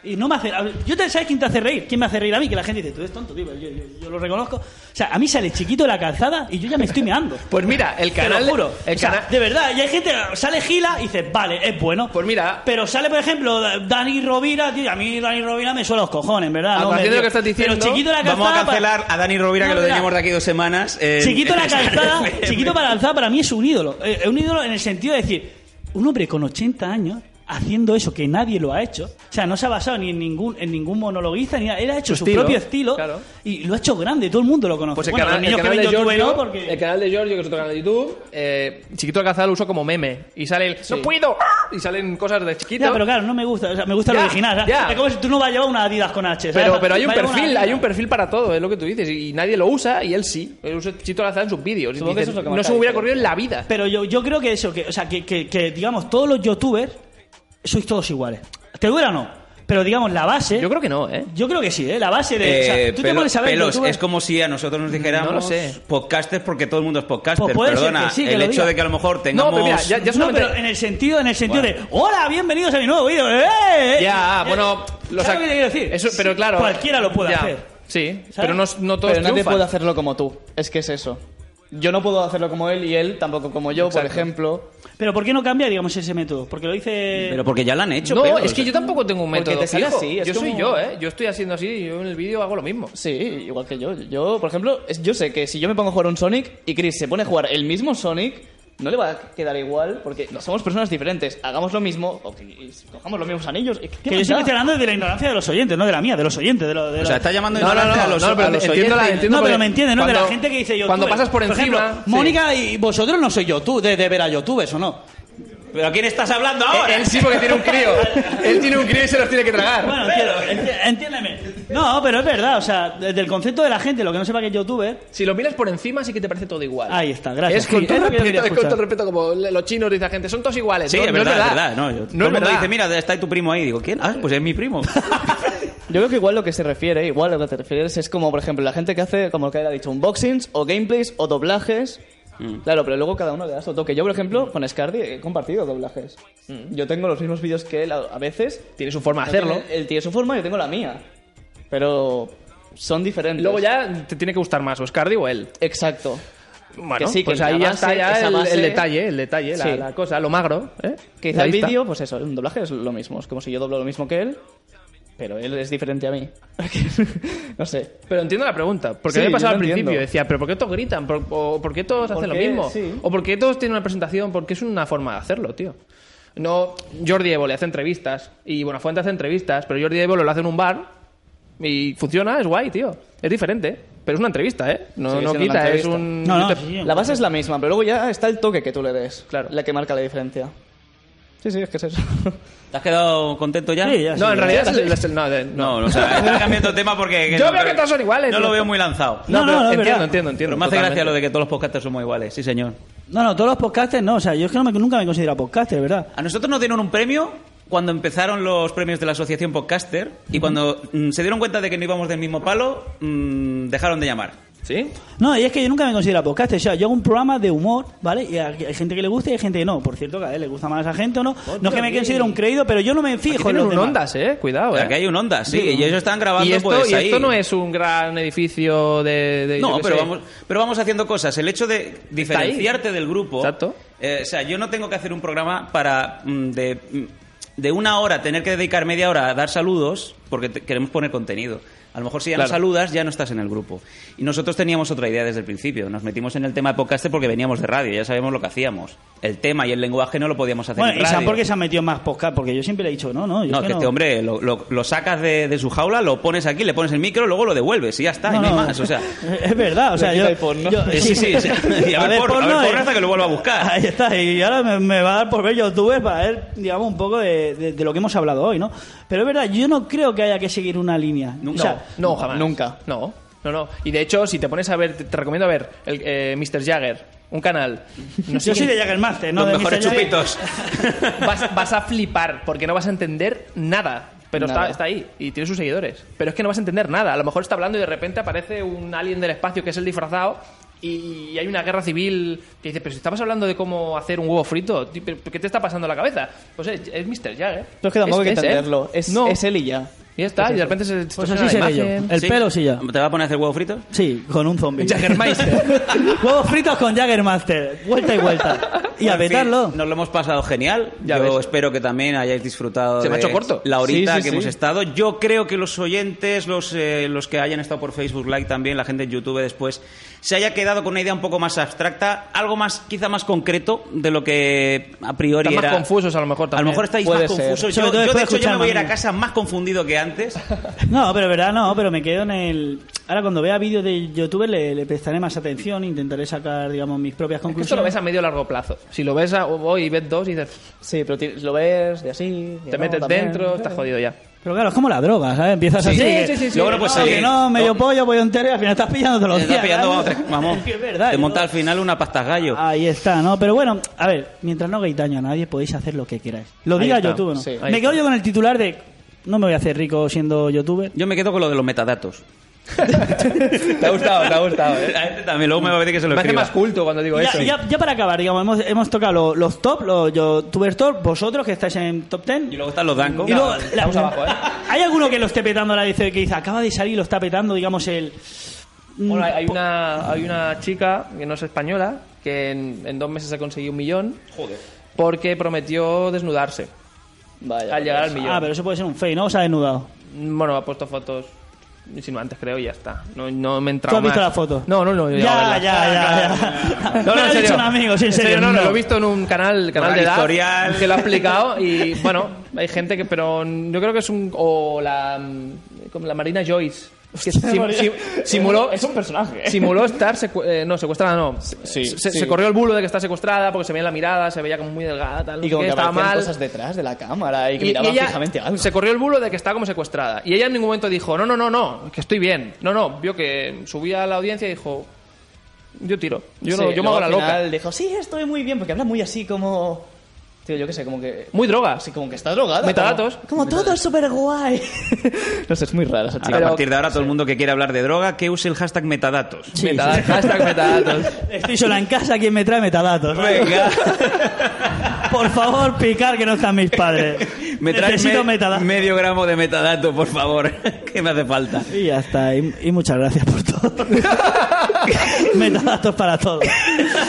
y no me hace... a ver, Yo te sabes quién te hace reír. ¿Quién me hace reír a mí? Que la gente dice, tú eres tonto, tío. Yo, yo- yo lo reconozco. O sea, a mí sale chiquito de la calzada y yo ya me estoy meando. Pues mira, el Te canal. lo juro. El O sea, canal. de verdad, y hay gente, sale Gila y dices, vale, es bueno. Pues mira. Pero sale, por ejemplo, Dani Rovira, tío, y a mí Dani Rovira me suena los cojones, ¿verdad? A No me partir de lo río. que estás diciendo, Pero chiquito de la Vamos a calzada para- cancelar a Dani Rovira, que No, lo mira. teníamos de aquí dos semanas. *laughs* en- Chiquito *laughs* la calzada, FM. chiquito para la calzada para mí es un ídolo. Eh, un ídolo en el sentido de decir, un hombre con 80 años haciendo eso que nadie lo ha hecho. O sea, no se ha basado ni en ningún, en ningún monologuista, ni nada. Él ha hecho su, estilo, propio estilo claro. y lo ha hecho grande, todo el mundo lo conoce. Pues el, Bueno, canal, los niños el canal que ven de YouTube Giorgio, no, porque... el canal de Giorgio, que es otro canal de YouTube, eh, Chiquito Alcázar lo uso como meme. Y sale el ¡No puedo! ¡Ah! Y salen cosas de chiquito. Ya, pero claro, no me gusta. O sea, me gusta Ya, lo original. ¿sabes? ya. Es como si tú no vas a llevar una Adidas con H. ¿sabes? Pero, pero hay un Va a llevar una perfil, Adidas. hay un perfil para todo, es lo que tú dices. Y nadie lo usa y él sí. Él usa Chito Alcázar en sus vídeos. Y Supongo que dices, eso es lo que no marca se me hubiera diferencia. corrido en la vida. Pero yo, yo creo que eso, que, o sea, que, que- que, digamos, todos los youtubers sois todos iguales. ¿Te dura o no? Pero digamos, la base. Yo creo que no, ¿eh? Yo creo que sí, ¿eh? La base de. o sea, Eh, tú te pelo- pones a ver. pelos, youtubers- es como si a nosotros nos dijéramos No lo sé. podcasters porque todo el mundo es podcaster. Pues puede ser Perdona, que sí, que el lo hecho diga. de que a lo mejor tengamos... pero mira, ya- no, solamente- pero en el sentido, en el sentido de. ¡Hola! ¡Bienvenidos a mi nuevo vídeo! ¡Eh, eh, eh! Ya, Eh, bueno. lo ¿Sabes sac- lo que te quiero decir? Eso, pero claro. Cualquiera lo puede ya, hacer. Sí, ¿Sabes? pero no, no todos Pero nadie triunfan. puede hacerlo como tú. Es que es eso. Yo no puedo hacerlo como él y él tampoco como yo, por Exacto. ejemplo. Pero ¿por qué no cambia, digamos, ese método? Porque lo dice. Pero porque ya lo han hecho. No, pelos. es ¿eh? que yo tampoco tengo un Porque método te sale fijo. así, es yo soy como- yo, ¿eh? Yo estoy haciendo así y yo en el vídeo hago lo mismo. Sí, igual que yo. Yo, por ejemplo, es- yo sé que si yo me pongo a jugar un Sonic y Chris se pone a jugar el mismo Sonic, no le va a quedar igual porque somos personas diferentes. Hagamos lo mismo, o que- y cojamos los mismos anillos. ¿Qué, qué Que yo más siempre da? estoy hablando de la ignorancia de los oyentes, no de la mía, de los oyentes. De lo- de O sea, lo- está llamando No, no, ignorante no, a los, no, pero a los entiendo la- oyentes. entiendo no, pero porque me entiendes, ¿no? de la cuando- gente que dice yo. cuando pasas por Ejemplo, encima, sí. Mónica y. y vosotros no sois YouTube de, de ver a youtubers o no. ¿Pero a quién estás hablando ahora? Él sí porque tiene un crío. él tiene un crío y se los tiene que tragar. Bueno, entiendo, enti- entiéndeme. No, pero es verdad, o sea, desde el concepto de la gente, lo que no sepa que es youtuber. Si lo miras por encima, sí que te parece todo igual. Ahí está, gracias. Es con Sí, todo es lo que yo respeto, quería es con todo escuchar. respeto, como le- los chinos dicen la gente, son todos iguales. Sí, no, es verdad, no es verdad. No, yo- No es todo el mundo verdad. dice, mira, está ahí tu primo ahí. Digo, ¿quién? Ah, pues es mi *laughs* primo. Yo creo que igual lo que se refiere, igual lo que te refieres es como, por ejemplo, la gente que hace, como que ha dicho, unboxings o gameplays o doblajes. Mm. Claro, pero luego cada uno le da su toque. Yo, por ejemplo, con Scardi he compartido doblajes. Yo tengo los mismos vídeos que él a a veces. Tiene su forma de Mm. hacerlo. Él, tiene su forma, yo tengo la mía. Pero son diferentes. Luego ya te tiene que gustar más o Scardi o él. Exacto. Bueno, sí, que pues la ahí ya base- está ya esa el, base- el detalle, el detalle, la, Sí. la cosa, lo magro. ¿eh? Que La quizá el vista. vídeo, pues eso, un doblaje es lo mismo. Es como si yo doblo lo mismo que él, pero él es diferente a mí. *laughs* no sé. Pero entiendo la pregunta, porque Sí, me pasaba yo al lo principio, entiendo. decía, pero ¿por qué todos gritan? ¿Por, o, por qué todos ¿Por hacen qué? lo mismo? Sí. ¿O por qué todos tienen una presentación? Porque es una forma de hacerlo, tío. No, Jordi Evo le hace entrevistas y Buenafuente hace entrevistas, pero Jordi Evo lo hace en un bar y funciona, es guay, tío. Es diferente, pero es una entrevista, ¿eh? No, Sigue siendo no una quita, es entrevista. un... No, no, yo te- sí, La base es la misma, pero luego ya está el toque que tú le des. Claro. La que marca la diferencia. Sí, sí, es que es *laughs* eso. ¿Te has quedado contento ya? Sí, ya No, en realidad... ya es- sé. es el- no, de- No, no. no, o *laughs* sea, está cambiando de tema porque... Yo veo que todos son iguales, No tío. lo veo muy lanzado. No, No, no, pero no, es entiendo, verdad. entiendo, entiendo. Pero me hace gracia totalmente. lo de que todos los podcasters somos iguales, sí señor. No, no, todos los podcasters no, o sea, yo es que no me- nunca me he considerado podcaster, ¿verdad? A nosotros nos dieron un premio cuando empezaron los premios de la Asociación Podcaster y cuando mm, se dieron cuenta de que no íbamos del mismo palo, mm, dejaron de llamar. ¿Sí? No, y es que yo nunca me considero podcast. O sea, yo hago un programa de humor, ¿vale? Y hay hay gente que le gusta y hay gente que no. Por cierto, que a él le gusta más a esa gente o no. No es que me considero un creído, pero yo no me Aquí fijo en tienen los un demás. Ondas, ¿eh? Cuidado, ¿eh? Aquí hay un onda, sí, y ellos están grabando y esto, pues y ahí. esto no es un gran edificio de... de- yo No, qué pero sé. vamos, pero vamos haciendo cosas. El hecho de ahí. diferenciarte del grupo. Exacto. eh, o sea, yo no tengo que hacer un programa para mm, de, mm, de una hora tener que dedicar media hora a dar saludos porque te- queremos poner contenido. A lo mejor si ya no Claro. saludas, ya no estás en el grupo. Y nosotros teníamos otra idea desde el principio. Nos metimos en el tema de podcast porque veníamos de radio, ya sabemos lo que hacíamos. El tema y el lenguaje no lo podíamos hacer en Bueno, ¿y radio. saben por qué se han metido más podcast? Porque yo siempre le he dicho, no, no, yo No, es que que este hombre lo, lo- lo sacas de, de su jaula, lo pones aquí, le pones el micro, luego lo devuelves y ya está, y No, no, hay no. más. O sea, Es verdad, o sea, quita yo. el porno. yo- Eh, *laughs* sí, sí, *laughs* sí. Y a, ver, porno, a ver porno, porno eh. hasta que lo vuelva a buscar. Ahí está, y ahora me, me va a dar por ver YouTube para ver, digamos, un poco de, de- de lo que hemos hablado hoy, ¿no? Pero es verdad, yo no creo que haya que seguir una línea. No. O sea, No, jamás. Nunca. No, no, no. Y de hecho, si te pones a ver, te, te recomiendo ver el, eh, Mr. Jagger, un canal. No yo sé soy quién- de Jaggermaster, *laughs* ¿no? Los de mejores Mr. Jagger. chupitos. Vas, vas a flipar porque no vas a entender nada. Pero está, Nada. está ahí y tiene sus seguidores. Pero es que no vas a entender nada. A lo mejor está hablando y de repente aparece un alien del espacio que es el disfrazado y hay una guerra civil que dice, pero si estabas hablando de cómo hacer un huevo frito, ti- pero ¿qué te está pasando en la cabeza? Pues es, es Mr. Jagger. Pero es que tampoco hay que es él. entenderlo. Es, no. es él y ya. Y ya está, y de repente se Pues distorsiona así la seré yo. imagen. El Sí. pelo sí ya. ¿Te va a poner a hacer huevos fritos? Sí, con un zombie. *laughs* Jaggermeister. *laughs* Huevos fritos con Jaggermaster. Vuelta y vuelta. y a En fin, petarlo. nos lo hemos pasado genial. Ya Yo ves. espero que también hayáis disfrutado. Se me ha de hecho corto. La horita Sí, sí, que sí. hemos estado. Yo creo que los oyentes, los, eh, los que hayan estado por Facebook Live también, la gente en YouTube después, se haya quedado con una idea un poco más abstracta, algo más, quizá más concreto de lo que a priori Están más era. confusos a lo mejor A también. lo mejor estáis Puede más ser. confusos. Sobre Yo, todo yo, de después de hecho, ya me voy a ir a escuchar casa más confundido que *laughs* antes. No, pero verdad no, pero me quedo en el... Ahora cuando vea vídeos de YouTube le, le prestaré más atención, intentaré sacar, digamos, mis propias Es que Esto lo conclusiones. ves a medio o largo plazo. Si lo ves a- hoy y ves dos y dices, Sí, pero ti- lo ves de así. de te no, metes también. dentro, estás jodido ya. Pero claro, es como la droga, ¿sabes? Empiezas así. que- Luego no puedes no, salir. que no, medio pollo, pollo entero y al final estás pillando todos los Te estás días. pillando, ¿verdad? vamos, te- vamos. *laughs* Es que es verdad. te ¿no? monta al final una pasta gallo. Ahí está, ¿no? Pero bueno, a ver, mientras no hagáis daño a nadie, podéis hacer lo que queráis. Lo Ahí diga está, YouTube, ¿no? sí, ahí me quedo yo con el titular de... No me voy a hacer rico siendo youtuber. Yo me quedo con lo de los metadatos. Te ha gustado, te ha gustado. A este también, luego me va a pedir que se lo Me hace escriba. más culto cuando digo Ya, eso. ya- ya para acabar, digamos, hemos, hemos tocado lo- los top, los youtubers top, vosotros que estáis en top 10. Y luego están los dancos. Y luego, la- estamos abajo, ¿eh? *laughs* ¿Hay alguno que lo esté petando la dice que dice acaba de salir y lo está petando, digamos, el. Bueno, hay hay po- una, hay una chica que no es española que en, en dos meses ha conseguido un millón. Joder. Porque prometió desnudarse Vaya, al llegar al millón. Ah, pero eso puede ser un fake, ¿no? O sea, desnudado. Bueno, ha puesto fotos insinuantes, creo, y ya está. No, no me he entrado ¿Tú has visto más. la foto? No, no, no. yo llego Ya, a ya, verla. ya. ya. No, Me no, lo en ha serio. dicho un amigo, sí, en serio. no, no, no. lo he visto en un canal, canal Moral de edad historial. que lo ha explicado y bueno, hay gente que, pero yo creo que es un o la mm, como la Marina Joyce que sim- *laughs* sim- simuló Es un personaje. simuló estar secu- eh, no secuestrada no sí, se, sí. se corrió el bulo de que está secuestrada porque se veía la mirada se veía como muy delgada tal, no Y sé como qué, que estaba aparecían mal cosas detrás de la cámara y que y, miraba y ella fijamente algo. se corrió el bulo de que estaba como secuestrada. Y ella en ningún momento dijo, no, no, no, no, que estoy bien. No, no, vio que subía a la audiencia y dijo, yo tiro, yo, no, Sí, yo me luego hago la al loca. final dijo, sí, estoy muy bien, porque habla muy así como... Tío, yo qué sé, como que... Muy droga. Así como que está drogada. Metadatos. Como, como todo es súper guay. no *laughs* sé, es muy rara esa Ahora, chica. a partir de ahora, todo el mundo que quiera hablar de droga, que use el hashtag metadatos. Sí, Metadatos, sí. hashtag metadatos. *laughs* Estoy sola en casa, ¿quién me trae metadatos? Venga, Por favor, picar que no están mis *laughs* padres. me traes Necesito me- metadatos. medio gramo de metadato, por favor, *laughs* que me hace falta. Y ya está, y, y muchas gracias por *laughs* todo. metadatos para todos.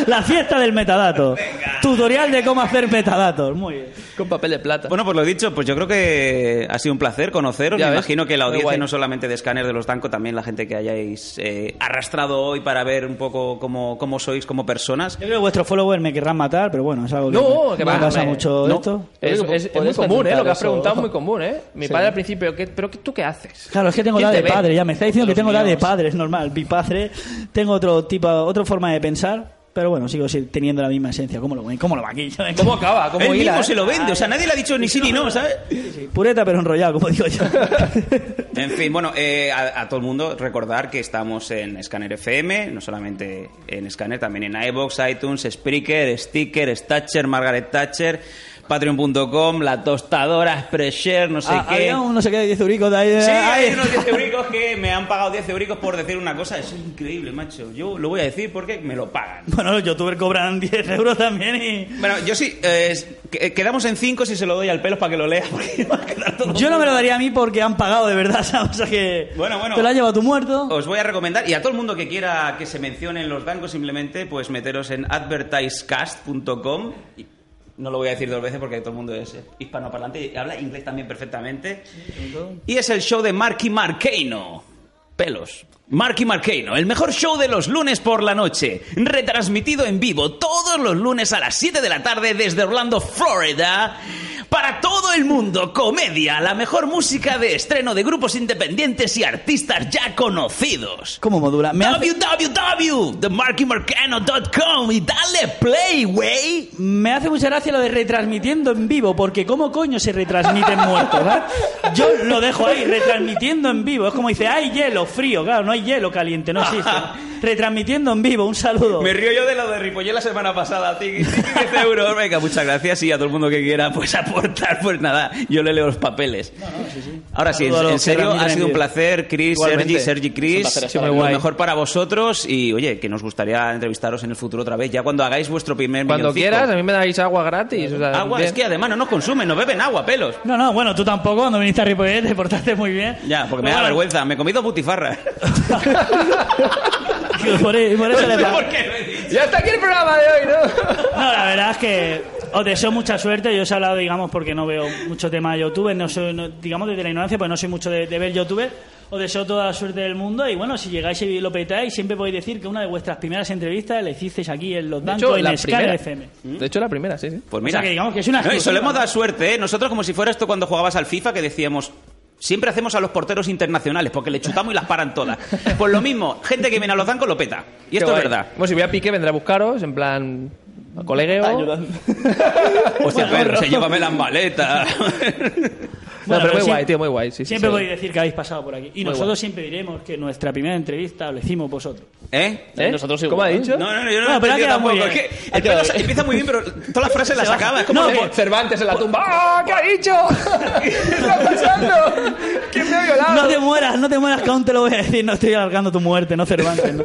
La fiesta del metadato. Tutorial de cómo hacer metadatos. Muy bien. Con papel de plata. Bueno, pues lo dicho, pues yo creo que ha sido un placer conoceros. Ya Me ves. imagino que la Muy audiencia guay. no solamente de escáner de los Danco, también la gente que hayáis eh, arrastrado hoy para ver un poco cómo, cómo sois como personas. Yo creo que vuestros followers me querrán matar, pero bueno, es algo que No, me- que me va, pasa hombre. mucho No. esto. Es, Oye, es- es muy podéis común, ¿eh? Lo que has preguntar preguntado eso. es muy común, ¿eh? Mi Sí. padre al principio, ¿qué, ¿pero qué- tú qué haces? Claro, es que tengo ¿Quién edad te de ve? padre, ya me está diciendo que Los tengo edad de míos. padre, es normal, bipadre. Tengo otro tipo, otra forma de pensar, pero bueno, sigo si- teniendo la misma esencia. ¿Cómo lo, cómo lo *laughs* maquillo? ¿Cómo acaba? ¿Cómo Él hila, mismo eh? se lo vende, o sea, nadie le ha dicho ni sí ni *laughs* no, ¿sabes? Sí, Pureta pero enrollado, como *laughs* digo yo. En fin, bueno, eh, a, a todo el mundo recordar que estamos en Scanner FM, no solamente en Scanner, también en iBox, iTunes, Spreaker, Sticker, Statcher, Margaret Thatcher, Patreon.com, La Tostadora, Sprecher, no sé Ah, qué. había un no sé qué de 10 euricos de ahí. Sí, ahí. hay unos 10 euricos que me han pagado 10 euricos por decir una cosa. Eso es increíble, macho. Yo lo voy a decir porque me lo pagan. *laughs* Bueno, los youtubers cobran 10 euros también y... Bueno, yo sí, eh, es- que- quedamos en 5 si se lo doy al pelo para que lo lea. porque va a quedar todo Yo no me lo daría a mí porque han pagado de verdad, *laughs* ¿sabes? O sea que... Bueno, bueno. Te lo has llevado tu muerto. Os voy a recomendar, y a todo el mundo que quiera que se mencionen los bancos, simplemente pues meteros en advertisecast.com. Y No lo voy a decir dos veces porque todo el mundo es eh, hispanoparlante y habla inglés también perfectamente. Y es el show de Marky Marqueino. Pelos. Marky Marqueino, el mejor show de los lunes por la noche. Retransmitido en vivo todos los lunes a las 7 de la tarde desde Orlando, Florida. Para todo el mundo, comedia, la mejor música de estreno de grupos independientes y artistas ya conocidos. ¿Cómo modula? Me hace, www.themarkymarqueino.com y dale play, wey. me hace mucha gracia lo de retransmitiendo en vivo, porque ¿cómo coño se retransmiten muertos? ¿verdad? Yo lo dejo ahí, retransmitiendo en vivo. Es como dice, hay hielo frío, claro, no hay hielo caliente, *laughs* no existe. Retransmitiendo en vivo, un saludo. Me río yo de lo de Ripollé la semana pasada, tiki, tiki, 10 euros. Venga, muchas gracias y a todo el mundo que quiera pues aportar, pues nada, yo le leo los papeles. Ahora sí, en, Saludo a los en serio, que ha sido un transmiten. placer, Chris, Sergi, Igualmente. Sergi, Es un Chris. placer estar lo aquí. mejor para vosotros y oye, que nos gustaría entrevistaros en el futuro otra vez, ya cuando hagáis vuestro primer Cuando milloncito. quieras, a mí me dais agua gratis. o sea, Agua, bien. es que además no nos consumen, nos beben agua, pelos. No, no, bueno, tú tampoco, cuando viniste a Ripollet te portaste muy bien. Ya, porque me da Pero bueno, vergüenza, me he comido butifarra. *laughs* Por, por eso le No sé *laughs* pago. por qué lo he dicho. Ya está aquí el programa de hoy, ¿no? No, la verdad es que os deseo mucha suerte. Yo os he hablado, digamos, porque no veo mucho tema de YouTube, no soy, no- digamos, desde la ignorancia, pues no soy mucho de, de ver YouTube. Os deseo toda la suerte del mundo y bueno, si llegáis y lo petáis, siempre podéis decir que una de vuestras primeras entrevistas la hicisteis aquí en Los De Dancos hecho, en la Escala primera. ¿Mm? FM. De hecho, la primera, sí, sí. Pues O mira, sea, que digamos que es una No, y exclusiva, solemos ¿no? dar suerte, ¿eh? Nosotros como si fuera esto cuando jugabas al FIFA que decíamos... Siempre hacemos a los porteros internacionales porque le chutamos y las paran *laughs* todas. Pues lo mismo, gente que viene a los bancos lo peta. Y esto Qué es guay. verdad. Bueno, si voy a Piqué, vendrá a buscaros, en plan. Colegueo. *laughs* Hostia, Pedro, se llévame las *laughs* maletas. Bueno, no, pero muy pero guay, siem- tío, muy guay. Sí, sí, Siempre sí. podéis decir que habéis pasado por aquí. Y Muy nosotros guay. siempre diremos que nuestra primera entrevista la hicimos vosotros. ¿Eh? ¿Eh? Nosotros ¿Cómo ha igual. dicho? No, no, no, yo no No, lo pero ha he entendido quedado muy tampoco. Es bien. que el Pedro se- empieza muy bien, pero todas las frases las acaba. Es como No, que- por- Cervantes en la tumba. ¡Ah! ¿Qué ha *laughs* dicho? ¿Qué está pasando? ¿Quién me ha violado? No te mueras, no te mueras, que aún te lo voy a decir. No estoy alargando tu muerte, no Cervantes. No,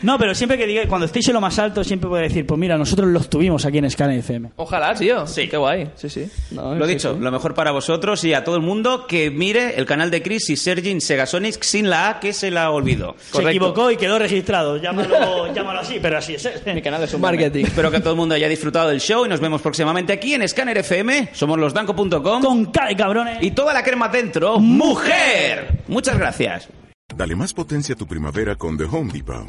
No, pero siempre que diga, cuando estéis en lo más alto, siempre puedo decir, pues mira, nosotros los tuvimos aquí en Scan FM. Ojalá, tío. Sí. Qué guay. Sí, sí. Lo dicho, lo mejor para vosotros y a todo el mundo que mire el canal de Chris y Sergin Segasonics sin la A que se la olvidó. Correcto. Se equivocó y quedó registrado. Llámalo, llámalo así, pero así es. ¿eh? Mi canal es un Marketing. Espero que todo el mundo haya disfrutado del show y nos vemos próximamente aquí en Scanner FM. Somos losdanco.com Con K de cabrones. y toda la crema dentro, mujer. Muchas gracias. Dale más potencia a tu primavera con The Home Depot.